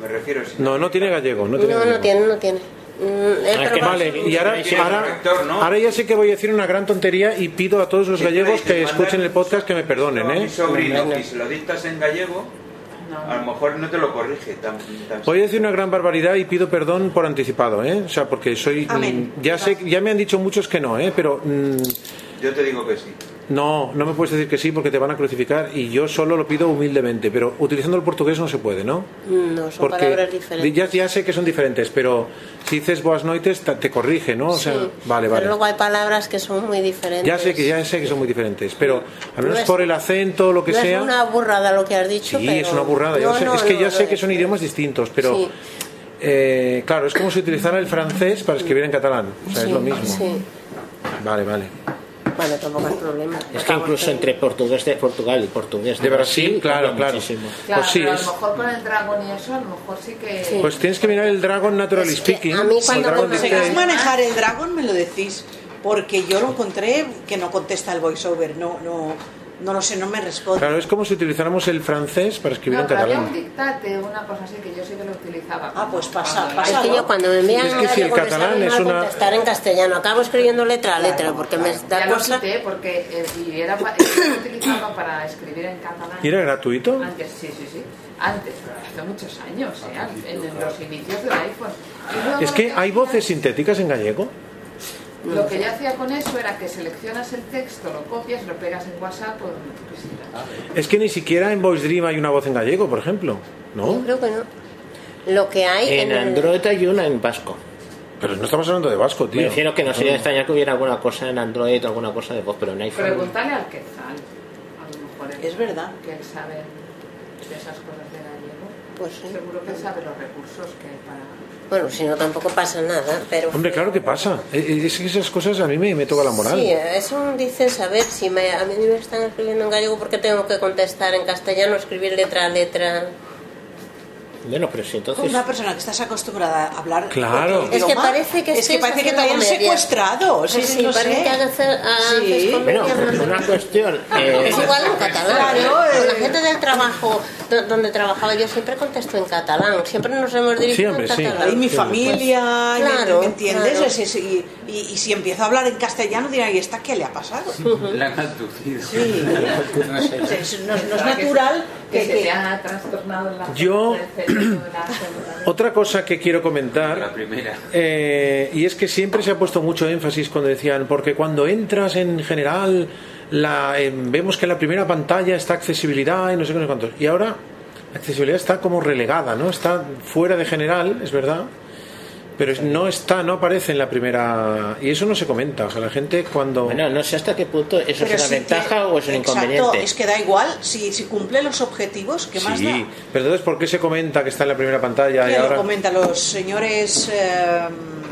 me refiero. Si no, no tiene gallego, no tiene. No, no gallego. tiene, no tiene. Mm, Ah, he probado- vale, y ahora, Sí, ahora, corrector, ¿no? ahora ya sé que voy a decir una gran tontería y pido a todos los Sí, gallegos te que mandan escuchen el podcast que me perdonen, a ¿eh? mi sobrino y se lo dictas en gallego, a lo mejor no te lo corrige tan, tan Voy a decir una gran barbaridad y pido perdón por anticipado, ¿eh? O sea, porque soy Amén. mm, ya sé, ya me han dicho muchos que no, ¿eh? Pero mm, Yo te digo que sí. No, no me puedes decir que sí porque te van a crucificar y yo solo lo pido humildemente, pero utilizando el portugués no se puede, ¿no? No, son palabras diferentes. Ya, ya sé que son diferentes, pero si dices buenas noites ta- te corrige, ¿no? O sea, Sí, vale, vale. Pero luego hay palabras que son muy diferentes. Ya sé que ya sé que son muy diferentes, pero No al menos es- por el acento lo que no sea. es una burrada lo que has dicho, Sí, pero- es una burrada. ya No, sé- no, es que no, ya no, sé que son idiomas distintos, pero Sí. eh, claro, es como si utilizara el francés para escribir en catalán. O sea, sí, es lo mismo. sí. Vale, vale. Bueno, tampoco es problema. Es que incluso entre portugués de Portugal y portugués de, De Brasil, claro, cambia claro. muchísimo. Claro, Pues sí, pero a es- lo mejor con el dragón y eso, a lo mejor sí que. Pues tienes que mirar el Dragon Natural Speaking. A mí o el cuando Dragon conseguís Dictionary. manejar el dragón me lo decís, porque yo lo encontré que no contesta el voiceover, no, no, no lo sé, no me responde. Claro, es como si utilizáramos el francés para escribir No, en pero había un catalán. dictate, una cosa así que yo sí que lo utilizaba. Ah, pues pasa, Es que yo cuando me envían Es que algo si el contestar, catalán no es voy a una- contestar en castellano, acabo escribiendo letra a letra porque me da Ya lo cosa. quité porque eh, y era, pa- yo lo utilizaba para escribir en catalán. ¿Y era gratuito? Antes, sí, sí, sí. Antes, pero hace muchos años, ¿eh? Ah, en en los inicios del iPhone. Y luego Es que hay voces sintéticas en gallego. Lo que yo hacía con eso era que seleccionas el texto, lo copias, lo pegas en WhatsApp o en lo que sea. Es que ni siquiera en Voice Dream hay una voz en gallego, por ejemplo. Yo ¿No? creo que no. Lo que hay en, En el- Android hay una en vasco. Pero no estamos hablando de vasco, tío. Me refiero que no sería No. extrañar que hubiera alguna cosa en Android o alguna cosa de voz, pero en iPhone. Preguntale al Quetzal, a lo mejor. él- Es verdad. Que él sabe de esas cosas de gallego. Pues sí. Seguro que sabe los recursos que hay para... Bueno, si no tampoco pasa nada, pero... Hombre, claro que pasa. Eh, eh, Es que esas cosas a mí me, me toca la moral. Sí, eh. eso dices, a ver, si me, a mí me están escribiendo en gallego, ¿por qué tengo que contestar en castellano, escribir letra a letra? Bueno, pero si entonces. Una persona que estás acostumbrada a hablar Claro. otro Es que idioma, parece que es que estés parece que te haciendo hayan comedia. secuestrado, Oh, sí, Pues no sé. parece que hagas- haces Sí. comedia Bueno, más una cuestión. Ah, eh, Es igual en catalán. ¿eh? Con la gente del trabajo, do- donde trabajaba yo, siempre contesto en catalán. Siempre nos hemos dirigido Sí, hombre, en sí. catalán. Ahí mi Pues, familia, claro, ¿me entiendes? claro. Es- es- y, y- y si empiezo a hablar en castellano dirán, ¿y esta qué le ha pasado? La han aducido. Pues No sé. Es- no, no es natural que, que... se te ha trastornado la Yo- el cerebro de la segunda vez. Otra cosa que quiero comentar, eh, y es que siempre se ha puesto mucho énfasis cuando decían, porque cuando entras en general, la, em, vemos que en la primera pantalla está accesibilidad y no sé qué, no sé cuántos. Y ahora, accesibilidad está como relegada, ¿no? Está fuera de general, es verdad, pero es- no está, no aparece en la primera. Y eso no se comenta, o sea, la gente cuando. Bueno, no sé hasta qué punto eso Pero es una si ventaja tiene- o es un Exacto, inconveniente. es que da igual, si, si cumple los objetivos, ¿qué más Sí, da? pero entonces, ¿por qué se comenta que está en la primera pantalla y Que lo ahora comentan los señores eh,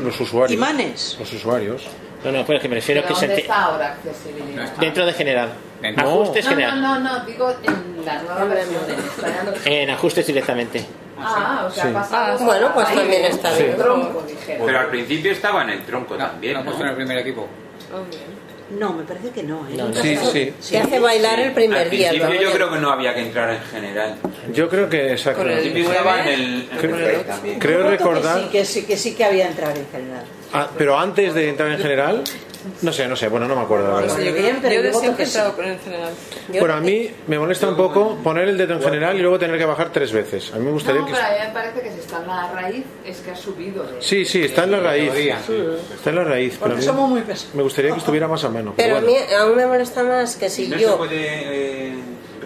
los usuarios? imanes. Los usuarios. No, no, pero es que me refiero ¿Pero que se ¿Dónde enti- está ahora accesibilidad? Dentro de general. No. Ajustes No, no, general. no, no, digo en la nueva versión de esta, ya no- En ajustes directamente. Ah, o sea, Sí. pasado. Ah, bueno, pues ahí también del está bien. tronco, dijeron. Pero al principio estaba en el tronco también. No, en el primer equipo. Oh, No, me parece que no. ¿eh? No, no. Sí, sí. Te hace bailar el primer Al día. principio ¿no? yo creo que no había que entrar en general. Yo creo que exacto. Con el Sí, figuraba en el- en el rey Creo, también. creo Yo creo recordar, Que sí, que sí, que sí que había entrado en general. ah, pero antes de entrar en general, no sé, no sé, bueno, no me acuerdo la verdad. Muy bien, pero yo yo voto siempre que he sí. estado con el general. Bueno, a mí me molesta un poco poner el dedo en general y luego tener que bajar tres veces. A mí me gustaría No, que... pero a mí me parece que si está en la raíz es que ha subido. De... Sí, sí, está en la raíz. teoría. Está en la raíz. Pero a mí muy pesados. me gustaría que estuviera más a mano. Pero Pero a mí bueno. aún me molesta más que si No se yo... puede eh,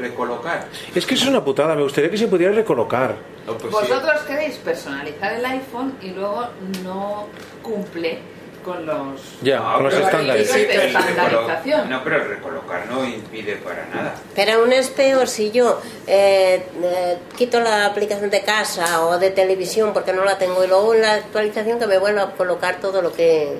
recolocar. Es que eso es una putada, me gustaría que se pudiera recolocar. pues pues Vosotros queréis personalizar el iPhone y luego no cumple con los. Ya, con los pero estándares. el- el Estandarización. recolo- No, pero el recolocar no impide para nada. Pero aún es peor si yo eh, eh, quito la aplicación de casa o de televisión porque no la tengo y luego en la actualización que me vuelva a colocar todo lo que...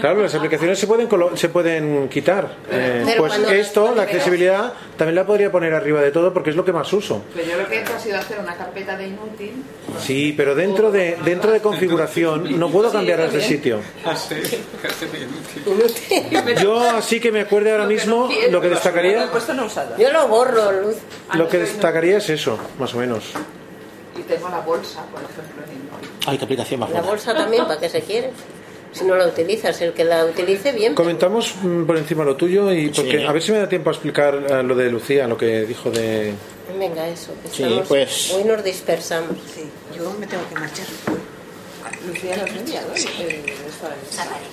Claro, las aplicaciones se pueden, colo- se pueden quitar. Eh, Pero pues cuando- esto, la pero- accesibilidad, también la podría poner arriba de todo porque es lo que más uso. Pero Pues yo lo que he hecho ha sido hacer una carpeta de inútil. Sí, pero dentro de dentro de configuración no puedo Sí, cambiarlas de también. sitio. Ah, Pero- Yo así que me acuerde ahora mismo lo que destacaría Yo lo borro, Luz. lo que destacaría es eso, más o menos. Y tengo la bolsa, por ejemplo, en inútil. Ay, qué aplicación más La buena. bolsa también, ¿para qué se quiere? Si no la utilizas, el que la utilice bien. Comentamos mm, por encima lo tuyo y porque Sí. a ver si me da tiempo a explicar eh, lo de Lucía, lo que dijo de Venga, eso. que Sí, estamos- pues- Hoy nos dispersamos. Yo me tengo que marchar. Lucía lo has enviado. Sí.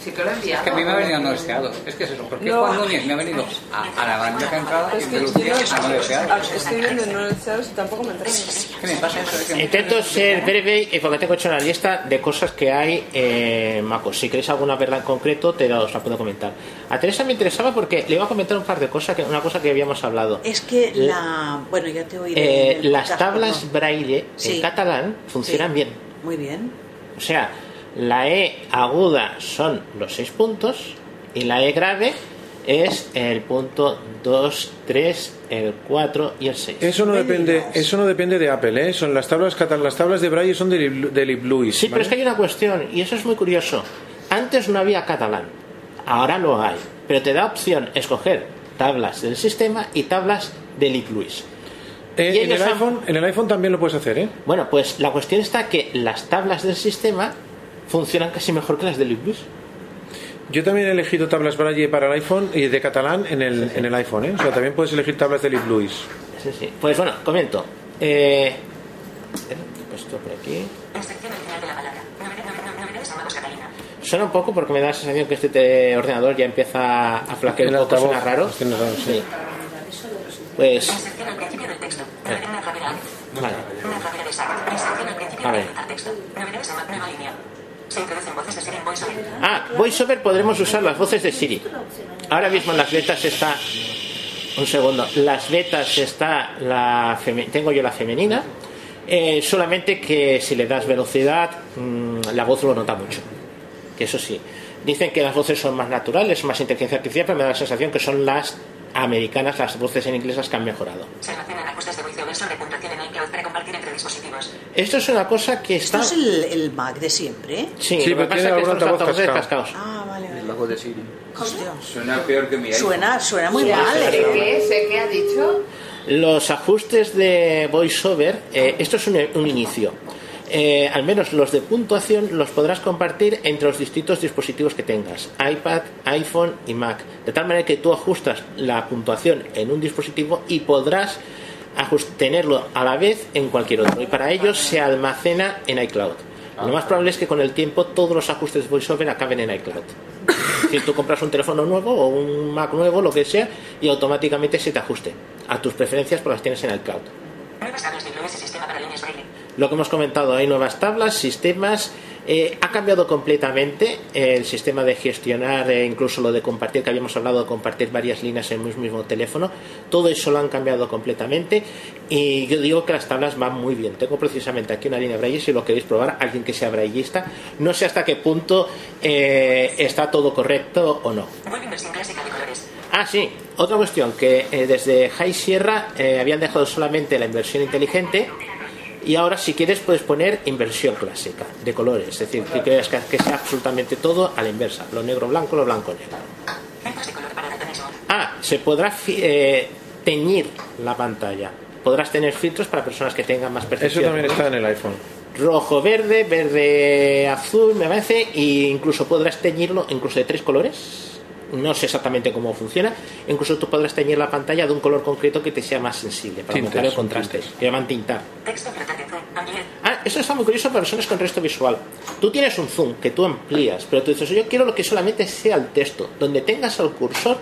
Sí que lo he enviado. Es que a mí me ha venido no deseado. Es que es eso. ¿Por qué No. Juan Núñez me ha venido a, a la bandeja entrada Es y que de Lucía yo a no deseado? ah, estoy viendo no deseados y tampoco me entra. ¿Qué me pasa eso? Es que me- Intento ser breve eh, porque tengo hecho una lista de cosas que hay eh, Macos. Si queréis alguna verla en concreto, te la, os la puedo comentar. A Teresa me interesaba porque le iba a comentar un par de cosas, que, una cosa que habíamos hablado. Es que la. Bueno, ya te oí. Eh, del las podcast, tablas ¿no? braille Sí. en catalán funcionan Sí. bien. Muy bien. O sea, la E aguda son los seis puntos y la E grave es el punto 2, 3, el 4 y el 6. Eso no depende, eso no depende de Apple, ¿eh? Son las tablas catal- las tablas de Braille son del del Ibluis. Sí, pero es que hay una cuestión, y eso es muy curioso. Antes no había catalán, ahora lo hay, pero te da opción escoger tablas del sistema y tablas del IPLUIS. Eh, en el iPhone- en el iPhone también lo puedes hacer, ¿eh? Bueno, pues la cuestión está que las tablas del sistema funcionan casi mejor que las del IPLUIS. Yo también he elegido tablas Braille para el iPhone y de catalán en el, en el iPhone, ¿eh? O sea, también puedes elegir tablas del Ibluis. Sí, sí. Pues bueno, comento. Eh, esto por aquí. Extracción original de la palabra. Nombre- nombre- nombre de San Marcos Catalina. Suena un poco porque me da la sensación que este eh, ordenador ya empieza a flaquear El un poco, altavoz, suena raro. suena raro, sí. Sí. Pues, Inserción al principio del texto. Vale. Una rápida. vale. Una rápida de Sartre. Inserción al principio A del ver. texto. texto. Nombre de San Marcos. Nueva línea. Se introducen voces de ser en voiceover. Ah, VoiceOver podremos usar las voces de Siri. Ahora mismo en las betas está. Un segundo. Las betas está la. feme- Tengo yo la femenina. Eh, solamente que si le das velocidad, mm, la voz lo nota mucho. Que eso sí. Dicen que las voces son más naturales, más inteligencia artificial, pero me da la sensación que son las americanas, las voces en inglesas que han mejorado. Se almacenan ajustes de voiceover sobre puntuación en iCloud para compartir entre dispositivos. Esto es una cosa que está. ¿Esto es el, el Mac de siempre? Sí, lo que pasa es que son los altavoces cascados. Ah, vale, vale. de Siri. Suena peor que mi iPhone. Suena, suena muy Sí, mal. sí, ¿eh? sí. ¿Qué? ¿Sé qué ha dicho? Los ajustes de VoiceOver, eh, esto es un, un inicio. Eh, al menos los de puntuación los podrás compartir entre los distintos dispositivos que tengas, iPad, iPhone y Mac. De tal manera que tú ajustas la puntuación en un dispositivo y podrás ajus- tenerlo a la vez en cualquier otro. Y para ello se almacena en iCloud. Lo más probable es que con el tiempo todos los ajustes de VoiceOver acaben en iCloud. Si tú compras un teléfono nuevo o un Mac nuevo, lo que sea, y automáticamente se te ajuste a tus preferencias, pues las tienes en el cloud. Nuevas tablas de globes y sistema para líneas braille. Lo que hemos comentado, hay nuevas tablas, sistemas. eh, ha cambiado completamente el sistema de gestionar, eh, incluso lo de compartir, que habíamos hablado de compartir varias líneas en un mismo teléfono. Todo eso lo han cambiado completamente. Y yo digo que las tablas van muy bien. Tengo precisamente aquí una línea braille, si lo queréis probar, alguien que sea braillista. No sé hasta qué punto eh, está todo correcto o no. Vuelven versión clásica de colores. Ah, sí. Otra cuestión, que eh, desde High Sierra eh, habían dejado solamente la inversión inteligente y ahora si quieres puedes poner inversión clásica, de colores. Es decir, que quieres que que sea absolutamente todo a la inversa. Lo negro blanco, lo blanco negro. Centros de color para daltonismo. Ah, se podrá fi- eh, teñir la pantalla. Podrás tener filtros para personas que tengan más Eso percepción. también está en el iPhone. Rojo, verde, verde, azul, me parece, e incluso podrás teñirlo incluso de tres colores. No sé exactamente cómo funciona. Incluso tú podrás teñir la pantalla de un color concreto que te sea más sensible para Tintes, aumentar el son contraste. Que llaman tintar. Texto flotante. Zoom. Ampliar. Ah, eso está muy curioso para personas con resto visual. Tú tienes un zoom que tú amplías, pero tú dices, yo quiero lo que solamente sea el texto. Donde tengas el cursor,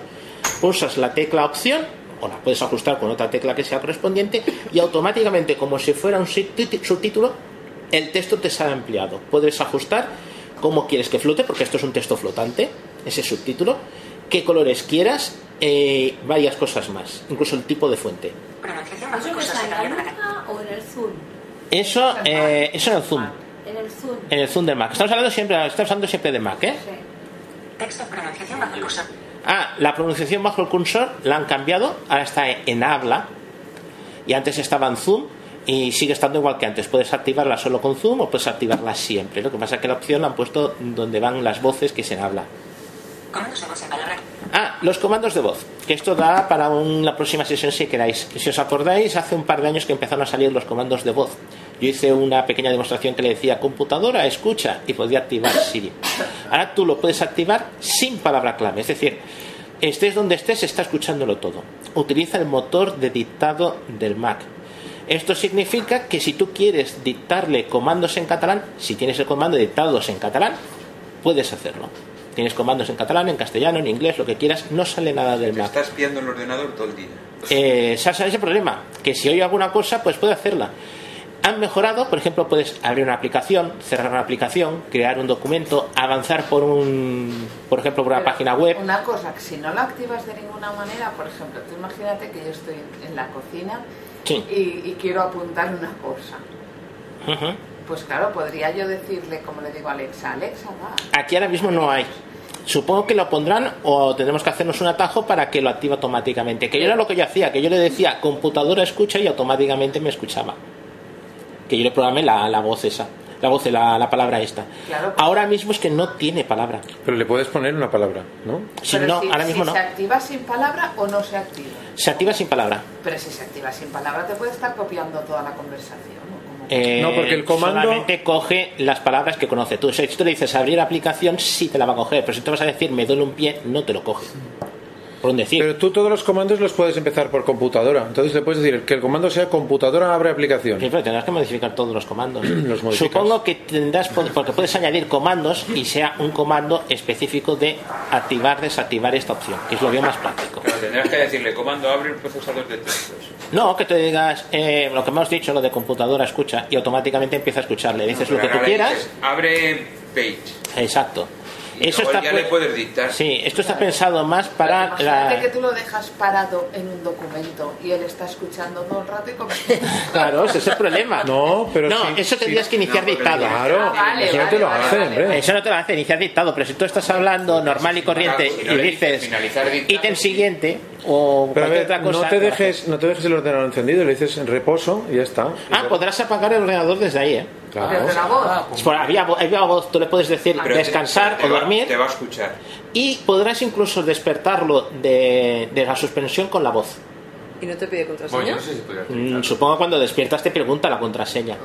pulsas la tecla opción, o la puedes ajustar con otra tecla que sea correspondiente, y automáticamente, como si fuera un subtit- subtítulo, el texto te sale ampliado. Puedes ajustar cómo quieres que flote, porque esto es un texto flotante, ese subtítulo, qué colores quieras, eh, varias cosas más, incluso el tipo de fuente. Pronunciación bajo ¿Eso que cursos está de en la cambio de la luna o en el Zoom? Eso, eh, eso en el zoom. Ah, En el Zoom. En el Zoom de Mac. Estamos hablando siempre, estamos hablando siempre de Mac, ¿eh? Texto pronunciación bajo el cursor. Ah, la pronunciación bajo el cursor la han cambiado, ahora está en habla y antes estaba en Zoom y sigue estando igual que antes. Puedes activarla solo con Zoom o puedes activarla siempre. Lo que pasa es que la opción la han puesto donde van las voces que se en habla. Comandos de voz en palabra. Ah, los comandos de voz, que esto da para una próxima sesión si queráis. Si os acordáis, hace un par de años que empezaron a salir los comandos de voz. Yo hice una pequeña demostración que le decía computadora, escucha, y podía activar Siri. Ahora tú lo puedes activar sin palabra clave, es decir, estés donde estés, está escuchándolo todo. Utiliza el motor de dictado del Mac. Esto significa que si tú quieres dictarle comandos en catalán, si tienes el comando dictados en catalán, puedes hacerlo. Tienes comandos en catalán, en castellano, en inglés, lo que quieras, no sale nada del Te Mac. estás pidiendo el ordenador todo el día. Eh, Sasa, ese problema, que si oye alguna cosa, pues puede hacerla. Han mejorado, por ejemplo, puedes abrir una aplicación, cerrar una aplicación, crear un documento, avanzar por un, por ejemplo, por una Pero página web. Una cosa, que si no la activas de ninguna manera, por ejemplo, tú imagínate que yo estoy en- en la cocina Sí. y, y quiero apuntar una cosa. Ujú. Pues claro, podría yo decirle, como le digo a Alexa, Alexa, va. Aquí ahora mismo no hay. Supongo que lo pondrán o tendremos que hacernos un atajo para que lo active automáticamente. Que yo era lo que yo hacía, que yo le decía computadora escucha y automáticamente me escuchaba. Que yo le programé la, la voz esa, la voz, la, la palabra esta. Claro, Ahora mismo es que no tiene palabra. Pero le puedes poner una palabra, ¿no? Si pero no, si, ahora si mismo no. se activa sin palabra o no se activa. Se activa sin palabra. Pero si se activa sin palabra, te puede estar copiando toda la conversación. Eh, No, porque el comando- solamente coge las palabras que conoce tú. O sea, si tú le dices abrir aplicación, sí te la va a coger. Pero si tú vas a decir me duele un pie, no te lo coge. Por un decir. Pero tú todos los comandos los puedes empezar por computadora. Entonces le puedes decir que el comando sea computadora abre aplicación. Sí, pero tendrás que modificar todos los comandos. Los modificas. Supongo que tendrás, porque puedes añadir comandos y sea un comando específico de activar, desactivar esta opción, que es lo veo más práctico. Pero tendrás que decirle comando abre el procesador de textos. No, que te digas eh, lo que hemos dicho, lo de computadora escucha, y automáticamente empieza a escucharle. Dices lo que tú Ahora le quieras. dices, abre page. Exacto. Y Eso luego está, ya le pu- puedes dictar. sí, esto está pensado más para Imagínate la, que tú lo dejas parado en un documento y él está escuchando todo el rato y como... Claro, ese es el problema. No, pero No, sí- eso tendrías sí. que iniciar No, porque dictado. Claro, Ah, vale, eso no te lo vale, hace, vale, hombre. vale. Eso no te lo hace, iniciar dictado. Pero si tú estás hablando normal y corriente si no y le dices ítem siguiente o Pero a cualquier ver, otra cosa. no te dejes, no te dejes el ordenador encendido, le dices en reposo y ya está. Ah, podrás apagar el ordenador desde ahí, ¿eh? pues, Claro. Desde la voz. Por- había, vo- había voz, tú le puedes decir Pero te- descansar te o va- dormir. Te va a escuchar. Y podrás incluso despertarlo de, de la suspensión con la voz. ¿Y no te pide contraseña? Mm, Supongo cuando despiertas te pregunta la contraseña.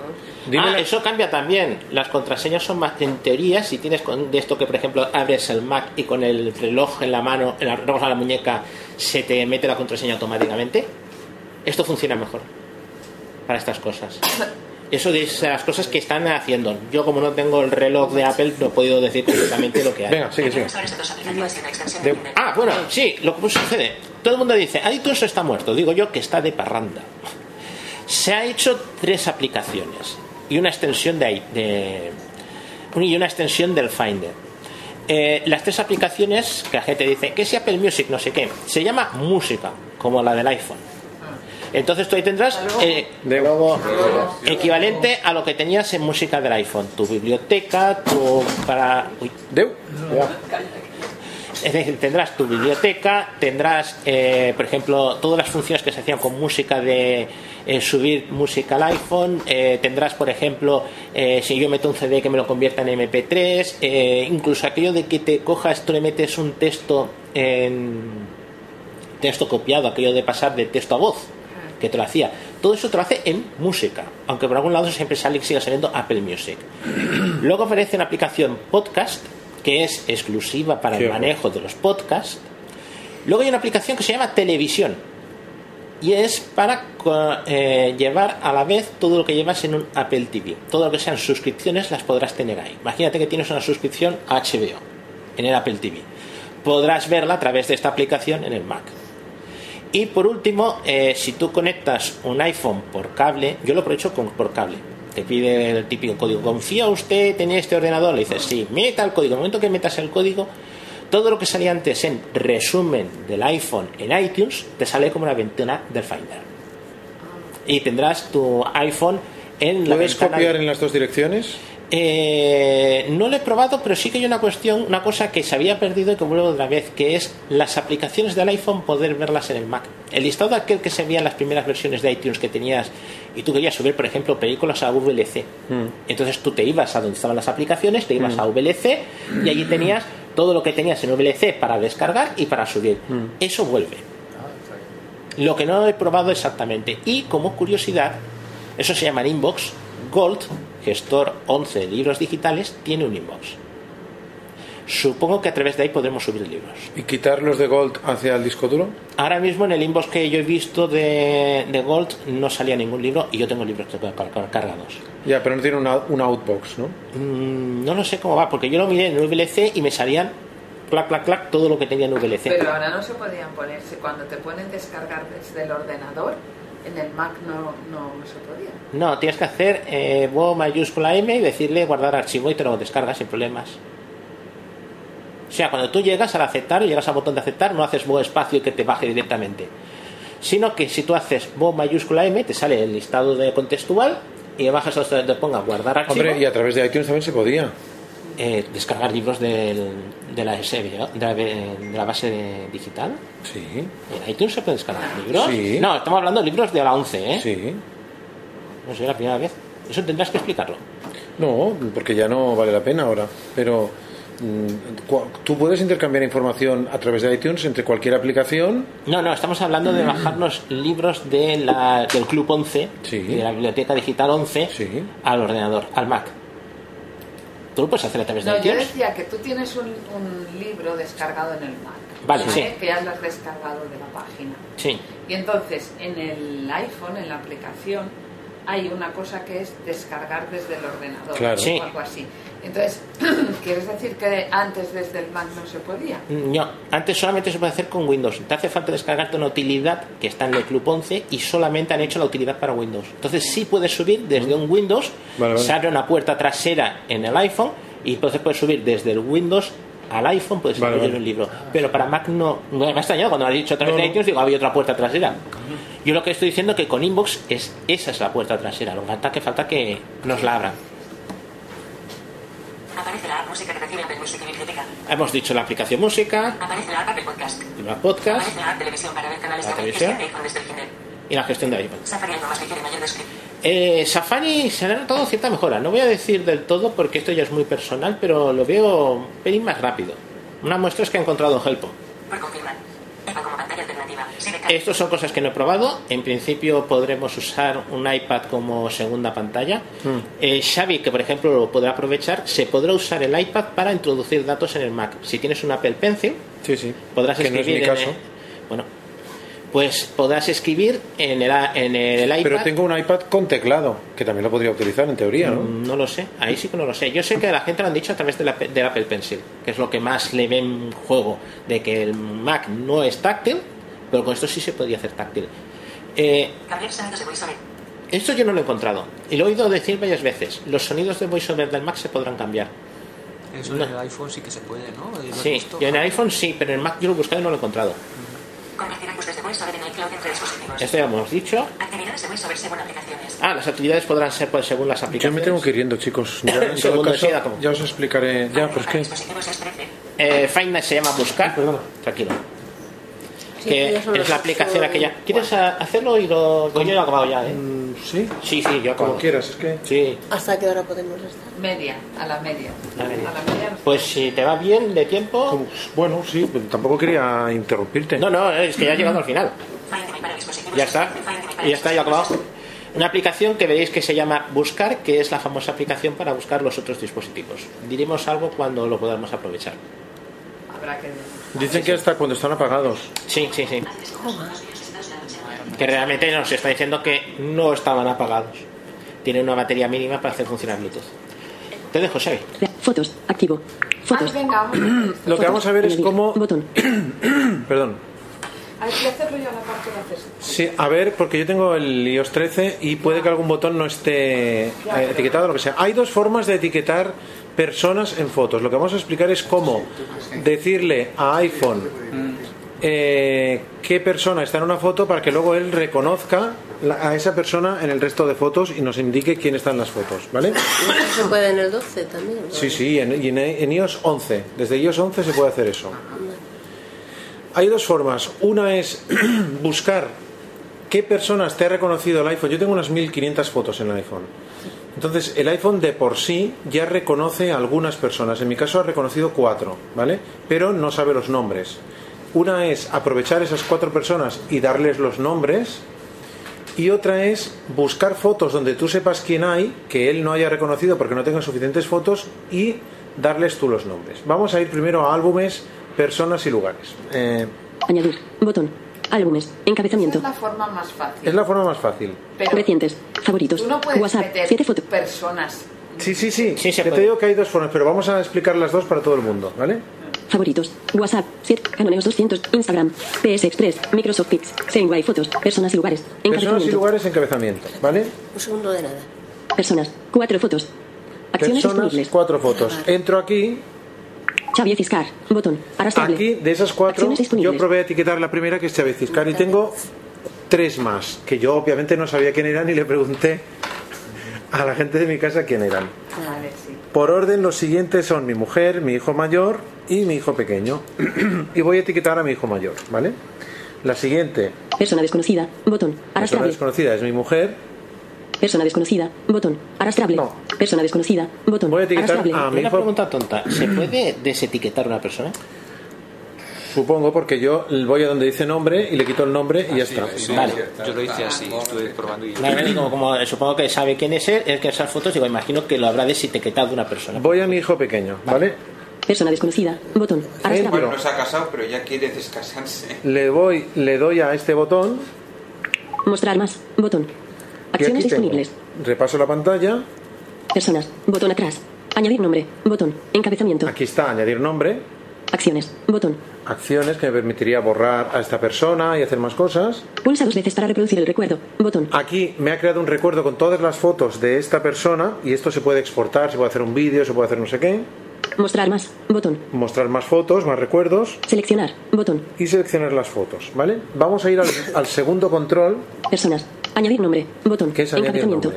Ah, eso cambia también. Las contraseñas son más en teoría. Si tienes con de esto que, por ejemplo, abres el Mac y con el reloj en la mano, el reloj a la muñeca, se te mete la contraseña automáticamente. Esto funciona mejor para estas cosas. Eso de las cosas que están haciendo. Yo, como no tengo el reloj de Apple, no he podido decir completamente lo que hay. Venga, sigue, sigue. De- Ah, bueno, sí, lo que sucede. Todo el mundo dice, iTunes está muerto. Digo yo que está de parranda. Se ha hecho tres aplicaciones y una extensión de, i- de- y una extensión del Finder. Eh, las tres aplicaciones que la gente dice que si Apple Music no sé qué se llama música como la del iPhone. Entonces tú ahí tendrás eh, equivalente a lo que tenías en música del iPhone, tu biblioteca, tu para uy. Cuidado. Es decir, tendrás tu biblioteca, tendrás, eh, por ejemplo, todas las funciones que se hacían con música de eh, subir música al iPhone, eh, tendrás, por ejemplo, eh, si yo meto un CD que me lo convierta en MP3, eh, incluso aquello de que te cojas, tú le metes un texto en texto copiado, aquello de pasar de texto a voz, que te lo hacía. Todo eso te lo hace en música, aunque por algún lado siempre sale y siga saliendo Apple Music. Luego aparece una aplicación podcast, que es exclusiva para Qué el bueno. manejo de los podcasts. Luego hay una aplicación que se llama Televisión. Y es para co- eh, llevar a la vez todo lo que llevas en un Apple TV. Todo lo que sean suscripciones las podrás tener ahí. Imagínate que tienes una suscripción a HBO en el Apple TV. Podrás verla a través de esta aplicación en el Mac. Y por último, eh, si tú conectas un iPhone por cable, yo lo aprovecho con, por cable. Te pide el típico código. ¿Confía usted en este ordenador? Le dices, sí, meta el código. En el momento que metas el código, todo lo que salía antes en resumen del iPhone en iTunes te sale como una ventana del Finder. Y tendrás tu iPhone en la ¿Puedes ventana copiar en las dos direcciones? eh, no lo he probado, pero sí que hay una cuestión, una cosa que se había perdido y que vuelvo otra vez, que es las aplicaciones del iPhone poder verlas en el Mac. El listado de aquel que se veía en las primeras versiones de iTunes que tenías y tú querías subir, por ejemplo, películas a VLC. Entonces tú te ibas a donde estaban las aplicaciones, te ibas Mm. a VLC y allí tenías todo lo que tenías en VLC para descargar y para subir. Mm. Eso vuelve. Ah, Lo que no he probado exactamente. Y como curiosidad, eso se llama en inbox. Gold, gestor 11 de libros digitales, tiene un inbox. Supongo que a través de ahí podremos subir libros. ¿Y quitarlos de Gold hacia el disco duro? Ahora mismo en el inbox que yo he visto de, de Gold no salía ningún libro y yo tengo libros que- car- car- cargados. Ya, pero no tiene una, una outbox, ¿no? Mm, no lo sé cómo va, porque yo lo miré en VLC y me salían clac, clac, clac todo lo que tenía en VLC. Pero ahora no se podían ponerse. Cuando te ponen descargar desde el ordenador, en el Mac no, no se podía. No, tienes que hacer eh, bo mayúscula M y decirle guardar archivo y te lo descargas sin problemas. O sea, cuando tú llegas al aceptar, llegas al botón de aceptar, no haces bo espacio y que te baje directamente. Sino que si tú haces bo mayúscula M, te sale el listado de contextual y bajas hasta donde ponga guardar archivo. Hombre, y a través de iTunes también se podía. eh, descargar libros del- de, la SBO, de, la, de la base de- digital. Sí. ¿En iTunes se pueden descargar libros? Sí. No, estamos hablando de libros de la 11, ¿eh? Sí. No sé, la primera vez. Eso tendrás que explicarlo. No, porque ya no vale la pena ahora. Pero mm, cua- tú puedes intercambiar información a través de iTunes entre cualquier aplicación. No, no, estamos hablando de bajarnos libros de la- del Club 11 y de la Biblioteca Digital 11 al ordenador, al Mac. Tú lo puedes hacer a través de No, yo iTunes. decía que tú tienes un, un libro descargado en el Mac. Vale, sí. Que ya lo has descargado de la página. Sí. Y entonces en el iPhone, en la aplicación, hay una cosa que es descargar desde el ordenador Claro. Sí. o algo así. Entonces, ¿quieres decir que antes desde el Mac no se podía? No, antes solamente se puede hacer con Windows. Te hace falta descargarte una utilidad que está en el Club 11 y solamente han hecho la utilidad para Windows. Entonces sí puedes subir desde un Windows, Vale, vale. se abre una puerta trasera en el iPhone y entonces puedes subir desde el Windows al iPhone, puedes Vale, incluir vale. un libro. Pero para Mac no... Me ha extrañado cuando lo has dicho otra vez No, de no. iTunes, digo, había otra puerta trasera. Yo lo que estoy diciendo es que con Inbox es esa es la puerta trasera. Lo que falta que falta que nos la abran. Aparece la app música nativa en Apple Music y biblioteca. Hemos dicho la aplicación música, Aparece la app Apple Podcast. la podcast Aparece la app televisión para ver canales La de Apple. televisión. Gestión de iPhone desde el Gmail. y la gestión de iPhone. Safari algo más ligero y mayor de script. Eh, Safari se ha notado cierta mejora. No voy a decir del todo porque esto ya es muy personal, pero lo veo un pelín más rápido. Una muestra es que he encontrado en Helpo. Por confirmar. Eva como pantalla alternativa. Sigue ca- Estas son cosas que no he probado. En principio podremos usar un iPad como segunda pantalla. Eh, Xavi, que por ejemplo lo podrá aprovechar, se podrá usar el iPad para introducir datos en el Mac. Si tienes un Apple Pencil, Sí, sí. podrás Que no es mi escribir. en caso. el- bueno, pues podrás escribir en el, a- en el iPad. Pero tengo un iPad con teclado, que también lo podría utilizar en teoría, ¿no? Mm, No lo sé, ahí sí que no lo sé. Yo sé que a la gente lo han dicho a través de la, del Apple Pencil, que es lo que más le ven juego, de que el Mac no es táctil, pero con esto sí se podía hacer táctil. Eh, Gabriel Santos de VoiceOver. esto yo no lo he encontrado, y lo he oído decir varias veces. Los sonidos de VoiceOver del Mac se podrán cambiar. Eso en el iPhone sí que se puede, ¿no? ¿Lo has Sí, visto? yo en el iPhone sí, pero en el Mac yo lo he buscado y no lo he encontrado. Compartirá gustos de VoiceOver en iCloud entre dispositivos. Esto ya lo hemos dicho. Actividades de VoiceOver según aplicaciones. Ah, las actividades podrán ser pues, según las Yo aplicaciones. me tengo que ir yendo, chicos. Ya, en todo Segundo, caso, siga, como- ya os explicaré. Ya, pues qué. Eh, Find Night se llama Buscar. Tranquilo. Sí, que ya son es las la ocho aplicación y aquella. ¿Quieres a- hacerlo y lo.? Pues yo lo he acabado ya, ¿eh? Mm, Sí. Sí, sí, yo he acabado. Como quieras, es que. Sí. ¿Hasta qué hora podemos estar? Media, a la media. A la media. media. Pues si te va bien de tiempo. Bueno, sí, tampoco quería interrumpirte. No, no, es que ya he llegado al final. Ya está. Ya está, ya he acabado. Una aplicación que veréis que se llama Buscar, que es la famosa aplicación para buscar los otros dispositivos. Diremos algo cuando lo podamos aprovechar. Habrá que... Dicen que hasta cuando están apagados. Sí, sí, sí. Que realmente nos está diciendo que no estaban apagados. Tienen una batería mínima para hacer funcionar Bluetooth. Te dejo, Xavi. Fotos, activo. Fotos. Ay, Ah, venga, vamos. Lo que vamos a ver es Añadir. cómo. Botón. Perdón. Hay que hacerlo yo en la parte de acceso. Sí, a ver, porque yo tengo el iOS 13 y puede que algún botón no esté eh, etiquetado, lo que sea. Hay dos formas de etiquetar personas en fotos. Lo que vamos a explicar es cómo decirle a iPhone mm, eh, qué persona está en una foto para que luego él reconozca la- a esa persona en el resto de fotos y nos indique quién está en las fotos, ¿vale? Se puede en el 12 también. ¿no? Sí, sí, en, y en- en iOS 11. Desde iOS 11 se puede hacer eso. Hay dos formas. Una es buscar qué personas te ha reconocido el iPhone. Yo tengo unas 1500 fotos en el iPhone. Entonces, el iPhone de por sí ya reconoce a algunas personas. En mi caso ha reconocido cuatro, ¿vale? Pero no sabe los nombres. Una es aprovechar esas cuatro personas y darles los nombres. Y otra es buscar fotos donde tú sepas quién hay, que él no haya reconocido porque no tenga suficientes fotos, y darles tú los nombres. Vamos a ir primero a álbumes, personas y lugares. Eh, Añadir. Botón. Álbumes. Esa Encabezamiento. es la forma más fácil. es la forma más fácil. Pero Recientes. Favoritos. tú no puedes WhatsApp. meter Siete fotos. personas. Sí, sí, sí. que te digo que hay dos formas, pero vamos a explicar las dos para todo el mundo, ¿vale? Favoritos. WhatsApp. 7. Canoneos 200. Instagram. PS Express. Microsoft Pics. Sendway. Fotos. Personas y lugares. Personas y Encabezamiento. lugares, encabezamiento, ¿vale? Un segundo de nada. Personas. 4 fotos. Acciones Personas, disponibles. cuatro fotos. Entro aquí, Xavier Ciscar. Botón. Arrastrable. aquí de esas cuatro, Acciones disponibles. yo probé a etiquetar la primera que es Chávez Ciscar y tengo tres más, que yo obviamente no sabía quién eran y le pregunté a la gente de mi casa quién eran. Vale, sí. Por orden, los siguientes son mi mujer, mi hijo mayor y mi hijo pequeño. y voy a etiquetar a mi hijo mayor, ¿vale? La siguiente, Persona desconocida. Botón. persona Arrastrable. desconocida, es mi mujer. Persona desconocida. Botón. Arrastrable. Persona desconocida. Botón. arrastrable. Una pregunta tonta. ¿Se puede desetiquetar una persona? Supongo porque yo voy a donde dice nombre y le quito el nombre y ya está. Vale. Yo lo hice así, estuve probando y. Claro, y como, como eh, supongo que sabe quién es él, el que esas fotos, digo, imagino que lo habrá desetiquetado una persona. Voy a mi hijo pequeño, ¿vale? Persona desconocida. Botón. Bueno, Arrastrable. no se ha casado, pero ya quiere descasarse. Le voy, le doy a este botón Mostrar más. Botón. y aquí Acciones tengo. disponibles. Repaso la pantalla. Personas. Botón atrás. Añadir nombre. Botón. Encabezamiento. Aquí está añadir nombre, Acciones. Botón. acciones que me permitiría borrar a esta persona y hacer más cosas. Pulsa dos veces para reproducir el recuerdo. Botón. Aquí me ha creado un recuerdo con todas las fotos de esta persona y esto se puede exportar, se puede hacer un vídeo, se puede hacer no sé qué. Mostrar más. Botón. Mostrar más fotos, más recuerdos. Seleccionar. Botón. Y seleccionar las fotos, ¿vale? Vamos a ir al, al segundo control. Personas. Añadir nombre. Botón. Que es añadir Encabezamiento.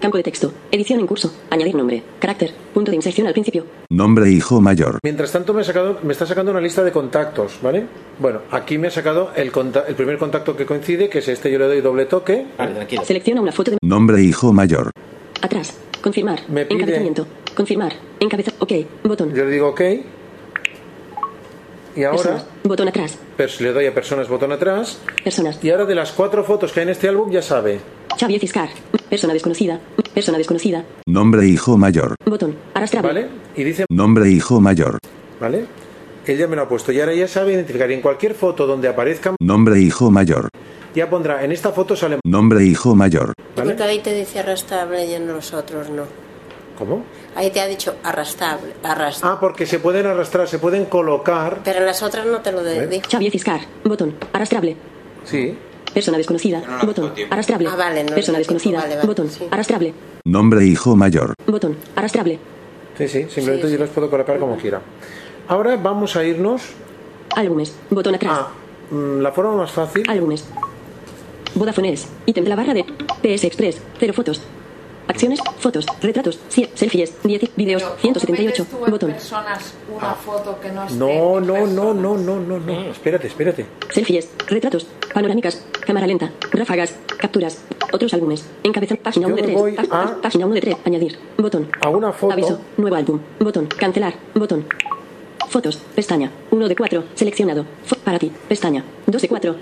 Campo de texto. Edición en curso. Añadir nombre. Carácter. Punto de inserción al principio. Nombre hijo mayor. Mientras tanto me, ha sacado, me está sacando una lista de contactos, ¿vale? Bueno, aquí me ha sacado el, conta- el primer contacto que coincide, que es este, yo le doy doble toque. Selecciona una foto de Nombre hijo mayor. atrás. Confirmar. Me pide- Encabezamiento. Confirmar. Encabeza. Ok. Botón. Yo le digo ok. Y ahora Personas. Botón atrás. pers- le doy a personas botón atrás. Personas. Y ahora de las cuatro fotos que hay en este álbum ya sabe. Xavier Ciscar. Persona desconocida. Persona desconocida. Nombre hijo mayor. Botón. Arrastrable. ¿Vale? Y dice, Nombre hijo mayor. ¿vale? Ella me lo ha puesto y ahora ya sabe identificar. Y en cualquier foto donde aparezca, Nombre hijo mayor. ya pondrá, en esta foto sale... Nombre hijo mayor. ¿Vale? Porque ahí te dice arrastrable y en los otros no. ¿Cómo? Ahí te ha dicho arrastrable, arrastrable. Ah, porque se pueden arrastrar, se pueden colocar. Pero en las otras no te lo de- ¿Eh? dijo. Xavier Ciscar. Botón. Arrastrable. Sí. Persona desconocida. Botón. Arrastrable. Ah, vale, no le Persona doy tiempo, desconocida. vale, vale, Botón. Arrastrable. Nombre hijo mayor. Botón. Arrastrable. Sí, sí, simplemente yo las puedo colocar como quiera. Ahora vamos a irnos Álbumes. Botón atrás. mm, la forma más fácil. Álbumes. Vodafone es. Ítem de la barra de PS Express. Cero fotos. Acciones. Fotos. Retratos. Sie- selfies. 10 videos. Pero, ¿cómo 178. metes tú en Botón. personas una foto que no esté? No, no, no, no, no, no, no. Espérate, espérate. Selfies. Retratos. Panorámicas. Cámara lenta. Ráfagas. Capturas. Otros álbumes. Encabezón. Página Yo 1 de me 3. voy a- Página 1 de 3. Añadir. Botón. A una foto. Aviso. Nuevo álbum. Botón. Cancelar. Botón. Fotos. Pestaña. 1 de 4. Seleccionado. Fo- para ti. Pestaña. 2 de 4.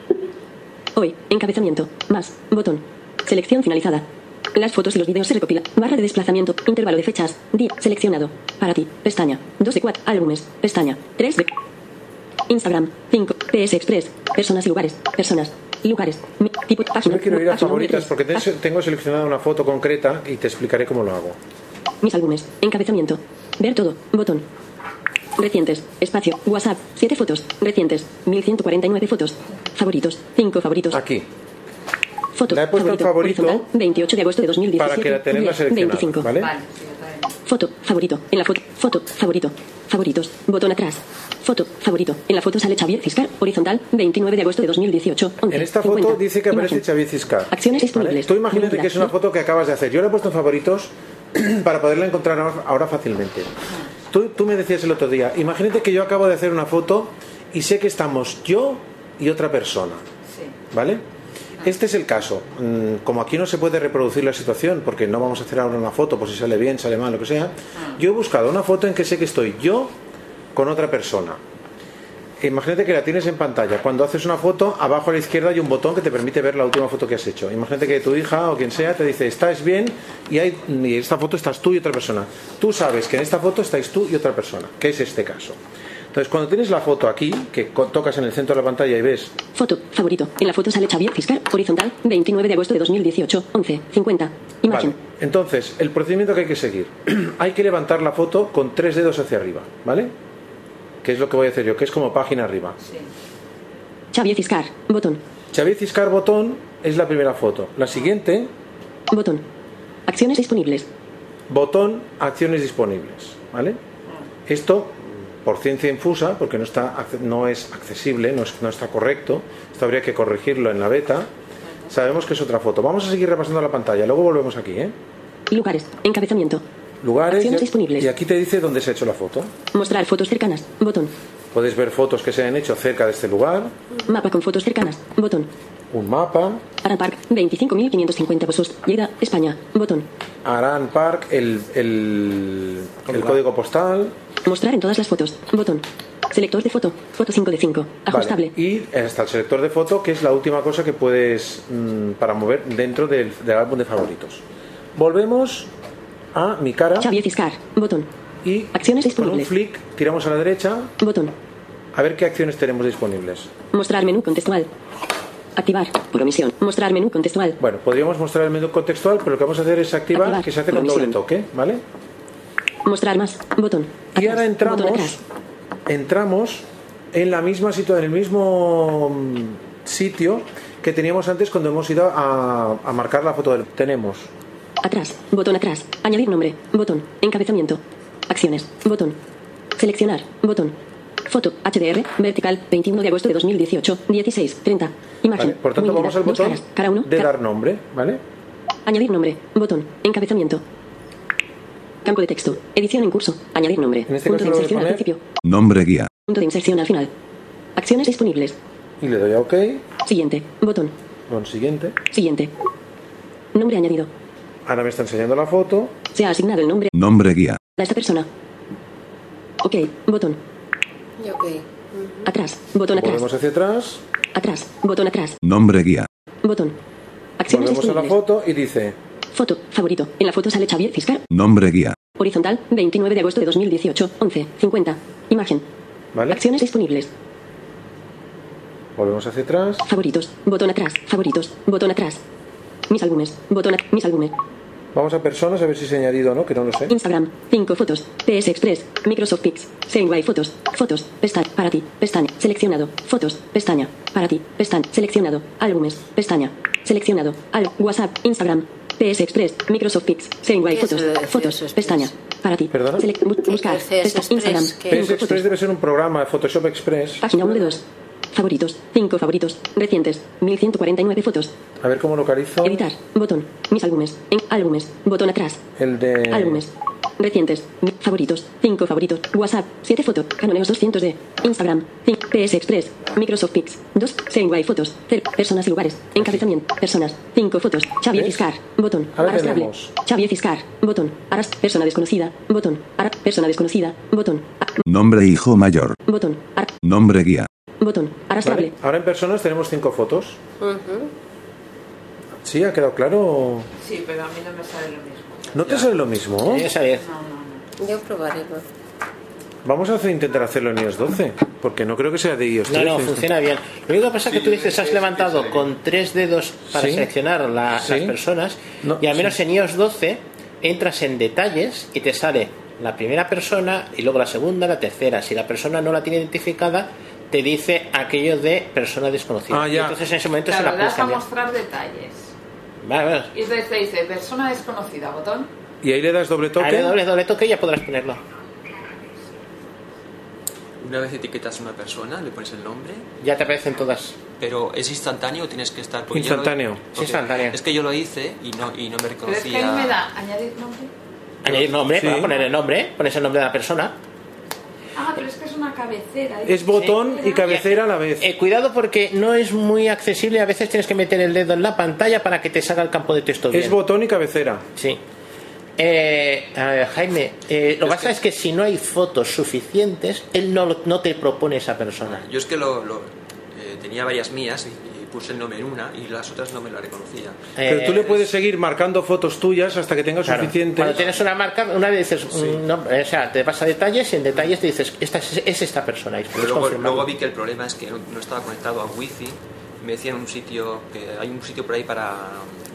Hoy. Encabezamiento. Más. Botón. Selección finalizada. Las fotos y los vídeos se recopilan. Barra de desplazamiento. Intervalo de fechas. Día. Seleccionado. Para ti. Pestaña. 2 de 4. Álbumes. Pestaña. 3 de... Instagram. 5. PS Express. Personas y lugares. Personas. Lugares. Mi- tipo. Página. Yo quiero ir a página número tres. favoritas porque te- tengo seleccionada una foto concreta y te explicaré cómo lo hago. Mis álbumes. Encabezamiento. Ver todo. Botón. Recientes. Espacio. WhatsApp. 7 fotos. Recientes. 1149 fotos. Favoritos. 5 favoritos. Aquí. Fotos. La he puesto en favorito horizontal, 28 de agosto de 2017. para que la tengas seleccionada, 25. ¿vale? Foto. Favorito. En la foto. Foto. Favorito. Favoritos. Botón atrás. Foto. Favorito. En la foto sale Xavier Fiscal. Horizontal. 29 de agosto de 2018. 11, En esta 50. foto dice que aparece Imagen. Xavier Ciscar. Acciones ¿vale? disponibles. Tú imagínate Vincular. que es una foto que acabas de hacer. Yo la he puesto en favoritos para poderla encontrar ahora- ahora fácilmente. Tú, tú me decías el otro día, imagínate que yo acabo de hacer una foto y sé que estamos yo y otra persona, Sí. ¿vale? Este es el caso. Mm, Como aquí no se puede reproducir la situación, porque no vamos a hacer ahora una foto por si sale bien, sale mal, lo que sea, yo he buscado una foto en que sé que estoy yo con otra persona. imagínate que la tienes en pantalla. Cuando haces una foto, abajo a la izquierda hay un botón que te permite ver la última foto que has hecho. Imagínate que tu hija o quien sea te dice, estás bien y, hay, y en esta foto estás tú y otra persona. Tú sabes que en esta foto estáis tú y otra persona, que es este caso. Entonces, cuando tienes la foto aquí, que co- tocas en el centro de la pantalla y ves Foto, favorito. En la foto sale Xavier Fiscar, horizontal, 29 de agosto de 2018, 11, 50. Imagen. Vale, Entonces, el procedimiento que hay que seguir. hay que levantar la foto con tres dedos hacia arriba, ¿vale? Que es lo que voy a hacer yo, que es como página arriba. Xavier Fiscar, botón, Xavier Ciscar Botón es la primera foto. La siguiente, botón. Acciones disponibles. botón, acciones disponibles, ¿vale? Esto, por ciencia infusa, porque no, está, ac- no es accesible, no, es- no está correcto, esto habría que corregirlo en la beta, sabemos que es otra foto. Vamos a seguir repasando la pantalla, luego volvemos aquí, ¿eh? Lugares. Encabezamiento. Lugares, Acciones y- disponibles. y aquí te dice dónde se ha hecho la foto. Mostrar fotos cercanas. Botón. Podéis ver fotos que se han hecho cerca de este lugar, Mapa con fotos cercanas. Botón. un mapa, Aran Park, 25.550 pesos. Lleida, España. Botón. Aran Park, el, el, el código postal, Mostrar en todas las fotos. Botón. Selector de foto. Foto 5 de 5. Ajustable. Vale, Y hasta el selector de foto, que es la última cosa que puedes mm, para mover dentro del, del álbum de favoritos. Volvemos a mi cara. Xavier Fiscar. Botón. Y acciones Con un disponibles. flick tiramos a la derecha Botón. a ver qué acciones tenemos disponibles. Mostrar menú contextual. Activar. Por omisión. Mostrar menú contextual. Bueno, podríamos mostrar el menú contextual, pero lo que vamos a hacer es activar, Activar. que se hace con doble Comisión. toque, ¿vale? Mostrar más. Botón. Y ahora Botón entramos, atrás. entramos en la misma situación, en el mismo mm, sitio que teníamos antes cuando hemos ido a, a marcar la foto del. Tenemos Atrás. Botón atrás. Añadir nombre. Botón. Encabezamiento. Acciones. Botón. Seleccionar. Botón. Foto. HDR. Vertical. 21 de agosto de 2018. 16. 30. Imagen. Vale, por tanto, Muy vamos linda. al Dos botón caras. Cara 1. de dar nombre, ¿vale? Añadir nombre. Botón. Encabezamiento. Campo de texto. Edición en curso. Añadir nombre. este Punto caso de lo voy a inserción al poner- principio. Nombre guía. Punto de inserción al final. Acciones disponibles. Y le doy a OK, Siguiente. Botón. con siguiente. Siguiente. Nombre añadido. Ahora me está enseñando la foto. Se ha asignado el nombre Nombre guía. a esta persona. Ok. Botón. Atrás. Botón atrás. Volvemos hacia atrás, Atrás. Botón atrás. Nombre guía. Botón. Acciones volvemos a la disponibles. foto y dice Foto. Favorito. En la foto sale Xavier Fiscar. Nombre guía. Horizontal. 29 de agosto de 2018. 11. 50. Imagen. Vale. Acciones disponibles. Volvemos hacia atrás. Favoritos. Botón atrás. Favoritos. Botón atrás. Mis álbumes. Botón atrás. Mis álbumes. Vamos a personas a ver si se ha añadido o no, que no lo sé. Instagram. 5 fotos. PS Express. Microsoft Pix. Sendway Fotos. Fotos. Pestaña. Para ti. Pestaña. Seleccionado. Fotos. Pestaña. Para ti. Pestaña. Seleccionado. Álbumes. Pestaña. Seleccionado. Al. WhatsApp. Instagram. PS Express. Microsoft Pix. Sendway ¿Qué es Fotos. eso de CS Fotos. Pestaña. Para ti. ¿Perdona? Selec- bu- buscar. es CS Pesta- Express? Instagram. ¿Qué PS Cinco Express fotos. debe ser un programa de Photoshop Express. Página 1 de 2. Favoritos. 5 favoritos. Recientes. 1149 fotos. A ver cómo localizo Editar. Botón. Mis álbumes. En álbumes. Botón atrás. el de. Álbumes. Recientes. Mi- Favoritos. 5 favoritos. WhatsApp. 7 fotos. Canoneos 200 de. Instagram. Cin- PS Express. Microsoft Pix. 2. Sendway Fotos. Cer- Personas y lugares. Encabezamiento. Personas. 5 fotos. Xavier ¿Ves? Fiscar. Botón. Ahora Arrastrable. tenemos. Xavier Fiscar. Botón. Aras. Persona desconocida. Botón. Aras. Persona desconocida. Botón. A- Nombre hijo mayor. Botón. Ar- Nombre guía. Botón. Arrastrable. Vale, Ahora en personas tenemos cinco fotos. ¿Sí? ¿Ha quedado claro? Sí, pero a mí no me sale lo mismo. ¿No te sale lo mismo? Yo probaré. Ah, ¿no? Vamos a hacer- intentar hacerlo en iOS 12, porque no creo que sea de iOS 13. No, no, funciona bien. Lo único que pasa es que tú dices, has levantado con tres dedos para Sí. seleccionar la- Sí. las personas y al menos en iOS 12 entras en detalles y te sale la primera persona y luego la segunda, la tercera. Si la persona no la tiene identificada, te dice aquello de persona desconocida. Ah, ya. Y entonces en ese momento Claro, se la puedes das a cambiar. mostrar detalles. Vale, vale. Y entonces te dice persona desconocida, botón. Y ahí le das doble toque. Dale doble, doble toque y ya podrás ponerlo. Una vez etiquetas a una persona, le pones el nombre, Ya te aparecen todas. pero ¿es instantáneo o tienes que estar? porque yo lo- Instantáneo. Es Ok. instantáneo. Es que yo lo hice y no, y no me Pero es que ahí me reconocía. da añadir nombre. Añadir nombre, Sí. vas a poner el nombre, pones el nombre de la persona. Ah, pero es que es una cabecera. cabecera a la vez. Eh, cuidado porque no es muy accesible. A veces tienes que meter el dedo en la pantalla para que te salga el campo de texto. Es botón y cabecera. Sí. Eh, a ver, Jaime, eh, lo que pasa es que si no hay fotos suficientes, él no, lo- no te propone esa persona. Yo es que lo, lo, eh, tenía varias mías y, y puse el nombre en una y las otras no me la reconocía. Eh, Eh, Pero tú le puedes seguir marcando fotos tuyas hasta que tengas Claro. suficiente. Cuando tienes una marca, una vez dices, mm, no, o sea, te pasa detalles y en detalles te dices, esta es, es esta persona. Y Pero puedes luego, confirmarlo. luego vi que el problema es que no, no estaba conectado a wifi. Me decían un sitio que hay un sitio por ahí para,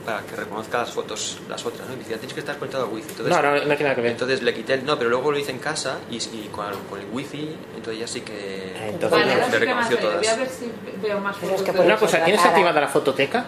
para que reconozca las fotos, las otras, ¿no? Y me decían, tienes que estar conectado a wifi. Entonces, No, no, no tiene nada que ver. Entonces le quité el. No, pero luego lo hice en casa y, y con, con el wifi, entonces ya sí que. Entonces- me Vale, ahora sí que más reconoció veo. Voy a todas. ver si veo más Pero es que fotos. Una cosa, ¿tienes activada la fototeca?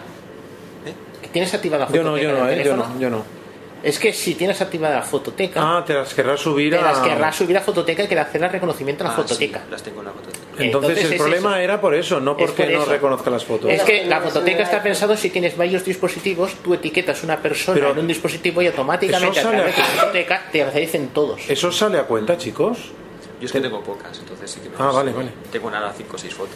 ¿Eh? ¿Tienes activada la Yo fototeca? no, yo no, en el eh, yo teléfono? no, yo no. Es que si tienes activada la fototeca, Ah, te las querrás subir te a. las querrás subir a fototeca y que le hacer el reconocimiento a la Ah, fototeca. sí, las tengo en la fototeca. Entonces, Entonces el es problema eso. era por eso, no Es porque por no eso. reconozca las fotos. Es que la fototeca está pensado si tienes varios dispositivos, tú etiquetas una persona Pero- en un dispositivo y automáticamente a Eso sale través de la aquí. fototeca te aparecen todos. ¿Eso sale a cuenta, chicos? Yo es que tengo pocas, entonces sí que me Ah, vale, vale. Tengo nada, 5 o 6 fotos.